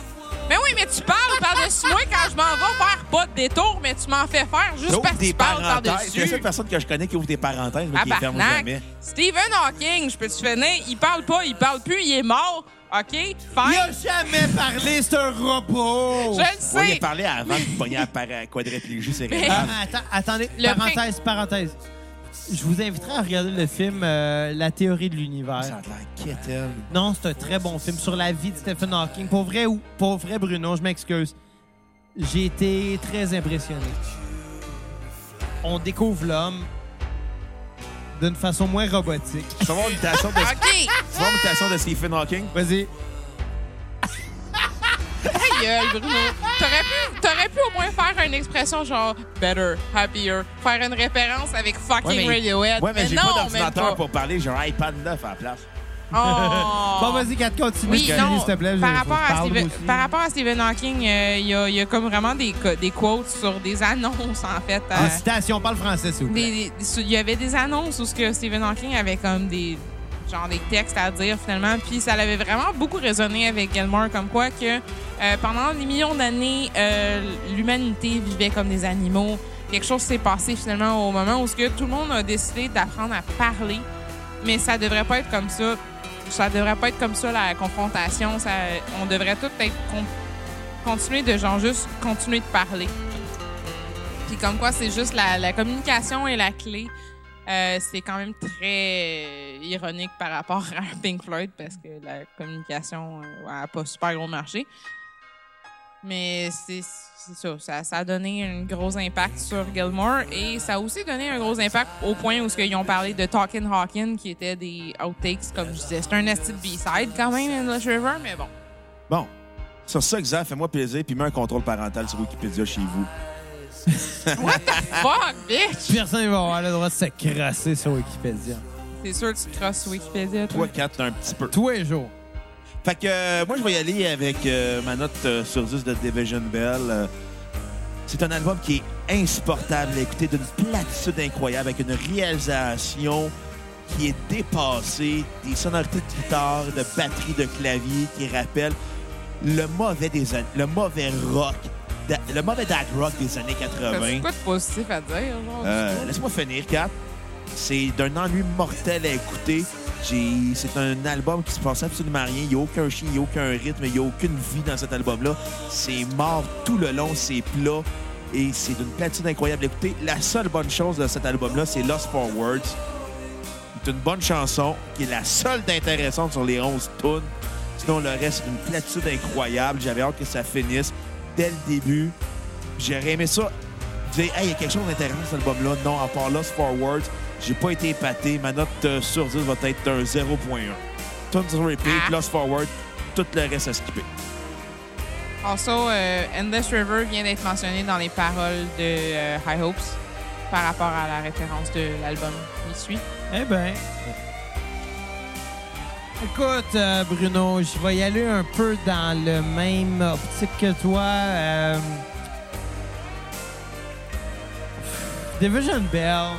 [SPEAKER 4] Mais oui, mais tu parles par-dessus moi quand je m'en vais faire pas de détour, mais tu m'en fais faire juste
[SPEAKER 1] J'ouvre
[SPEAKER 4] parce que
[SPEAKER 1] des
[SPEAKER 4] tu parles
[SPEAKER 1] parenthèses. C'est la
[SPEAKER 4] par-dessus.
[SPEAKER 1] seule personne que je connais qui ouvre des parenthèses, mais qui les ferme
[SPEAKER 4] Tabarnak.
[SPEAKER 1] jamais.
[SPEAKER 4] Stephen Hawking, je peux te finir? Il parle pas, il parle plus, il est mort. OK? Fine.
[SPEAKER 3] Il a jamais parlé, c'est un repos!
[SPEAKER 4] Ah. Je le
[SPEAKER 1] Ouais, il
[SPEAKER 4] sais.
[SPEAKER 1] a parlé avant de pogner à para- quadriplégie
[SPEAKER 3] Ah,
[SPEAKER 1] cérébrale.
[SPEAKER 3] attends- attendez,
[SPEAKER 4] Le
[SPEAKER 3] parenthèse, parenthèse. Je vous inviterai à regarder le film euh, La théorie de
[SPEAKER 1] Ça
[SPEAKER 3] l'univers.
[SPEAKER 1] a de l'air quétaine.
[SPEAKER 3] Non, c'est un très bon film sur la vie de Stephen Hawking. Pour vrai ou pour vrai, Bruno, je m'excuse. J'ai été très impressionné. On découvre l'homme d'une façon moins robotique.
[SPEAKER 1] Tu vas voir une mutation de, tu
[SPEAKER 4] OK.
[SPEAKER 1] vas voir une mutation de Stephen Hawking?
[SPEAKER 3] Vas-y.
[SPEAKER 4] Ta gueule, Bruno. T'aurais pu, t'aurais pu au moins faire une expression genre better, happier, faire une référence avec
[SPEAKER 1] Ouais,
[SPEAKER 4] fucking
[SPEAKER 1] mais-
[SPEAKER 4] Radiohead.
[SPEAKER 1] Ouais, mais, j'ai
[SPEAKER 4] non,
[SPEAKER 1] pas
[SPEAKER 4] même
[SPEAKER 1] d'ordinateur pour parler. J'ai un iPad 9 à la place.
[SPEAKER 4] Oh.
[SPEAKER 3] Bon, vas-y, Kat, continue.
[SPEAKER 4] Oui,
[SPEAKER 3] Fini,
[SPEAKER 4] non,
[SPEAKER 3] s'il te plaît, je-
[SPEAKER 4] par,
[SPEAKER 3] faut
[SPEAKER 4] rapport
[SPEAKER 3] que je parle, moi
[SPEAKER 4] à Stephen,
[SPEAKER 3] aussi.
[SPEAKER 4] par rapport à Stephen Hawking, euh, il y, a, il y a comme vraiment des, co- des quotes sur des annonces, en fait.
[SPEAKER 1] Ah,
[SPEAKER 4] euh,
[SPEAKER 3] En citation, parle français, s'il vous plaît.
[SPEAKER 4] des- des- sur- il y avait des annonces où ce que Stephen Hawking avait comme des genre des textes à dire finalement puis ça l'avait vraiment beaucoup résonné avec Gilmore comme quoi que euh, pendant des millions d'années euh, l'humanité vivait comme des animaux quelque chose s'est passé finalement au moment où ce que tout le monde a décidé d'apprendre à parler mais ça devrait pas être comme ça ça devrait pas être comme ça la confrontation ça on devrait tout être con- continuer de genre juste continuer de parler puis comme quoi, c'est juste la, la communication est la clé. Euh, c'est quand même très ironique par rapport à Pink Floyd parce que la communication n'a pas super gros marché. Mais c'est c'est ça, ça. Ça a donné un gros impact sur Gilmore et ça a aussi donné un gros impact au point où ils ont parlé de Talking Hawking qui était des outtakes, comme je disais. C'est un esti de B-side quand même, Endless River, mais bon.
[SPEAKER 1] Bon. Sur ça, Xav, fais-moi plaisir, puis mets un contrôle parental sur Wikipédia chez vous.
[SPEAKER 4] What the fuck, bitch!
[SPEAKER 3] Personne ne va avoir le droit de se crasser sur Wikipédia.
[SPEAKER 4] C'est sûr que tu crosses Wikipédia, toi.
[SPEAKER 1] Toi, Kat, un petit peu.
[SPEAKER 3] Tous les jours.
[SPEAKER 1] Fait que euh, moi, je vais y aller avec euh, ma note euh, sur 10 de Division Bell. Euh, c'est un album qui est insupportable à écouter, d'une platitude incroyable, avec une réalisation qui est dépassée, des sonorités de guitare, de batterie, de clavier qui rappellent le mauvais, des an- le mauvais rock, da- le mauvais dad rock des années
[SPEAKER 4] C'est
[SPEAKER 1] 80.
[SPEAKER 4] quoi de positif à dire, genre?
[SPEAKER 1] Ah, ben. Euh, Laisse-moi finir, Kat. C'est d'un ennui mortel à écouter. J'ai- C'est un album qui se passe absolument rien. Il n'y a aucun chien, il n'y a aucun rythme, il n'y a aucune vie dans cet album-là. C'est mort tout le long, c'est plat. Et c'est d'une platine incroyable. Écoutez, la seule bonne chose de cet album-là, c'est Lost for Words. C'est une bonne chanson qui est la seule d'intéressante sur les 11 tunes. Sinon, le reste, c'est une platitude incroyable. J'avais hâte que ça finisse dès le début. J'aurais aimé ça. Dire, hey, il y a quelque chose d'intéressant dans cet album-là. Non, à part Lost Forward, j'ai pas été épaté. Ma note euh, sur 10 va être un 0.1. Tunes on repeat,
[SPEAKER 4] Ah.
[SPEAKER 1] Lost Forward, tout le reste à skipper.
[SPEAKER 4] Also, euh, Endless River vient d'être mentionné dans les paroles de euh, High Hopes par rapport à la référence de l'album qui suit.
[SPEAKER 3] Eh ben. Écoute, euh, Bruno, je vais y aller un peu dans le même optique que toi. Euh... Division Bell,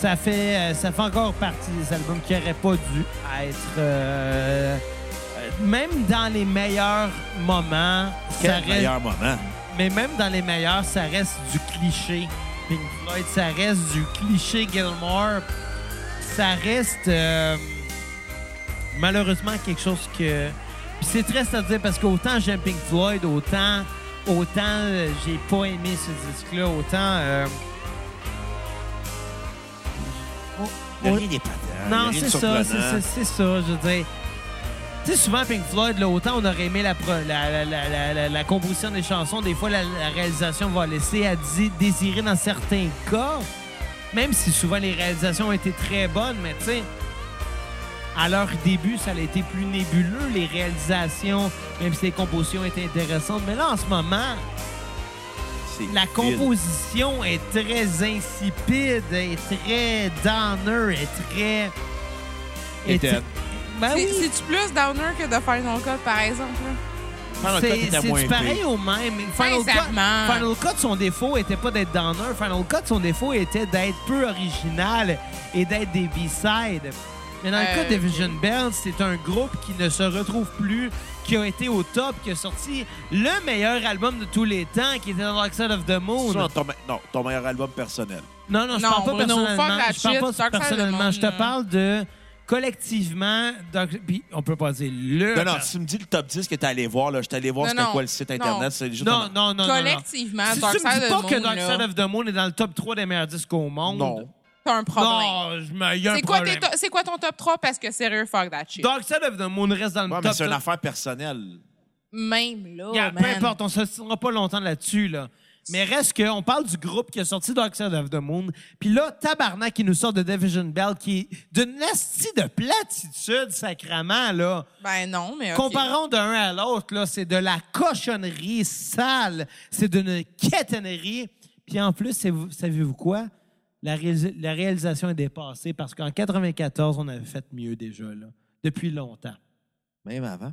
[SPEAKER 3] ça fait, euh, ça fait encore partie des albums qui n'auraient pas dû être. euh, euh, Même dans les meilleurs moments,
[SPEAKER 1] Quel
[SPEAKER 3] ça reste
[SPEAKER 1] meilleur moment.
[SPEAKER 3] mais même dans les meilleurs, ça reste du cliché. Pink Floyd, ça reste du cliché Gilmore. Ça reste euh, malheureusement quelque chose que. Puis c'est triste à dire parce qu'autant j'aime Pink Floyd, autant autant euh, j'ai pas aimé ce disque-là, autant. euh, on-
[SPEAKER 1] Il y a
[SPEAKER 3] on-
[SPEAKER 1] rien d'épatant. il y a
[SPEAKER 3] non,
[SPEAKER 1] rien de
[SPEAKER 3] c'est ça, c'est
[SPEAKER 1] surprenant.
[SPEAKER 3] ça, c'est ça, je veux dire. Tu sais, souvent, Pink Floyd, là, autant on aurait aimé la, pro- la, la- la- la- la- la composition des chansons, des fois, la, la réalisation va laisser à dé- désirer dans certains cas, même si souvent les réalisations ont été très bonnes, mais tu sais, à leur début, ça a été plus nébuleux, les réalisations, même si les compositions étaient intéressantes. Mais là, en ce moment,
[SPEAKER 1] C'est
[SPEAKER 3] la
[SPEAKER 1] vide.
[SPEAKER 3] composition est très insipide, est très downer, est très.
[SPEAKER 1] Et
[SPEAKER 3] est-
[SPEAKER 1] Ted.
[SPEAKER 3] Ben
[SPEAKER 4] C'est-
[SPEAKER 3] oui,
[SPEAKER 4] C'est-tu plus downer que de Final Cut, par exemple? là?
[SPEAKER 1] Final Cut
[SPEAKER 3] c'est
[SPEAKER 1] était moins
[SPEAKER 3] c'est
[SPEAKER 1] pire.
[SPEAKER 3] pareil au même. Final Cut,
[SPEAKER 4] Sincèrement.
[SPEAKER 3] Final Cut, son défaut était pas d'être downer. Final Cut, son défaut était d'être peu original et d'être des B-sides. Mais dans le
[SPEAKER 4] Euh,
[SPEAKER 3] cas de Vision Bell, c'est un groupe qui ne se retrouve plus, qui a été au top, qui a sorti le meilleur album de tous les temps, qui était Dark Side of the Moon.
[SPEAKER 1] Ça, ton, me- non, ton meilleur album personnel.
[SPEAKER 3] Non, non, je
[SPEAKER 4] Non,
[SPEAKER 3] parle pas
[SPEAKER 4] Bruno, fuck
[SPEAKER 3] personnellement.
[SPEAKER 4] that
[SPEAKER 3] Je parle
[SPEAKER 4] shit,
[SPEAKER 3] pas
[SPEAKER 4] Dark Side of the
[SPEAKER 3] personnellement.
[SPEAKER 4] Moon,
[SPEAKER 3] Je te
[SPEAKER 4] euh.
[SPEAKER 3] parle de collectivement. Dark- Puis on peut pas dire le.
[SPEAKER 1] Non, non, si tu me dis le top 10 que t'es allé voir, là, je suis allé voir
[SPEAKER 4] Non,
[SPEAKER 1] c'était
[SPEAKER 4] non.
[SPEAKER 1] quoi le site
[SPEAKER 4] Non.
[SPEAKER 1] internet. C'est juste
[SPEAKER 3] non, non, non, non, non.
[SPEAKER 4] Collectivement,
[SPEAKER 3] Si
[SPEAKER 4] Dark
[SPEAKER 3] tu me
[SPEAKER 4] Side
[SPEAKER 3] dis
[SPEAKER 4] of
[SPEAKER 3] pas
[SPEAKER 4] the
[SPEAKER 3] que
[SPEAKER 4] Moon,
[SPEAKER 3] Dark Side
[SPEAKER 4] là.
[SPEAKER 3] of the Moon est dans le top 3 des meilleurs disques au monde.
[SPEAKER 1] Non.
[SPEAKER 4] T'as un problème.
[SPEAKER 3] Non, je me y a un
[SPEAKER 4] C'est quoi, tes
[SPEAKER 3] problème.
[SPEAKER 4] to- c'est quoi ton top 3? Parce que sérieux, fuck that shit.
[SPEAKER 3] Dark Side of the Moon reste dans le
[SPEAKER 1] Ouais, mais
[SPEAKER 3] top.
[SPEAKER 1] c'est une
[SPEAKER 3] 3.
[SPEAKER 1] affaire personnelle.
[SPEAKER 4] Même là,
[SPEAKER 3] Regarde, peu
[SPEAKER 4] Oh, man.
[SPEAKER 3] importe, on se tiendra pas longtemps là-dessus, là. Mais reste qu'on parle du groupe qui a sorti Dark Side of the Moon. Puis là, Tabarnak qui nous sort de Division Bell, qui est d'une nastie de platitude, sacrament, là.
[SPEAKER 4] Ben non, mais ok.
[SPEAKER 3] Comparons d'un à l'autre, là, c'est de la cochonnerie sale, c'est d'une quétanerie. Puis en plus, c'est- savez-vous quoi? La, réalis- la réalisation est dépassée parce qu'en 94, on avait fait mieux déjà, là, depuis longtemps.
[SPEAKER 1] Même avant.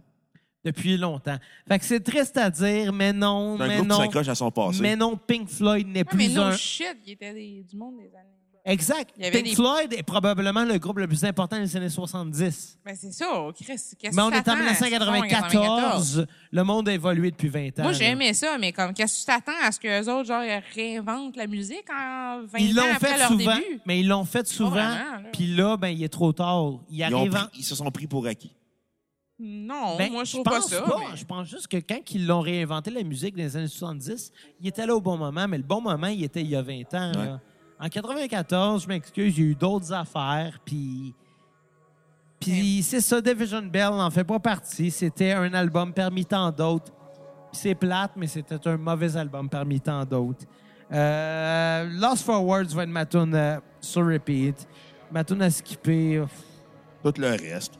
[SPEAKER 3] Depuis longtemps. Fait que c'est triste à dire, mais non,
[SPEAKER 1] C'est un
[SPEAKER 3] mais
[SPEAKER 1] groupe qui
[SPEAKER 3] non.
[SPEAKER 1] s'accroche à son passé.
[SPEAKER 3] Mais non, Pink Floyd n'est
[SPEAKER 4] Ouais, Ah, mais
[SPEAKER 3] plus
[SPEAKER 4] no
[SPEAKER 3] un.
[SPEAKER 4] shit, il était des- du monde des années.
[SPEAKER 3] Exact.
[SPEAKER 4] Il y avait
[SPEAKER 3] Pink
[SPEAKER 4] des-
[SPEAKER 3] Floyd est probablement le groupe le plus important des années 70.
[SPEAKER 4] Ben c'est ça, Chris. Qu'est-ce que
[SPEAKER 3] Mais Ben, on est
[SPEAKER 4] t'attends?
[SPEAKER 3] en 1994. Le monde a évolué depuis 20 ans.
[SPEAKER 4] Moi,
[SPEAKER 3] là.
[SPEAKER 4] j'aimais ça, mais comme, qu'est-ce que tu t'attends à ce qu'eux autres, genre, réinventent la musique en 20
[SPEAKER 3] Ils
[SPEAKER 4] ans
[SPEAKER 3] l'ont
[SPEAKER 4] après
[SPEAKER 3] fait
[SPEAKER 4] leur
[SPEAKER 3] souvent,
[SPEAKER 4] début?
[SPEAKER 3] mais ils l'ont fait souvent.
[SPEAKER 4] vraiment, là.
[SPEAKER 3] Puis là, ben, il est trop tard. Il
[SPEAKER 1] Ils, ont
[SPEAKER 3] arrive en...
[SPEAKER 1] pris- ils se sont pris pour acquis.
[SPEAKER 4] Non,
[SPEAKER 3] Ben,
[SPEAKER 4] moi, je trouve pas
[SPEAKER 3] pense
[SPEAKER 4] ça. mais-
[SPEAKER 3] Je pense juste que quand ils l'ont réinventé, la musique des années 70, il était là au bon moment, mais le bon moment, il était il y a 20 ans. là. En 94, je m'excuse, il y a eu d'autres affaires, puis... Puis c'est ça, Division Bell n'en fait pas partie. C'était un album parmi tant d'autres. Puis c'est plate, mais c'était un mauvais album parmi tant d'autres. Euh, Lost for Words va être ma tune euh, sur repeat. Ma tune à skipper... euh,
[SPEAKER 1] Tout le reste.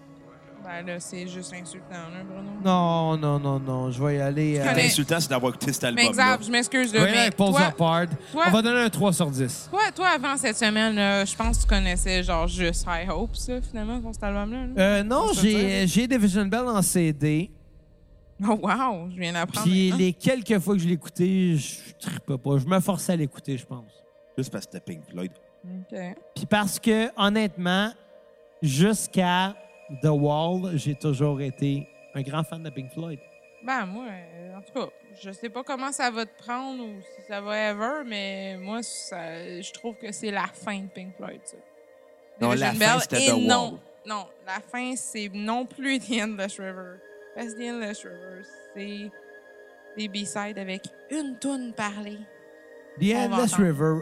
[SPEAKER 4] Ben là, c'est juste insultant, là, Bruno.
[SPEAKER 3] Non, non, non, non. Je vais y aller... euh,
[SPEAKER 4] connais- Mais-
[SPEAKER 1] L'insultant, c'est d'avoir écouté cet
[SPEAKER 4] Mais
[SPEAKER 1] album-là.
[SPEAKER 4] exemple, je m'excuse, là,
[SPEAKER 3] Oui,
[SPEAKER 4] mais
[SPEAKER 3] avec Paul's
[SPEAKER 4] toi,
[SPEAKER 3] Apart.
[SPEAKER 4] toi-
[SPEAKER 3] On va donner un 3 sur 10.
[SPEAKER 4] toi, toi, avant cette semaine, là, je pense que tu connaissais, genre, juste High Hopes, là, finalement, pour cet album-là. là.
[SPEAKER 3] Euh, non,
[SPEAKER 4] Ça
[SPEAKER 3] j'ai j'ai Division Bell en CD.
[SPEAKER 4] Oh, wow, je viens d'apprendre. Ah,
[SPEAKER 3] Puis
[SPEAKER 4] maintenant.
[SPEAKER 3] les quelques fois que je l'ai écouté, je trippais pas. Je me forçais à l'écouter, je pense.
[SPEAKER 1] Juste parce que c'était Pink Floyd.
[SPEAKER 4] Ok.
[SPEAKER 3] Puis parce que, honnêtement, jusqu'à The Wall, j'ai toujours été un grand fan de Pink Floyd.
[SPEAKER 4] Ben, moi, euh, en tout cas, je sais pas comment ça va te prendre ou si ça va ever, mais moi, ça- je trouve que c'est la fin de Pink Floyd, ça.
[SPEAKER 1] Non, la
[SPEAKER 4] Division
[SPEAKER 1] fin,
[SPEAKER 4] Bell
[SPEAKER 1] c'était
[SPEAKER 4] et
[SPEAKER 1] The Wall.
[SPEAKER 4] Non, non, la fin, c'est non plus The Endless River. Parce que The Endless River, c'est des B-sides avec une toune parlée.
[SPEAKER 3] The
[SPEAKER 4] On va
[SPEAKER 3] Endless
[SPEAKER 4] entendre.
[SPEAKER 3] River,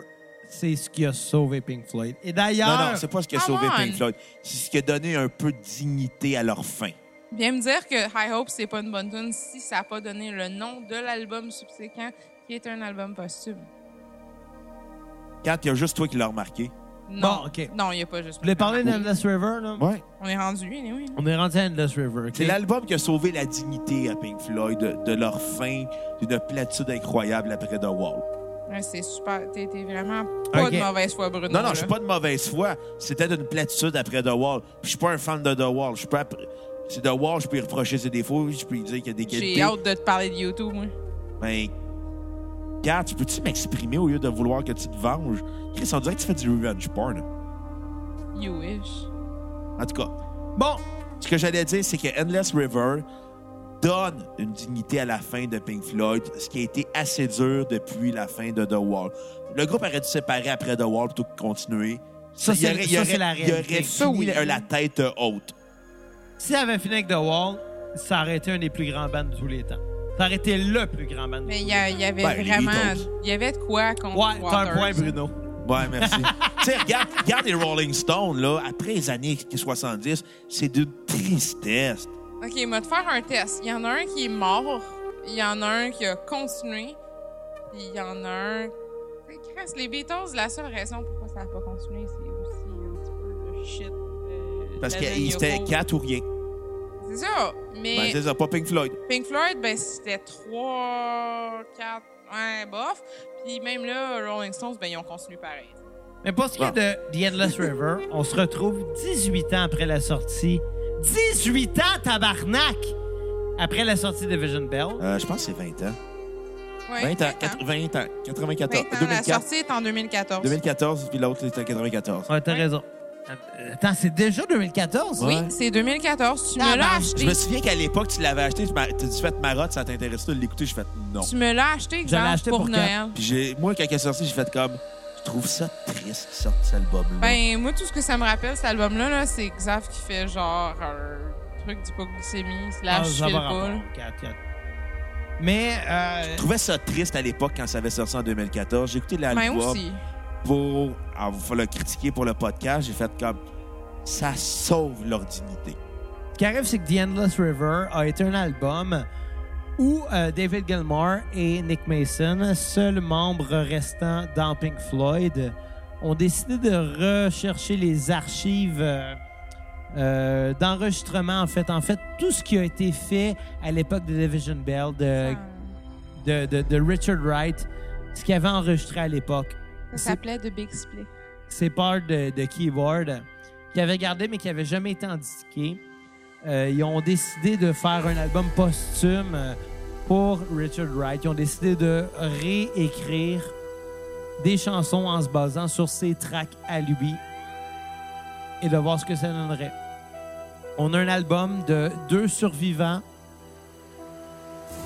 [SPEAKER 3] c'est ce qui a sauvé Pink Floyd. Et
[SPEAKER 1] Non,
[SPEAKER 3] d'ailleurs,
[SPEAKER 1] non, c'est pas ce qui a
[SPEAKER 4] Come
[SPEAKER 1] sauvé
[SPEAKER 4] on.
[SPEAKER 1] Pink Floyd. C'est ce qui a donné un peu de dignité à leur fin.
[SPEAKER 4] Viens me dire que High Hope, c'est pas une bonne tune si ça n'a pas donné le nom de l'album subséquent, qui est un album posthume.
[SPEAKER 1] Quand il y a juste toi qui l'as remarqué.
[SPEAKER 4] Non,
[SPEAKER 3] Bon, OK.
[SPEAKER 4] non, il n'y a pas juste.
[SPEAKER 3] je voulais parler d'Endless River. Là.
[SPEAKER 1] Ah, Ouais.
[SPEAKER 4] On est rendu, anyway, là.
[SPEAKER 3] On est rendu à Endless River. OK?
[SPEAKER 1] C'est l'album qui a sauvé la dignité à Pink Floyd de, de leur fin d'une platitude incroyable après The Wall.
[SPEAKER 4] Ouais, c'est super. T'es t'es vraiment pas
[SPEAKER 3] Ok.
[SPEAKER 4] de mauvaise foi, Bruno.
[SPEAKER 1] Non, non, je suis
[SPEAKER 4] là.
[SPEAKER 1] pas de mauvaise foi. C'était d'une platitude après The Wall. Puis je suis pas un fan de The Wall. Je suis pas. C'est The Wall, je peux y reprocher ses défauts, je peux lui dire qu'il y a des
[SPEAKER 4] J'ai
[SPEAKER 1] qualités.
[SPEAKER 4] hâte de te parler de YouTube, moi.
[SPEAKER 1] Mais. Kat, tu peux-tu m'exprimer au lieu de vouloir que tu te venges? Chris, on dirait que tu fais du revenge porn.
[SPEAKER 4] You wish.
[SPEAKER 1] En tout cas,
[SPEAKER 3] Bon,
[SPEAKER 1] ce que j'allais dire, c'est que Endless River donne une dignité à la fin de Pink Floyd, ce qui a été assez dur depuis la fin de The Wall. Le groupe aurait dû se séparer après The Wall plutôt que continuer.
[SPEAKER 3] Ça,
[SPEAKER 1] Il
[SPEAKER 3] c'est-
[SPEAKER 1] aurait- il
[SPEAKER 3] ça,
[SPEAKER 1] aurait-
[SPEAKER 3] c'est la
[SPEAKER 1] Il aurait
[SPEAKER 3] réalité.
[SPEAKER 1] fini
[SPEAKER 3] Ça, oui.
[SPEAKER 1] euh, la tête haute.
[SPEAKER 3] si ça avait fini avec The Wall, ça aurait été un des plus grands bands de tous les temps. Ça aurait été le plus grand band. de
[SPEAKER 4] Mais
[SPEAKER 3] tous
[SPEAKER 4] il
[SPEAKER 3] les
[SPEAKER 4] y, a- il y avait
[SPEAKER 1] Ben, les Beatles.
[SPEAKER 4] vraiment. Il y avait de quoi
[SPEAKER 3] temps.
[SPEAKER 4] contre
[SPEAKER 3] Ouais, t'as un
[SPEAKER 4] Waters.
[SPEAKER 3] point, Bruno.
[SPEAKER 1] Ouais, merci. tu sais, regarde, regarde les Rolling Stones, là, après les années 70, c'est d'une tristesse.
[SPEAKER 4] OK, m'a te faire un test. Il y en a un qui est mort, il y en a un qui a continué, puis il y en a un... Cresse, les Beatles, la seule raison pourquoi ça n'a pas continué, c'est aussi un petit peu le shit. euh,
[SPEAKER 1] Parce
[SPEAKER 4] la
[SPEAKER 1] que
[SPEAKER 4] Daniel
[SPEAKER 1] c'était
[SPEAKER 4] Cole.
[SPEAKER 1] 4 ou rien.
[SPEAKER 4] C'est ça,
[SPEAKER 1] Ben,
[SPEAKER 4] mais
[SPEAKER 1] c'est ça, pas Pink Floyd.
[SPEAKER 4] Pink Floyd, ben c'était 3, 4, ouais, bof. Puis même là, Rolling Stones, ben ils ont continué pareil.
[SPEAKER 3] Mais pour ce qui est de The Endless River, on se retrouve 18 ans après la sortie. 18 ans, tabarnak! Après la sortie de Vision Bell.
[SPEAKER 1] Euh, je pense que c'est 20 ans.
[SPEAKER 4] Ouais,
[SPEAKER 1] 20 ans,
[SPEAKER 4] vingt
[SPEAKER 1] 20 ans, 94,
[SPEAKER 4] 20 ans, La
[SPEAKER 1] 2004.
[SPEAKER 4] sortie est en 2014.
[SPEAKER 1] 2014, puis l'autre, c'était 94.
[SPEAKER 3] Ouais, t'as raison. Attends, c'est déjà 2014?
[SPEAKER 4] Oui,
[SPEAKER 1] Ouais.
[SPEAKER 4] c'est 2014. Tu me l'as
[SPEAKER 3] Tabarnak.
[SPEAKER 4] acheté.
[SPEAKER 1] Je me souviens qu'à l'époque, tu l'avais acheté, tu m'as tu dis, fait Marotte, ça t'intéresse de l'écouter. J'ai fait non.
[SPEAKER 4] Tu me l'as acheté,
[SPEAKER 3] Je l'ai
[SPEAKER 4] genre,
[SPEAKER 3] acheté
[SPEAKER 4] pour,
[SPEAKER 3] pour
[SPEAKER 4] Noël.
[SPEAKER 1] Puis j'ai- moi, quand elle est sortie, j'ai fait comme, je trouve ça triste qu'ils sortent cet album-là.
[SPEAKER 4] Ben, moi, tout ce que ça me rappelle, cet album-là, là, c'est Xav qui fait genre un truc d'hypoglycémie, slash je
[SPEAKER 3] Ah, ça
[SPEAKER 4] file
[SPEAKER 3] va
[SPEAKER 4] pas.
[SPEAKER 3] rapport.
[SPEAKER 4] là.
[SPEAKER 3] Quatre, quatre. Mais, euh,
[SPEAKER 1] je trouvais ça triste à l'époque quand ça avait sorti en 2014. J'ai écouté
[SPEAKER 4] Ben,
[SPEAKER 1] l'album
[SPEAKER 4] aussi.
[SPEAKER 1] pour ah, faut le critiquer pour le podcast. J'ai fait comme, ça sauve leur dignité.
[SPEAKER 3] ce qui arrive, c'est que The Endless River a été un album où euh, David Gilmour et Nick Mason, seuls membres restants dans Pink Floyd, ont décidé de rechercher les archives euh, euh, d'enregistrement, en fait. En fait, tout ce qui a été fait à l'époque de Division Bell,
[SPEAKER 4] Ah.
[SPEAKER 3] de, de, de- de Richard Wright, ce qu'il avait enregistré à l'époque.
[SPEAKER 4] Ça s'appelait The Big Split.
[SPEAKER 3] ses parts de, de keyboard qu'il avait gardé mais qui n'avaient jamais été indiqué. ils ont décidé de faire un album posthume euh, pour Richard Wright. Ils ont décidé de réécrire des chansons en se basant sur ses tracks à lui et de voir ce que ça donnerait. On a un album de deux survivants,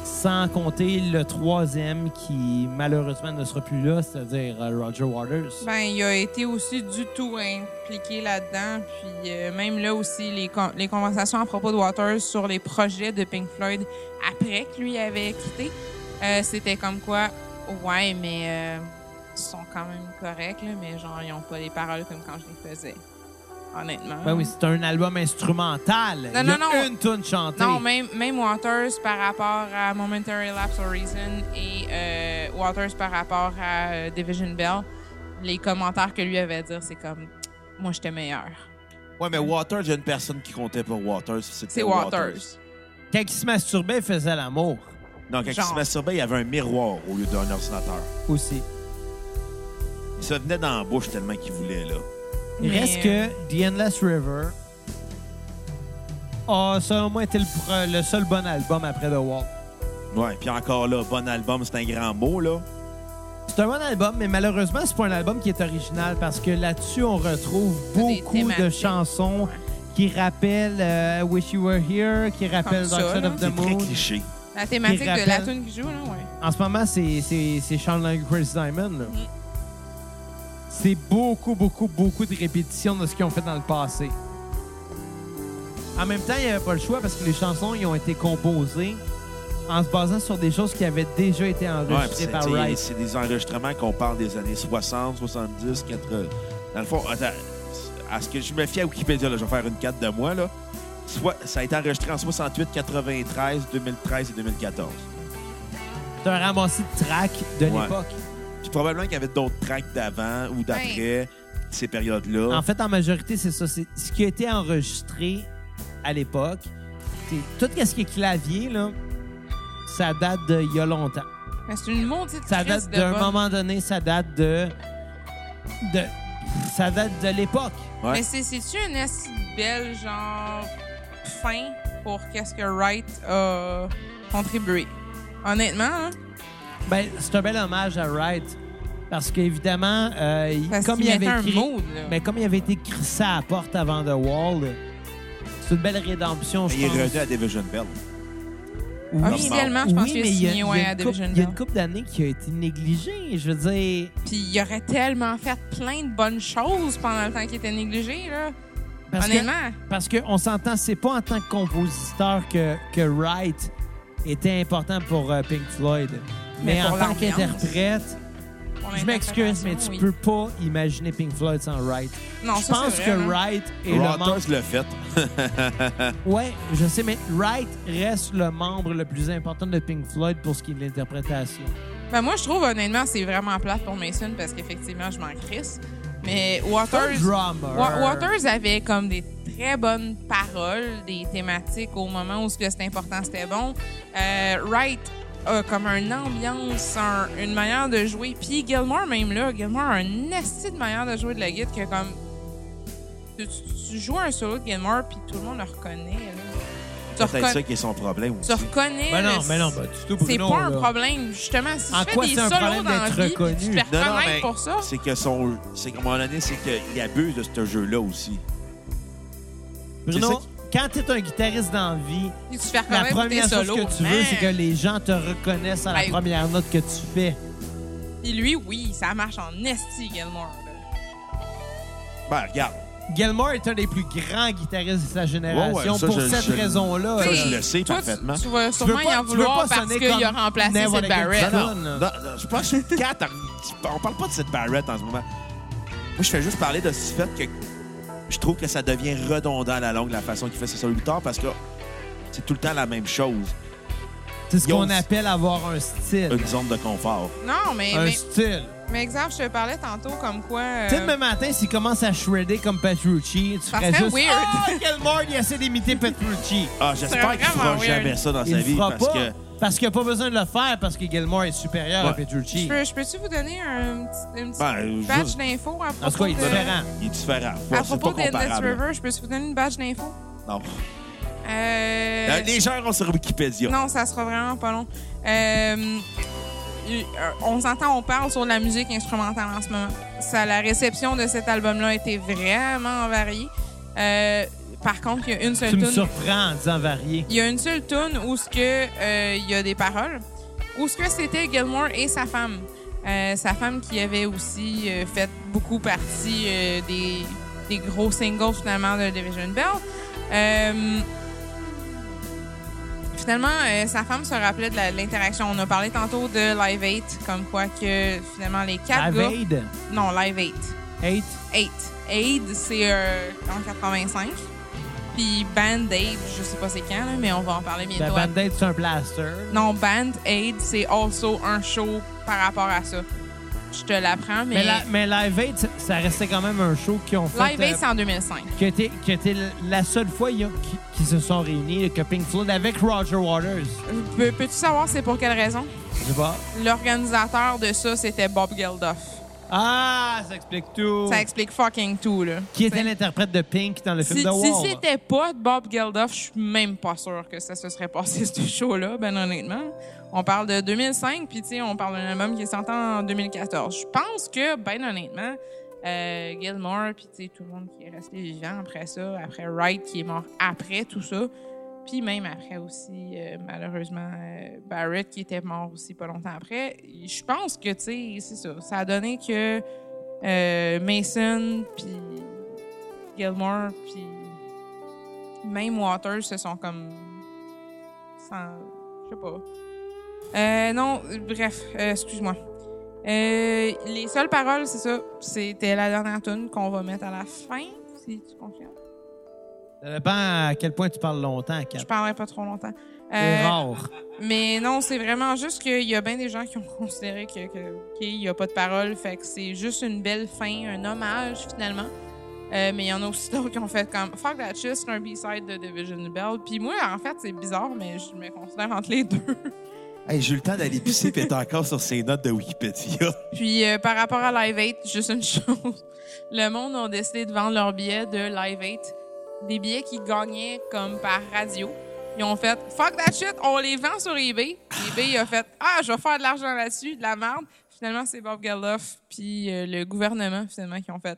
[SPEAKER 3] sans compter le troisième qui malheureusement ne sera plus là, c'est-à-dire euh, Roger Waters.
[SPEAKER 4] Ben, il a été aussi du tout impliqué là-dedans. Puis euh, même là aussi, les, con- les conversations à propos de Waters sur les projets de Pink Floyd après que lui avait quitté, euh, c'était comme quoi, ouais, mais euh, ils sont quand même corrects, là, mais genre, ils ont pas les paroles comme quand je les faisais. Honnêtement.
[SPEAKER 3] Ben oui, c'est un album instrumental. Il y a
[SPEAKER 4] non, non.
[SPEAKER 3] une tune chantée.
[SPEAKER 4] Non, même, même Waters par rapport à Momentary Lapse of Reason et euh, Waters par rapport à euh, Division Bell, les commentaires que lui avait à dire, c'est comme Moi, j'étais meilleur.
[SPEAKER 1] Ouais, mais Waters, il y a une personne qui comptait pour Waters. c'était
[SPEAKER 4] C'est Waters.
[SPEAKER 3] Quand il se masturbait, il faisait l'amour
[SPEAKER 1] Non, quand il
[SPEAKER 4] Genre.
[SPEAKER 1] se masturbait, il y avait un miroir au lieu d'un ordinateur.
[SPEAKER 3] aussi.
[SPEAKER 1] Il se venait dans la bouche tellement qu'il voulait, là.
[SPEAKER 3] Il
[SPEAKER 4] Mais- euh,
[SPEAKER 3] reste que The Endless River a, selon moi, été le, pre- le seul bon album après The Wall.
[SPEAKER 1] Ouais, puis encore là, bon album, c'est un grand mot, là.
[SPEAKER 3] C'est un bon album, mais malheureusement, c'est pas un album qui est original parce que là-dessus, on retrouve
[SPEAKER 4] Des
[SPEAKER 3] beaucoup de
[SPEAKER 4] thématiques.
[SPEAKER 3] chansons qui rappellent euh, Wish You Were Here, qui rappellent
[SPEAKER 4] ça,
[SPEAKER 3] Dark Side
[SPEAKER 4] là.
[SPEAKER 3] of
[SPEAKER 1] C'est
[SPEAKER 3] the
[SPEAKER 1] très
[SPEAKER 3] Moon.
[SPEAKER 1] cliché.
[SPEAKER 4] La thématique
[SPEAKER 3] Qui
[SPEAKER 4] de la
[SPEAKER 3] rappelle-
[SPEAKER 4] tune qui joue, là, ouais.
[SPEAKER 3] En ce moment, c'est c'est- c'est Sean Lang et Chris Diamond. là.
[SPEAKER 1] Mm.
[SPEAKER 3] C'est beaucoup, beaucoup, beaucoup de répétitions de ce qu'ils ont fait dans le passé. En même temps, il n'y avait pas le choix parce que les chansons ils ont été composées en se basant sur des choses qui avaient déjà été
[SPEAKER 1] Ouais,
[SPEAKER 3] enregistrées
[SPEAKER 1] puis
[SPEAKER 3] par
[SPEAKER 1] c'est- t'sais,
[SPEAKER 3] Wright.
[SPEAKER 1] c'est des enregistrements qu'on parle des années 60, 70, 80. Dans le fond, attends, à ce que je me fie à Wikipédia, là, je vais faire une carte de moi. Là. Soit, ça a été enregistré en 68, 93, 2013 et 2014.
[SPEAKER 3] C'est un ramassis de tracks de
[SPEAKER 1] Ouais.
[SPEAKER 3] l'époque.
[SPEAKER 1] Puis probablement qu'il y avait d'autres tracks d'avant ou d'après ces périodes-là.
[SPEAKER 3] En fait, en majorité, c'est ça. C'est ce qui a été enregistré à l'époque. C'est- Tout ce qui est clavier, là, ça date d'il y a longtemps.
[SPEAKER 4] Mais C'est une maudite
[SPEAKER 3] Ça
[SPEAKER 4] crise
[SPEAKER 3] date
[SPEAKER 4] de
[SPEAKER 3] d'un
[SPEAKER 4] bonne.
[SPEAKER 3] moment donné, ça date de. de ça date de l'époque.
[SPEAKER 1] Ouais.
[SPEAKER 4] Mais c'est- c'est-tu une assez belle, genre, fin pour qu'est-ce que Wright a contribué? Honnêtement, hein?
[SPEAKER 3] Ben, c'est un bel hommage à Wright. Parce qu'évidemment, euh, il-
[SPEAKER 4] Parce
[SPEAKER 3] comme
[SPEAKER 4] qu'il
[SPEAKER 3] il avait
[SPEAKER 4] mettait un
[SPEAKER 3] écrit-
[SPEAKER 4] mood, là.
[SPEAKER 3] Mais comme il avait été crissé à la porte avant The Wall, c'est une belle rédemption, je
[SPEAKER 1] Ben, il est
[SPEAKER 3] pense.
[SPEAKER 1] revenu à Division Bell.
[SPEAKER 3] Oui,
[SPEAKER 4] Officiellement, je pense
[SPEAKER 3] oui,
[SPEAKER 4] qu'il a
[SPEAKER 3] mais il y a,
[SPEAKER 4] signé
[SPEAKER 3] il y a
[SPEAKER 4] ouais,
[SPEAKER 3] une
[SPEAKER 4] à
[SPEAKER 3] couple-
[SPEAKER 4] Division
[SPEAKER 3] il y a
[SPEAKER 4] Bell.
[SPEAKER 3] une couple d'années qui a été négligée. Je veux dire,
[SPEAKER 4] Puis il aurait tellement fait plein de bonnes choses pendant le temps qu'il était négligé, là.
[SPEAKER 3] parce que-
[SPEAKER 4] Honnêtement.
[SPEAKER 3] parce qu'on s'entend, c'est pas en tant que compositeur que, que Wright était important pour euh, Pink Floyd. Mais,
[SPEAKER 4] Mais
[SPEAKER 3] en
[SPEAKER 4] pour
[SPEAKER 3] tant
[SPEAKER 4] l'ambiance.
[SPEAKER 3] qu'interprète,
[SPEAKER 4] pour
[SPEAKER 3] je m'excuse,
[SPEAKER 4] l'interprétation,
[SPEAKER 3] mais tu peux
[SPEAKER 4] oui.
[SPEAKER 3] pas imaginer Pink Floyd sans Wright.
[SPEAKER 4] Non,
[SPEAKER 3] je
[SPEAKER 4] ça,
[SPEAKER 3] pense
[SPEAKER 4] c'est
[SPEAKER 3] que
[SPEAKER 4] vrai, hein.
[SPEAKER 3] Wright est le membre.
[SPEAKER 1] Rotters l'a fait.
[SPEAKER 3] Ouais, je sais, mais Wright reste le membre le plus important de Pink Floyd pour ce qui est de l'interprétation.
[SPEAKER 4] Ben, moi, je trouve, honnêtement, c'est vraiment plate pour Mason parce qu'effectivement, je m'en crisse. Mais Waters.
[SPEAKER 3] drummer.
[SPEAKER 4] Wa- Waters avait comme des très bonnes paroles, des thématiques au moment où ce que c'était important, c'était bon. Euh, Wright a comme une ambiance, un- une manière de jouer. Puis Gilmore, même là, Gilmore a un esti de manière de jouer de la guide que comme. Tu, tu- tu joues un solo de Gilmore, puis tout le monde le reconnaît. là. Tu,
[SPEAKER 1] C'est peut-être
[SPEAKER 4] recon-
[SPEAKER 1] ça qui est son problème aussi.
[SPEAKER 4] tu reconnais.
[SPEAKER 3] Ben non,
[SPEAKER 4] le-
[SPEAKER 3] mais non, ben, du tout,
[SPEAKER 4] c'est
[SPEAKER 3] Bruno,
[SPEAKER 4] pas un
[SPEAKER 3] là.
[SPEAKER 4] problème. Justement, si
[SPEAKER 3] En
[SPEAKER 4] tu
[SPEAKER 3] quoi
[SPEAKER 4] fais des
[SPEAKER 3] c'est un
[SPEAKER 4] solos
[SPEAKER 3] problème
[SPEAKER 4] dans la
[SPEAKER 3] d'être
[SPEAKER 4] vie, puis tu te
[SPEAKER 3] reconnu?
[SPEAKER 4] fais
[SPEAKER 1] Non, non,
[SPEAKER 4] reconnaître
[SPEAKER 1] mais
[SPEAKER 4] pour ça.
[SPEAKER 1] C'est que son. C'est qu'à un moment donné, c'est qu'il abuse de ce jeu-là aussi.
[SPEAKER 3] Bruno,
[SPEAKER 1] C'est ça
[SPEAKER 3] quand t'es un guitariste dans la vie,
[SPEAKER 4] Puis tu te fais
[SPEAKER 3] la
[SPEAKER 4] reconnaître pour tes
[SPEAKER 3] première chose
[SPEAKER 4] solos.
[SPEAKER 3] que tu veux,
[SPEAKER 4] Man.
[SPEAKER 3] c'est que les gens te reconnaissent à la
[SPEAKER 4] Ben,
[SPEAKER 3] première note que tu fais.
[SPEAKER 4] Puis lui, oui, ça marche en esti, Gilmore. là.
[SPEAKER 1] Ben, regarde.
[SPEAKER 3] Gilmore est un des plus grands guitaristes de sa génération
[SPEAKER 1] Ouais, ouais, ça,
[SPEAKER 3] pour
[SPEAKER 1] je-
[SPEAKER 3] cette
[SPEAKER 1] je-
[SPEAKER 3] raison-là.
[SPEAKER 1] Ça,
[SPEAKER 4] Tu
[SPEAKER 3] là.
[SPEAKER 1] je
[SPEAKER 4] sais,
[SPEAKER 1] le sais
[SPEAKER 4] toi, tu-
[SPEAKER 1] parfaitement.
[SPEAKER 4] Tu, vas sûrement
[SPEAKER 3] pas-
[SPEAKER 4] y en
[SPEAKER 3] tu veux pas
[SPEAKER 4] vouloir
[SPEAKER 3] sonner
[SPEAKER 4] parce qu'il a
[SPEAKER 3] comme
[SPEAKER 4] remplacé
[SPEAKER 3] n'importe
[SPEAKER 4] cette
[SPEAKER 3] quel
[SPEAKER 4] Barrett.
[SPEAKER 3] Non,
[SPEAKER 1] Non,
[SPEAKER 3] non.
[SPEAKER 1] non, non, je pense que Kat, elle- on parle pas de cette Barrett en ce moment. Moi, je fais juste parler de ce fait que je trouve que ça devient redondant à la longue la façon qu'il fait ses solos de guitare parce que c'est tout le temps la même chose.
[SPEAKER 3] C'est ce
[SPEAKER 1] Ils ont-
[SPEAKER 3] qu'on appelle avoir un style.
[SPEAKER 1] Une zone de confort.
[SPEAKER 4] Non, mais,
[SPEAKER 3] Un
[SPEAKER 4] mais,
[SPEAKER 3] style.
[SPEAKER 4] mais exemple, je te parlais tantôt comme quoi. euh,
[SPEAKER 3] Tu sais, demain matin, s'il commence à shredder comme Petrucci, tu
[SPEAKER 4] Ça
[SPEAKER 3] ferais
[SPEAKER 4] serait
[SPEAKER 3] juste
[SPEAKER 4] weird.
[SPEAKER 3] Ah, Gilmore, il essaie d'imiter Petrucci.
[SPEAKER 1] Ah, j'espère qu'il
[SPEAKER 4] vraiment
[SPEAKER 1] fera
[SPEAKER 4] weird.
[SPEAKER 1] jamais ça dans
[SPEAKER 3] Il
[SPEAKER 1] sa
[SPEAKER 3] le
[SPEAKER 1] vie
[SPEAKER 3] fera
[SPEAKER 1] parce
[SPEAKER 3] pas
[SPEAKER 1] que.
[SPEAKER 3] parce qu'il n'y a pas besoin de le faire parce que Gilmore est supérieur à
[SPEAKER 1] Ouais.
[SPEAKER 4] je
[SPEAKER 3] Petrucci.
[SPEAKER 4] peux- je peux-tu vous donner un petit, un petit
[SPEAKER 1] Ben, je-
[SPEAKER 4] badge d'info à propos
[SPEAKER 3] En tout cas, il est
[SPEAKER 4] de-
[SPEAKER 3] différent.
[SPEAKER 1] Il est différent.
[SPEAKER 4] À
[SPEAKER 1] c'est
[SPEAKER 4] propos
[SPEAKER 1] pas
[SPEAKER 4] d'Endless
[SPEAKER 1] comparable.
[SPEAKER 4] River, je peux-tu vous donner une badge d'info?
[SPEAKER 1] Non.
[SPEAKER 4] Euh,
[SPEAKER 1] Euh, Les gens iront sur Wikipédia.
[SPEAKER 4] Non, ça sera vraiment pas long. Euh, euh, on s'entend, on parle sur la musique instrumentale en ce moment. Ça, la réception de cet album-là a été vraiment variée. Euh, par contre, il y a une seule
[SPEAKER 3] Tu me
[SPEAKER 4] tune-
[SPEAKER 3] surprends en disant varié.
[SPEAKER 4] Il y a une seule tune où ce que euh, il y a des paroles, où ce que c'était Gilmore et sa femme, Euh, sa femme qui avait aussi euh, fait beaucoup partie euh, des, des gros singles finalement de Division Bell. Euh, finalement, euh, sa femme se rappelait de la- de l'interaction. On a parlé tantôt de Live 8, comme quoi que finalement les quatre
[SPEAKER 3] La
[SPEAKER 4] gars-
[SPEAKER 3] veille,
[SPEAKER 4] non Live 8.
[SPEAKER 3] hate.
[SPEAKER 4] Aid. Aid, c'est euh, en 85. Puis Band-Aid, je sais pas c'est quand, là, mais on va en parler
[SPEAKER 3] La
[SPEAKER 4] bientôt.
[SPEAKER 3] band-aid, c'est un plaster.
[SPEAKER 4] Non, Band-Aid, c'est also un show par rapport à ça. Je te l'apprends, mais,
[SPEAKER 3] Mais, la- mais Live Aid, ça- ça restait quand même un show qui ont fait.
[SPEAKER 4] Live Aid,
[SPEAKER 3] euh,
[SPEAKER 4] c'est en 2005.
[SPEAKER 3] qui a été, qui a été la seule fois ils ont- qui, qui se sont réunis, que Pink Floyd avec Roger Waters.
[SPEAKER 4] Peux- Peux-tu savoir c'est pour quelle raison?
[SPEAKER 3] Je sais pas.
[SPEAKER 4] L'organisateur de ça, c'était Bob Geldof.
[SPEAKER 3] Ah, ça explique tout.
[SPEAKER 4] Ça explique fucking tout, là.
[SPEAKER 3] Qui était
[SPEAKER 4] T'sais,
[SPEAKER 3] l'interprète de Pink dans le film
[SPEAKER 4] Si,
[SPEAKER 3] The
[SPEAKER 4] si
[SPEAKER 3] Wall?
[SPEAKER 4] c'était pas de Bob Geldof, je suis même pas sûre que ça se serait passé ce show-là, ben honnêtement. On parle de 2005, puis tu sais, on parle d'un album qui est sorti en 2014. Je pense que, ben honnêtement, euh, Gilmore, puis tu sais, tout le monde qui est resté vivant après ça, après Wright qui est mort après tout ça, puis même après aussi, euh, malheureusement, euh, Barrett qui était mort aussi pas longtemps après. Je pense que, tu sais, c'est ça. Ça a donné que euh, Mason, puis Gilmore, puis même Waters se sont comme sans- Je sais pas. Euh, non, bref, euh, excuse-moi. Euh, les seules paroles, c'est ça. C'était la dernière tune qu'on va mettre à la fin, si tu confirmes.
[SPEAKER 3] Ça dépend à quel point tu parles longtemps, Cap.
[SPEAKER 4] Je parlerai pas trop longtemps.
[SPEAKER 3] C'est
[SPEAKER 4] Euh,
[SPEAKER 3] rare.
[SPEAKER 4] Mais non, c'est vraiment juste qu'il y a bien des gens qui ont considéré que, que- OK, il n'y a pas de parole, fait que c'est juste une belle fin, un hommage finalement. Euh, mais il y en a aussi d'autres qui ont fait comme Fuck that shit, c'est un B-side de Division Bell. Puis moi, en fait, c'est bizarre, mais je me considère entre les deux.
[SPEAKER 1] Hey, j'ai eu le temps d'aller pisser puis être encore sur ses notes de Wikipédia.
[SPEAKER 4] Puis euh, par rapport à Live 8, juste une chose. Le monde a décidé de vendre leurs billets de Live 8. Des billets qu'ils gagnaient comme par radio. Ils ont fait Fuck that shit, on les vend sur eBay. eBay a fait Ah, je vais faire de l'argent là-dessus, de la merde. Finalement, c'est Bob Geldof puis euh, le gouvernement, finalement, qui ont fait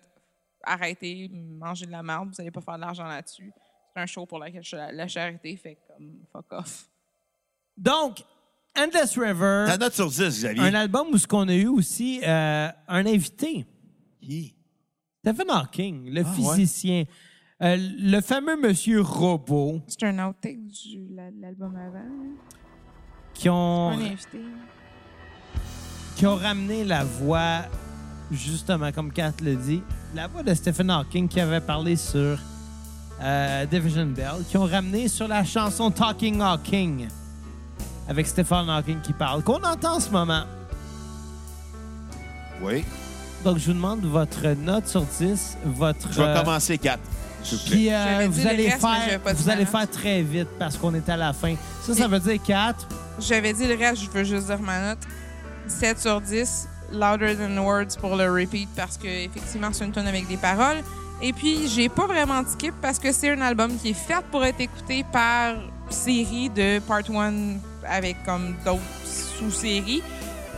[SPEAKER 4] Arrêtez, mangez de la merde, vous allez pas faire de l'argent là-dessus. C'est un show pour laquelle je- la, charité fait comme fuck off.
[SPEAKER 3] Donc, Endless River,
[SPEAKER 1] Ta note sur 10, Xavier.
[SPEAKER 3] un album où ce qu'on a eu aussi euh, un invité,
[SPEAKER 1] Hi.
[SPEAKER 3] Stephen Hawking, le
[SPEAKER 1] Ah,
[SPEAKER 3] physicien, Euh, le fameux monsieur robot
[SPEAKER 4] C'est un outtake du- la- de l'album avant. hein.
[SPEAKER 3] qui ont,
[SPEAKER 4] Un invité.
[SPEAKER 3] qui ont ramené la voix, justement, comme Kat le dit, la voix de Stephen Hawking qui avait parlé sur euh, Division Bell, qui ont ramené sur la chanson Talking Hawking, avec Stephen Hawking qui parle, qu'on entend en ce moment.
[SPEAKER 1] Oui.
[SPEAKER 3] Donc, je vous demande votre note sur 10, votre...
[SPEAKER 1] Je vais
[SPEAKER 3] euh,
[SPEAKER 1] commencer 4. S'il vous plaît.
[SPEAKER 3] Puis euh,
[SPEAKER 4] J'avais dit
[SPEAKER 3] vous
[SPEAKER 4] le
[SPEAKER 3] allez
[SPEAKER 4] reste, mais j'avais
[SPEAKER 3] faire,
[SPEAKER 4] pas de
[SPEAKER 3] vous allez
[SPEAKER 4] balance.
[SPEAKER 3] faire très vite parce qu'on est à la fin. Ça, ça veut dire 4.
[SPEAKER 4] J'avais dit le reste, je veux juste dire ma note. 7 sur 10, Louder Than Words pour le repeat parce que effectivement c'est une tonne avec des paroles. Et puis j'ai pas vraiment de skip parce que c'est un album qui est fait pour être écouté par série de Part 1 avec comme d'autres sous-séries.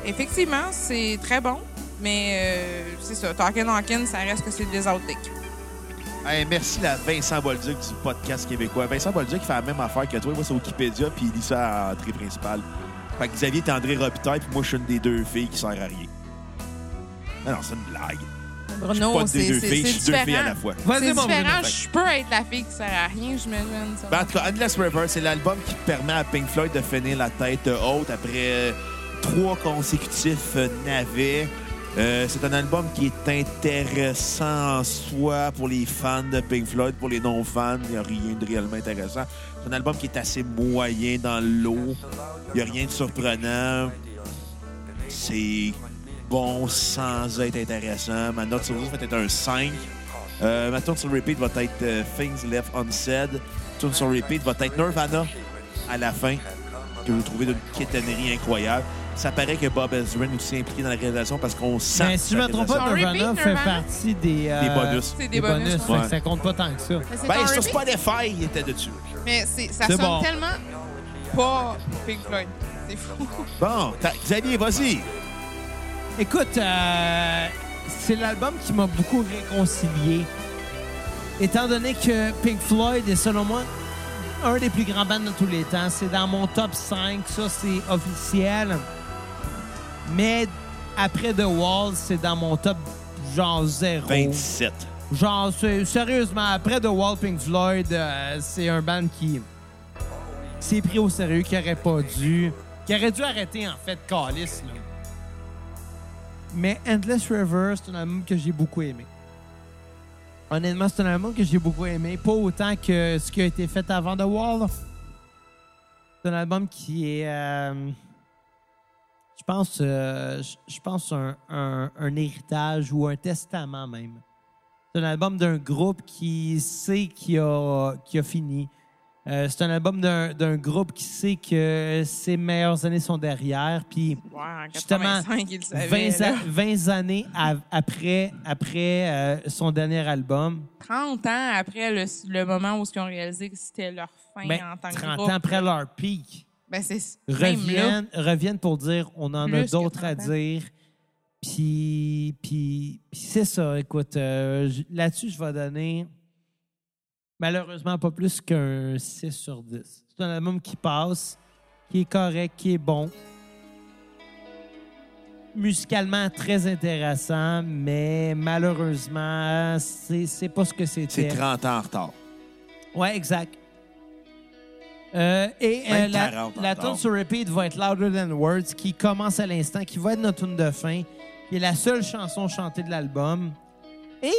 [SPEAKER 4] Effectivement, c'est très bon, mais euh, c'est ça. Talking Hawkins, ça reste que c'est des outtakes.
[SPEAKER 1] Hey, merci la Vincent Bolduc du podcast québécois. Vincent Bolduc fait la même affaire que toi. Il va sur Wikipédia puis il lit ça à entrée principale. Fait que Xavier est André Robitaille puis moi, je suis une des deux filles qui sert à rien. Non, non, c'est une blague. Je suis
[SPEAKER 4] Bruno,
[SPEAKER 1] pas des
[SPEAKER 4] c'est
[SPEAKER 1] deux
[SPEAKER 4] c'est-
[SPEAKER 1] filles, je
[SPEAKER 4] c'est
[SPEAKER 1] suis deux filles à la
[SPEAKER 4] différent.
[SPEAKER 1] fois.
[SPEAKER 4] C'est
[SPEAKER 3] Vas-y, mon
[SPEAKER 4] différent.
[SPEAKER 1] Bruno.
[SPEAKER 4] Je peux être la fille qui sert à rien, j'imagine. ça.
[SPEAKER 1] Ben, en tout cas, Endless River, c'est l'album qui permet à Pink Floyd de finir la tête haute après euh, trois consécutifs euh, navets. Euh, c'est un album qui est intéressant en soi pour les fans de Pink Floyd, pour les non-fans, il n'y a rien de réellement intéressant. C'est un album qui est assez moyen dans l'eau, il n'y a rien de surprenant. C'est bon sans être intéressant. Ma note sur 10 va être un 5. Euh, ma tune sur repeat va être euh, Things Left Unsaid. Tune sur repeat va être Nirvana à la fin, que vous trouvez d'une quétanerie incroyable. Ça paraît que Bob Ezrin est aussi impliqué dans la réalisation parce qu'on sent.
[SPEAKER 3] Mais ben, si je
[SPEAKER 1] sa
[SPEAKER 3] ne me trompe
[SPEAKER 1] réalisation.
[SPEAKER 3] pas,
[SPEAKER 4] Repeat,
[SPEAKER 3] Nirvana fait
[SPEAKER 4] Nirvana?
[SPEAKER 3] partie des... euh,
[SPEAKER 1] Des bonus.
[SPEAKER 4] C'est
[SPEAKER 3] Des bonus, fait
[SPEAKER 1] ouais.
[SPEAKER 3] que ça compte pas tant que ça.
[SPEAKER 4] Mais c'est
[SPEAKER 1] Ben,
[SPEAKER 4] un
[SPEAKER 1] sur
[SPEAKER 4] repeat.
[SPEAKER 1] Spotify, il était dessus.
[SPEAKER 4] Mais c'est- ça
[SPEAKER 3] C'est
[SPEAKER 4] sonne
[SPEAKER 3] bon.
[SPEAKER 4] tellement pas Pink Floyd. C'est fou.
[SPEAKER 1] Bon, t'as- Xavier, vas-y.
[SPEAKER 3] Écoute, euh, c'est l'album qui m'a beaucoup réconcilié. Étant donné que Pink Floyd est, selon moi, un des plus grands bands de tous les temps. C'est dans mon top 5, ça, c'est officiel. Mais après The Wall, c'est dans mon top genre
[SPEAKER 4] Oh.
[SPEAKER 3] zéro.
[SPEAKER 1] 27.
[SPEAKER 3] Genre, c'est- sérieusement, après The Wall, Pink Floyd, euh, c'est un band qui s'est pris au sérieux, qui aurait pas dû... qui aurait dû arrêter, en fait, Callis, là. Mais Endless River, c'est un album que j'ai beaucoup aimé. Honnêtement, c'est un album que j'ai beaucoup aimé. Pas autant que ce qui a été fait avant The Wall. là. C'est un album qui est... euh, je pense, euh, je- je pense un, un- un héritage ou un testament même. C'est un album d'un groupe qui sait qu'il a, qu'il a fini. Euh, c'est un album d'un d'un groupe qui sait que ses meilleures années sont derrière. Puis
[SPEAKER 4] Ouais, en
[SPEAKER 3] Justement,
[SPEAKER 4] 85, il le savait.
[SPEAKER 3] 20,
[SPEAKER 4] là.
[SPEAKER 3] a- 20 années a- après, après euh, son dernier album,
[SPEAKER 4] 30 ans après le, le moment où ils ont réalisé que c'était leur fin
[SPEAKER 3] ben,
[SPEAKER 4] en tant que
[SPEAKER 3] 30
[SPEAKER 4] groupe.
[SPEAKER 3] ans après leur pic,
[SPEAKER 4] Ben, c'est même là.
[SPEAKER 3] reviennent, reviennent pour dire on en
[SPEAKER 4] Plus
[SPEAKER 3] a
[SPEAKER 4] que
[SPEAKER 3] d'autres à
[SPEAKER 4] 30 ans.
[SPEAKER 3] dire. Puis, puis, puis c'est ça. Écoute, euh, j- là-dessus, je vais donner malheureusement pas plus qu'un 6 sur 10. C'est un album qui passe, qui est correct, qui est bon. Musicalement très intéressant, mais malheureusement, c'est c'est pas ce que
[SPEAKER 1] C'est
[SPEAKER 3] c'était.
[SPEAKER 1] 30 ans en retard.
[SPEAKER 3] Ouais, exact. Euh, et euh,
[SPEAKER 1] Même
[SPEAKER 3] la,
[SPEAKER 1] 40
[SPEAKER 3] la
[SPEAKER 1] encore.
[SPEAKER 3] tune sur repeat va être Louder Than Words, qui commence à l'instant, qui va être notre tune de fin, qui est la seule chanson chantée de l'album. Et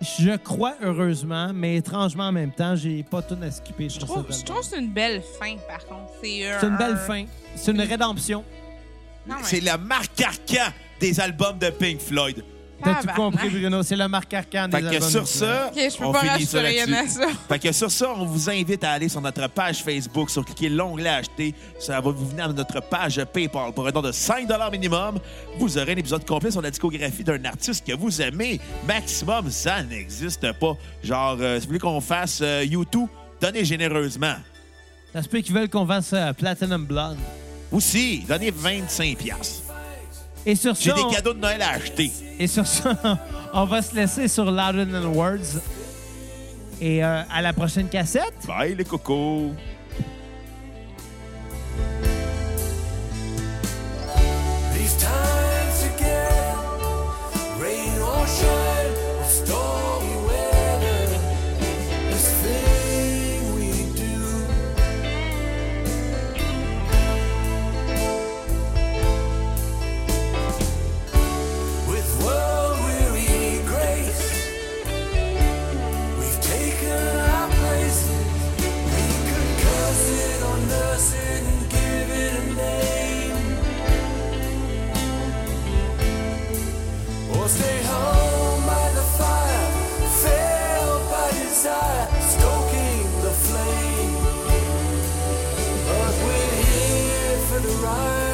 [SPEAKER 3] je crois heureusement, mais étrangement en même temps, j'ai pas tout à skipper
[SPEAKER 4] Je
[SPEAKER 3] sur
[SPEAKER 4] trouve, je
[SPEAKER 3] cet album.
[SPEAKER 4] trouve que c'est une belle fin, par contre. C'est euh,
[SPEAKER 3] C'est une
[SPEAKER 4] un-
[SPEAKER 3] belle fin. C'est une rédemption.
[SPEAKER 4] Non, mais
[SPEAKER 1] C'est la marque arcan des albums de Pink Floyd.
[SPEAKER 3] T'as tout
[SPEAKER 4] tabarnak.
[SPEAKER 3] compris, Bruno? C'est le marque arcane des
[SPEAKER 1] Fait que
[SPEAKER 3] albums
[SPEAKER 1] sur
[SPEAKER 3] de
[SPEAKER 1] ça,
[SPEAKER 4] Ok, je peux
[SPEAKER 1] on
[SPEAKER 4] pas
[SPEAKER 1] finit ça
[SPEAKER 4] rassurer Yana,
[SPEAKER 1] là-dessus.
[SPEAKER 4] ça.
[SPEAKER 1] Fait que sur ça, on vous invite à aller sur notre page Facebook, sur cliquer l'onglet acheter. Ça va vous venir à notre page PayPal pour un don de 5 minimum. Vous aurez un épisode complet sur la discographie d'un artiste que vous aimez. Maximum, ça n'existe pas. Genre, euh, si vous voulez qu'on fasse euh, YouTube, donnez généreusement.
[SPEAKER 3] Ça se peut qu'ils veulent qu'on vende ça à Platinum Blonde.
[SPEAKER 1] Aussi, donnez 25 pièces.
[SPEAKER 3] Et sur
[SPEAKER 1] J'ai
[SPEAKER 3] ça, on-
[SPEAKER 1] des cadeaux de Noël à acheter.
[SPEAKER 3] et sur ça, on va se laisser sur Louder Than Words. Et euh, à la prochaine cassette.
[SPEAKER 1] Bye les cocos!
[SPEAKER 2] These times again, rain or shine, or stormy weather, this thing we do. With world weary grace, we've taken our places. We could curse it or nurse it and give it a name. Or stay home by the fire, filled by desire, stoking the flame. But we're here for the ride.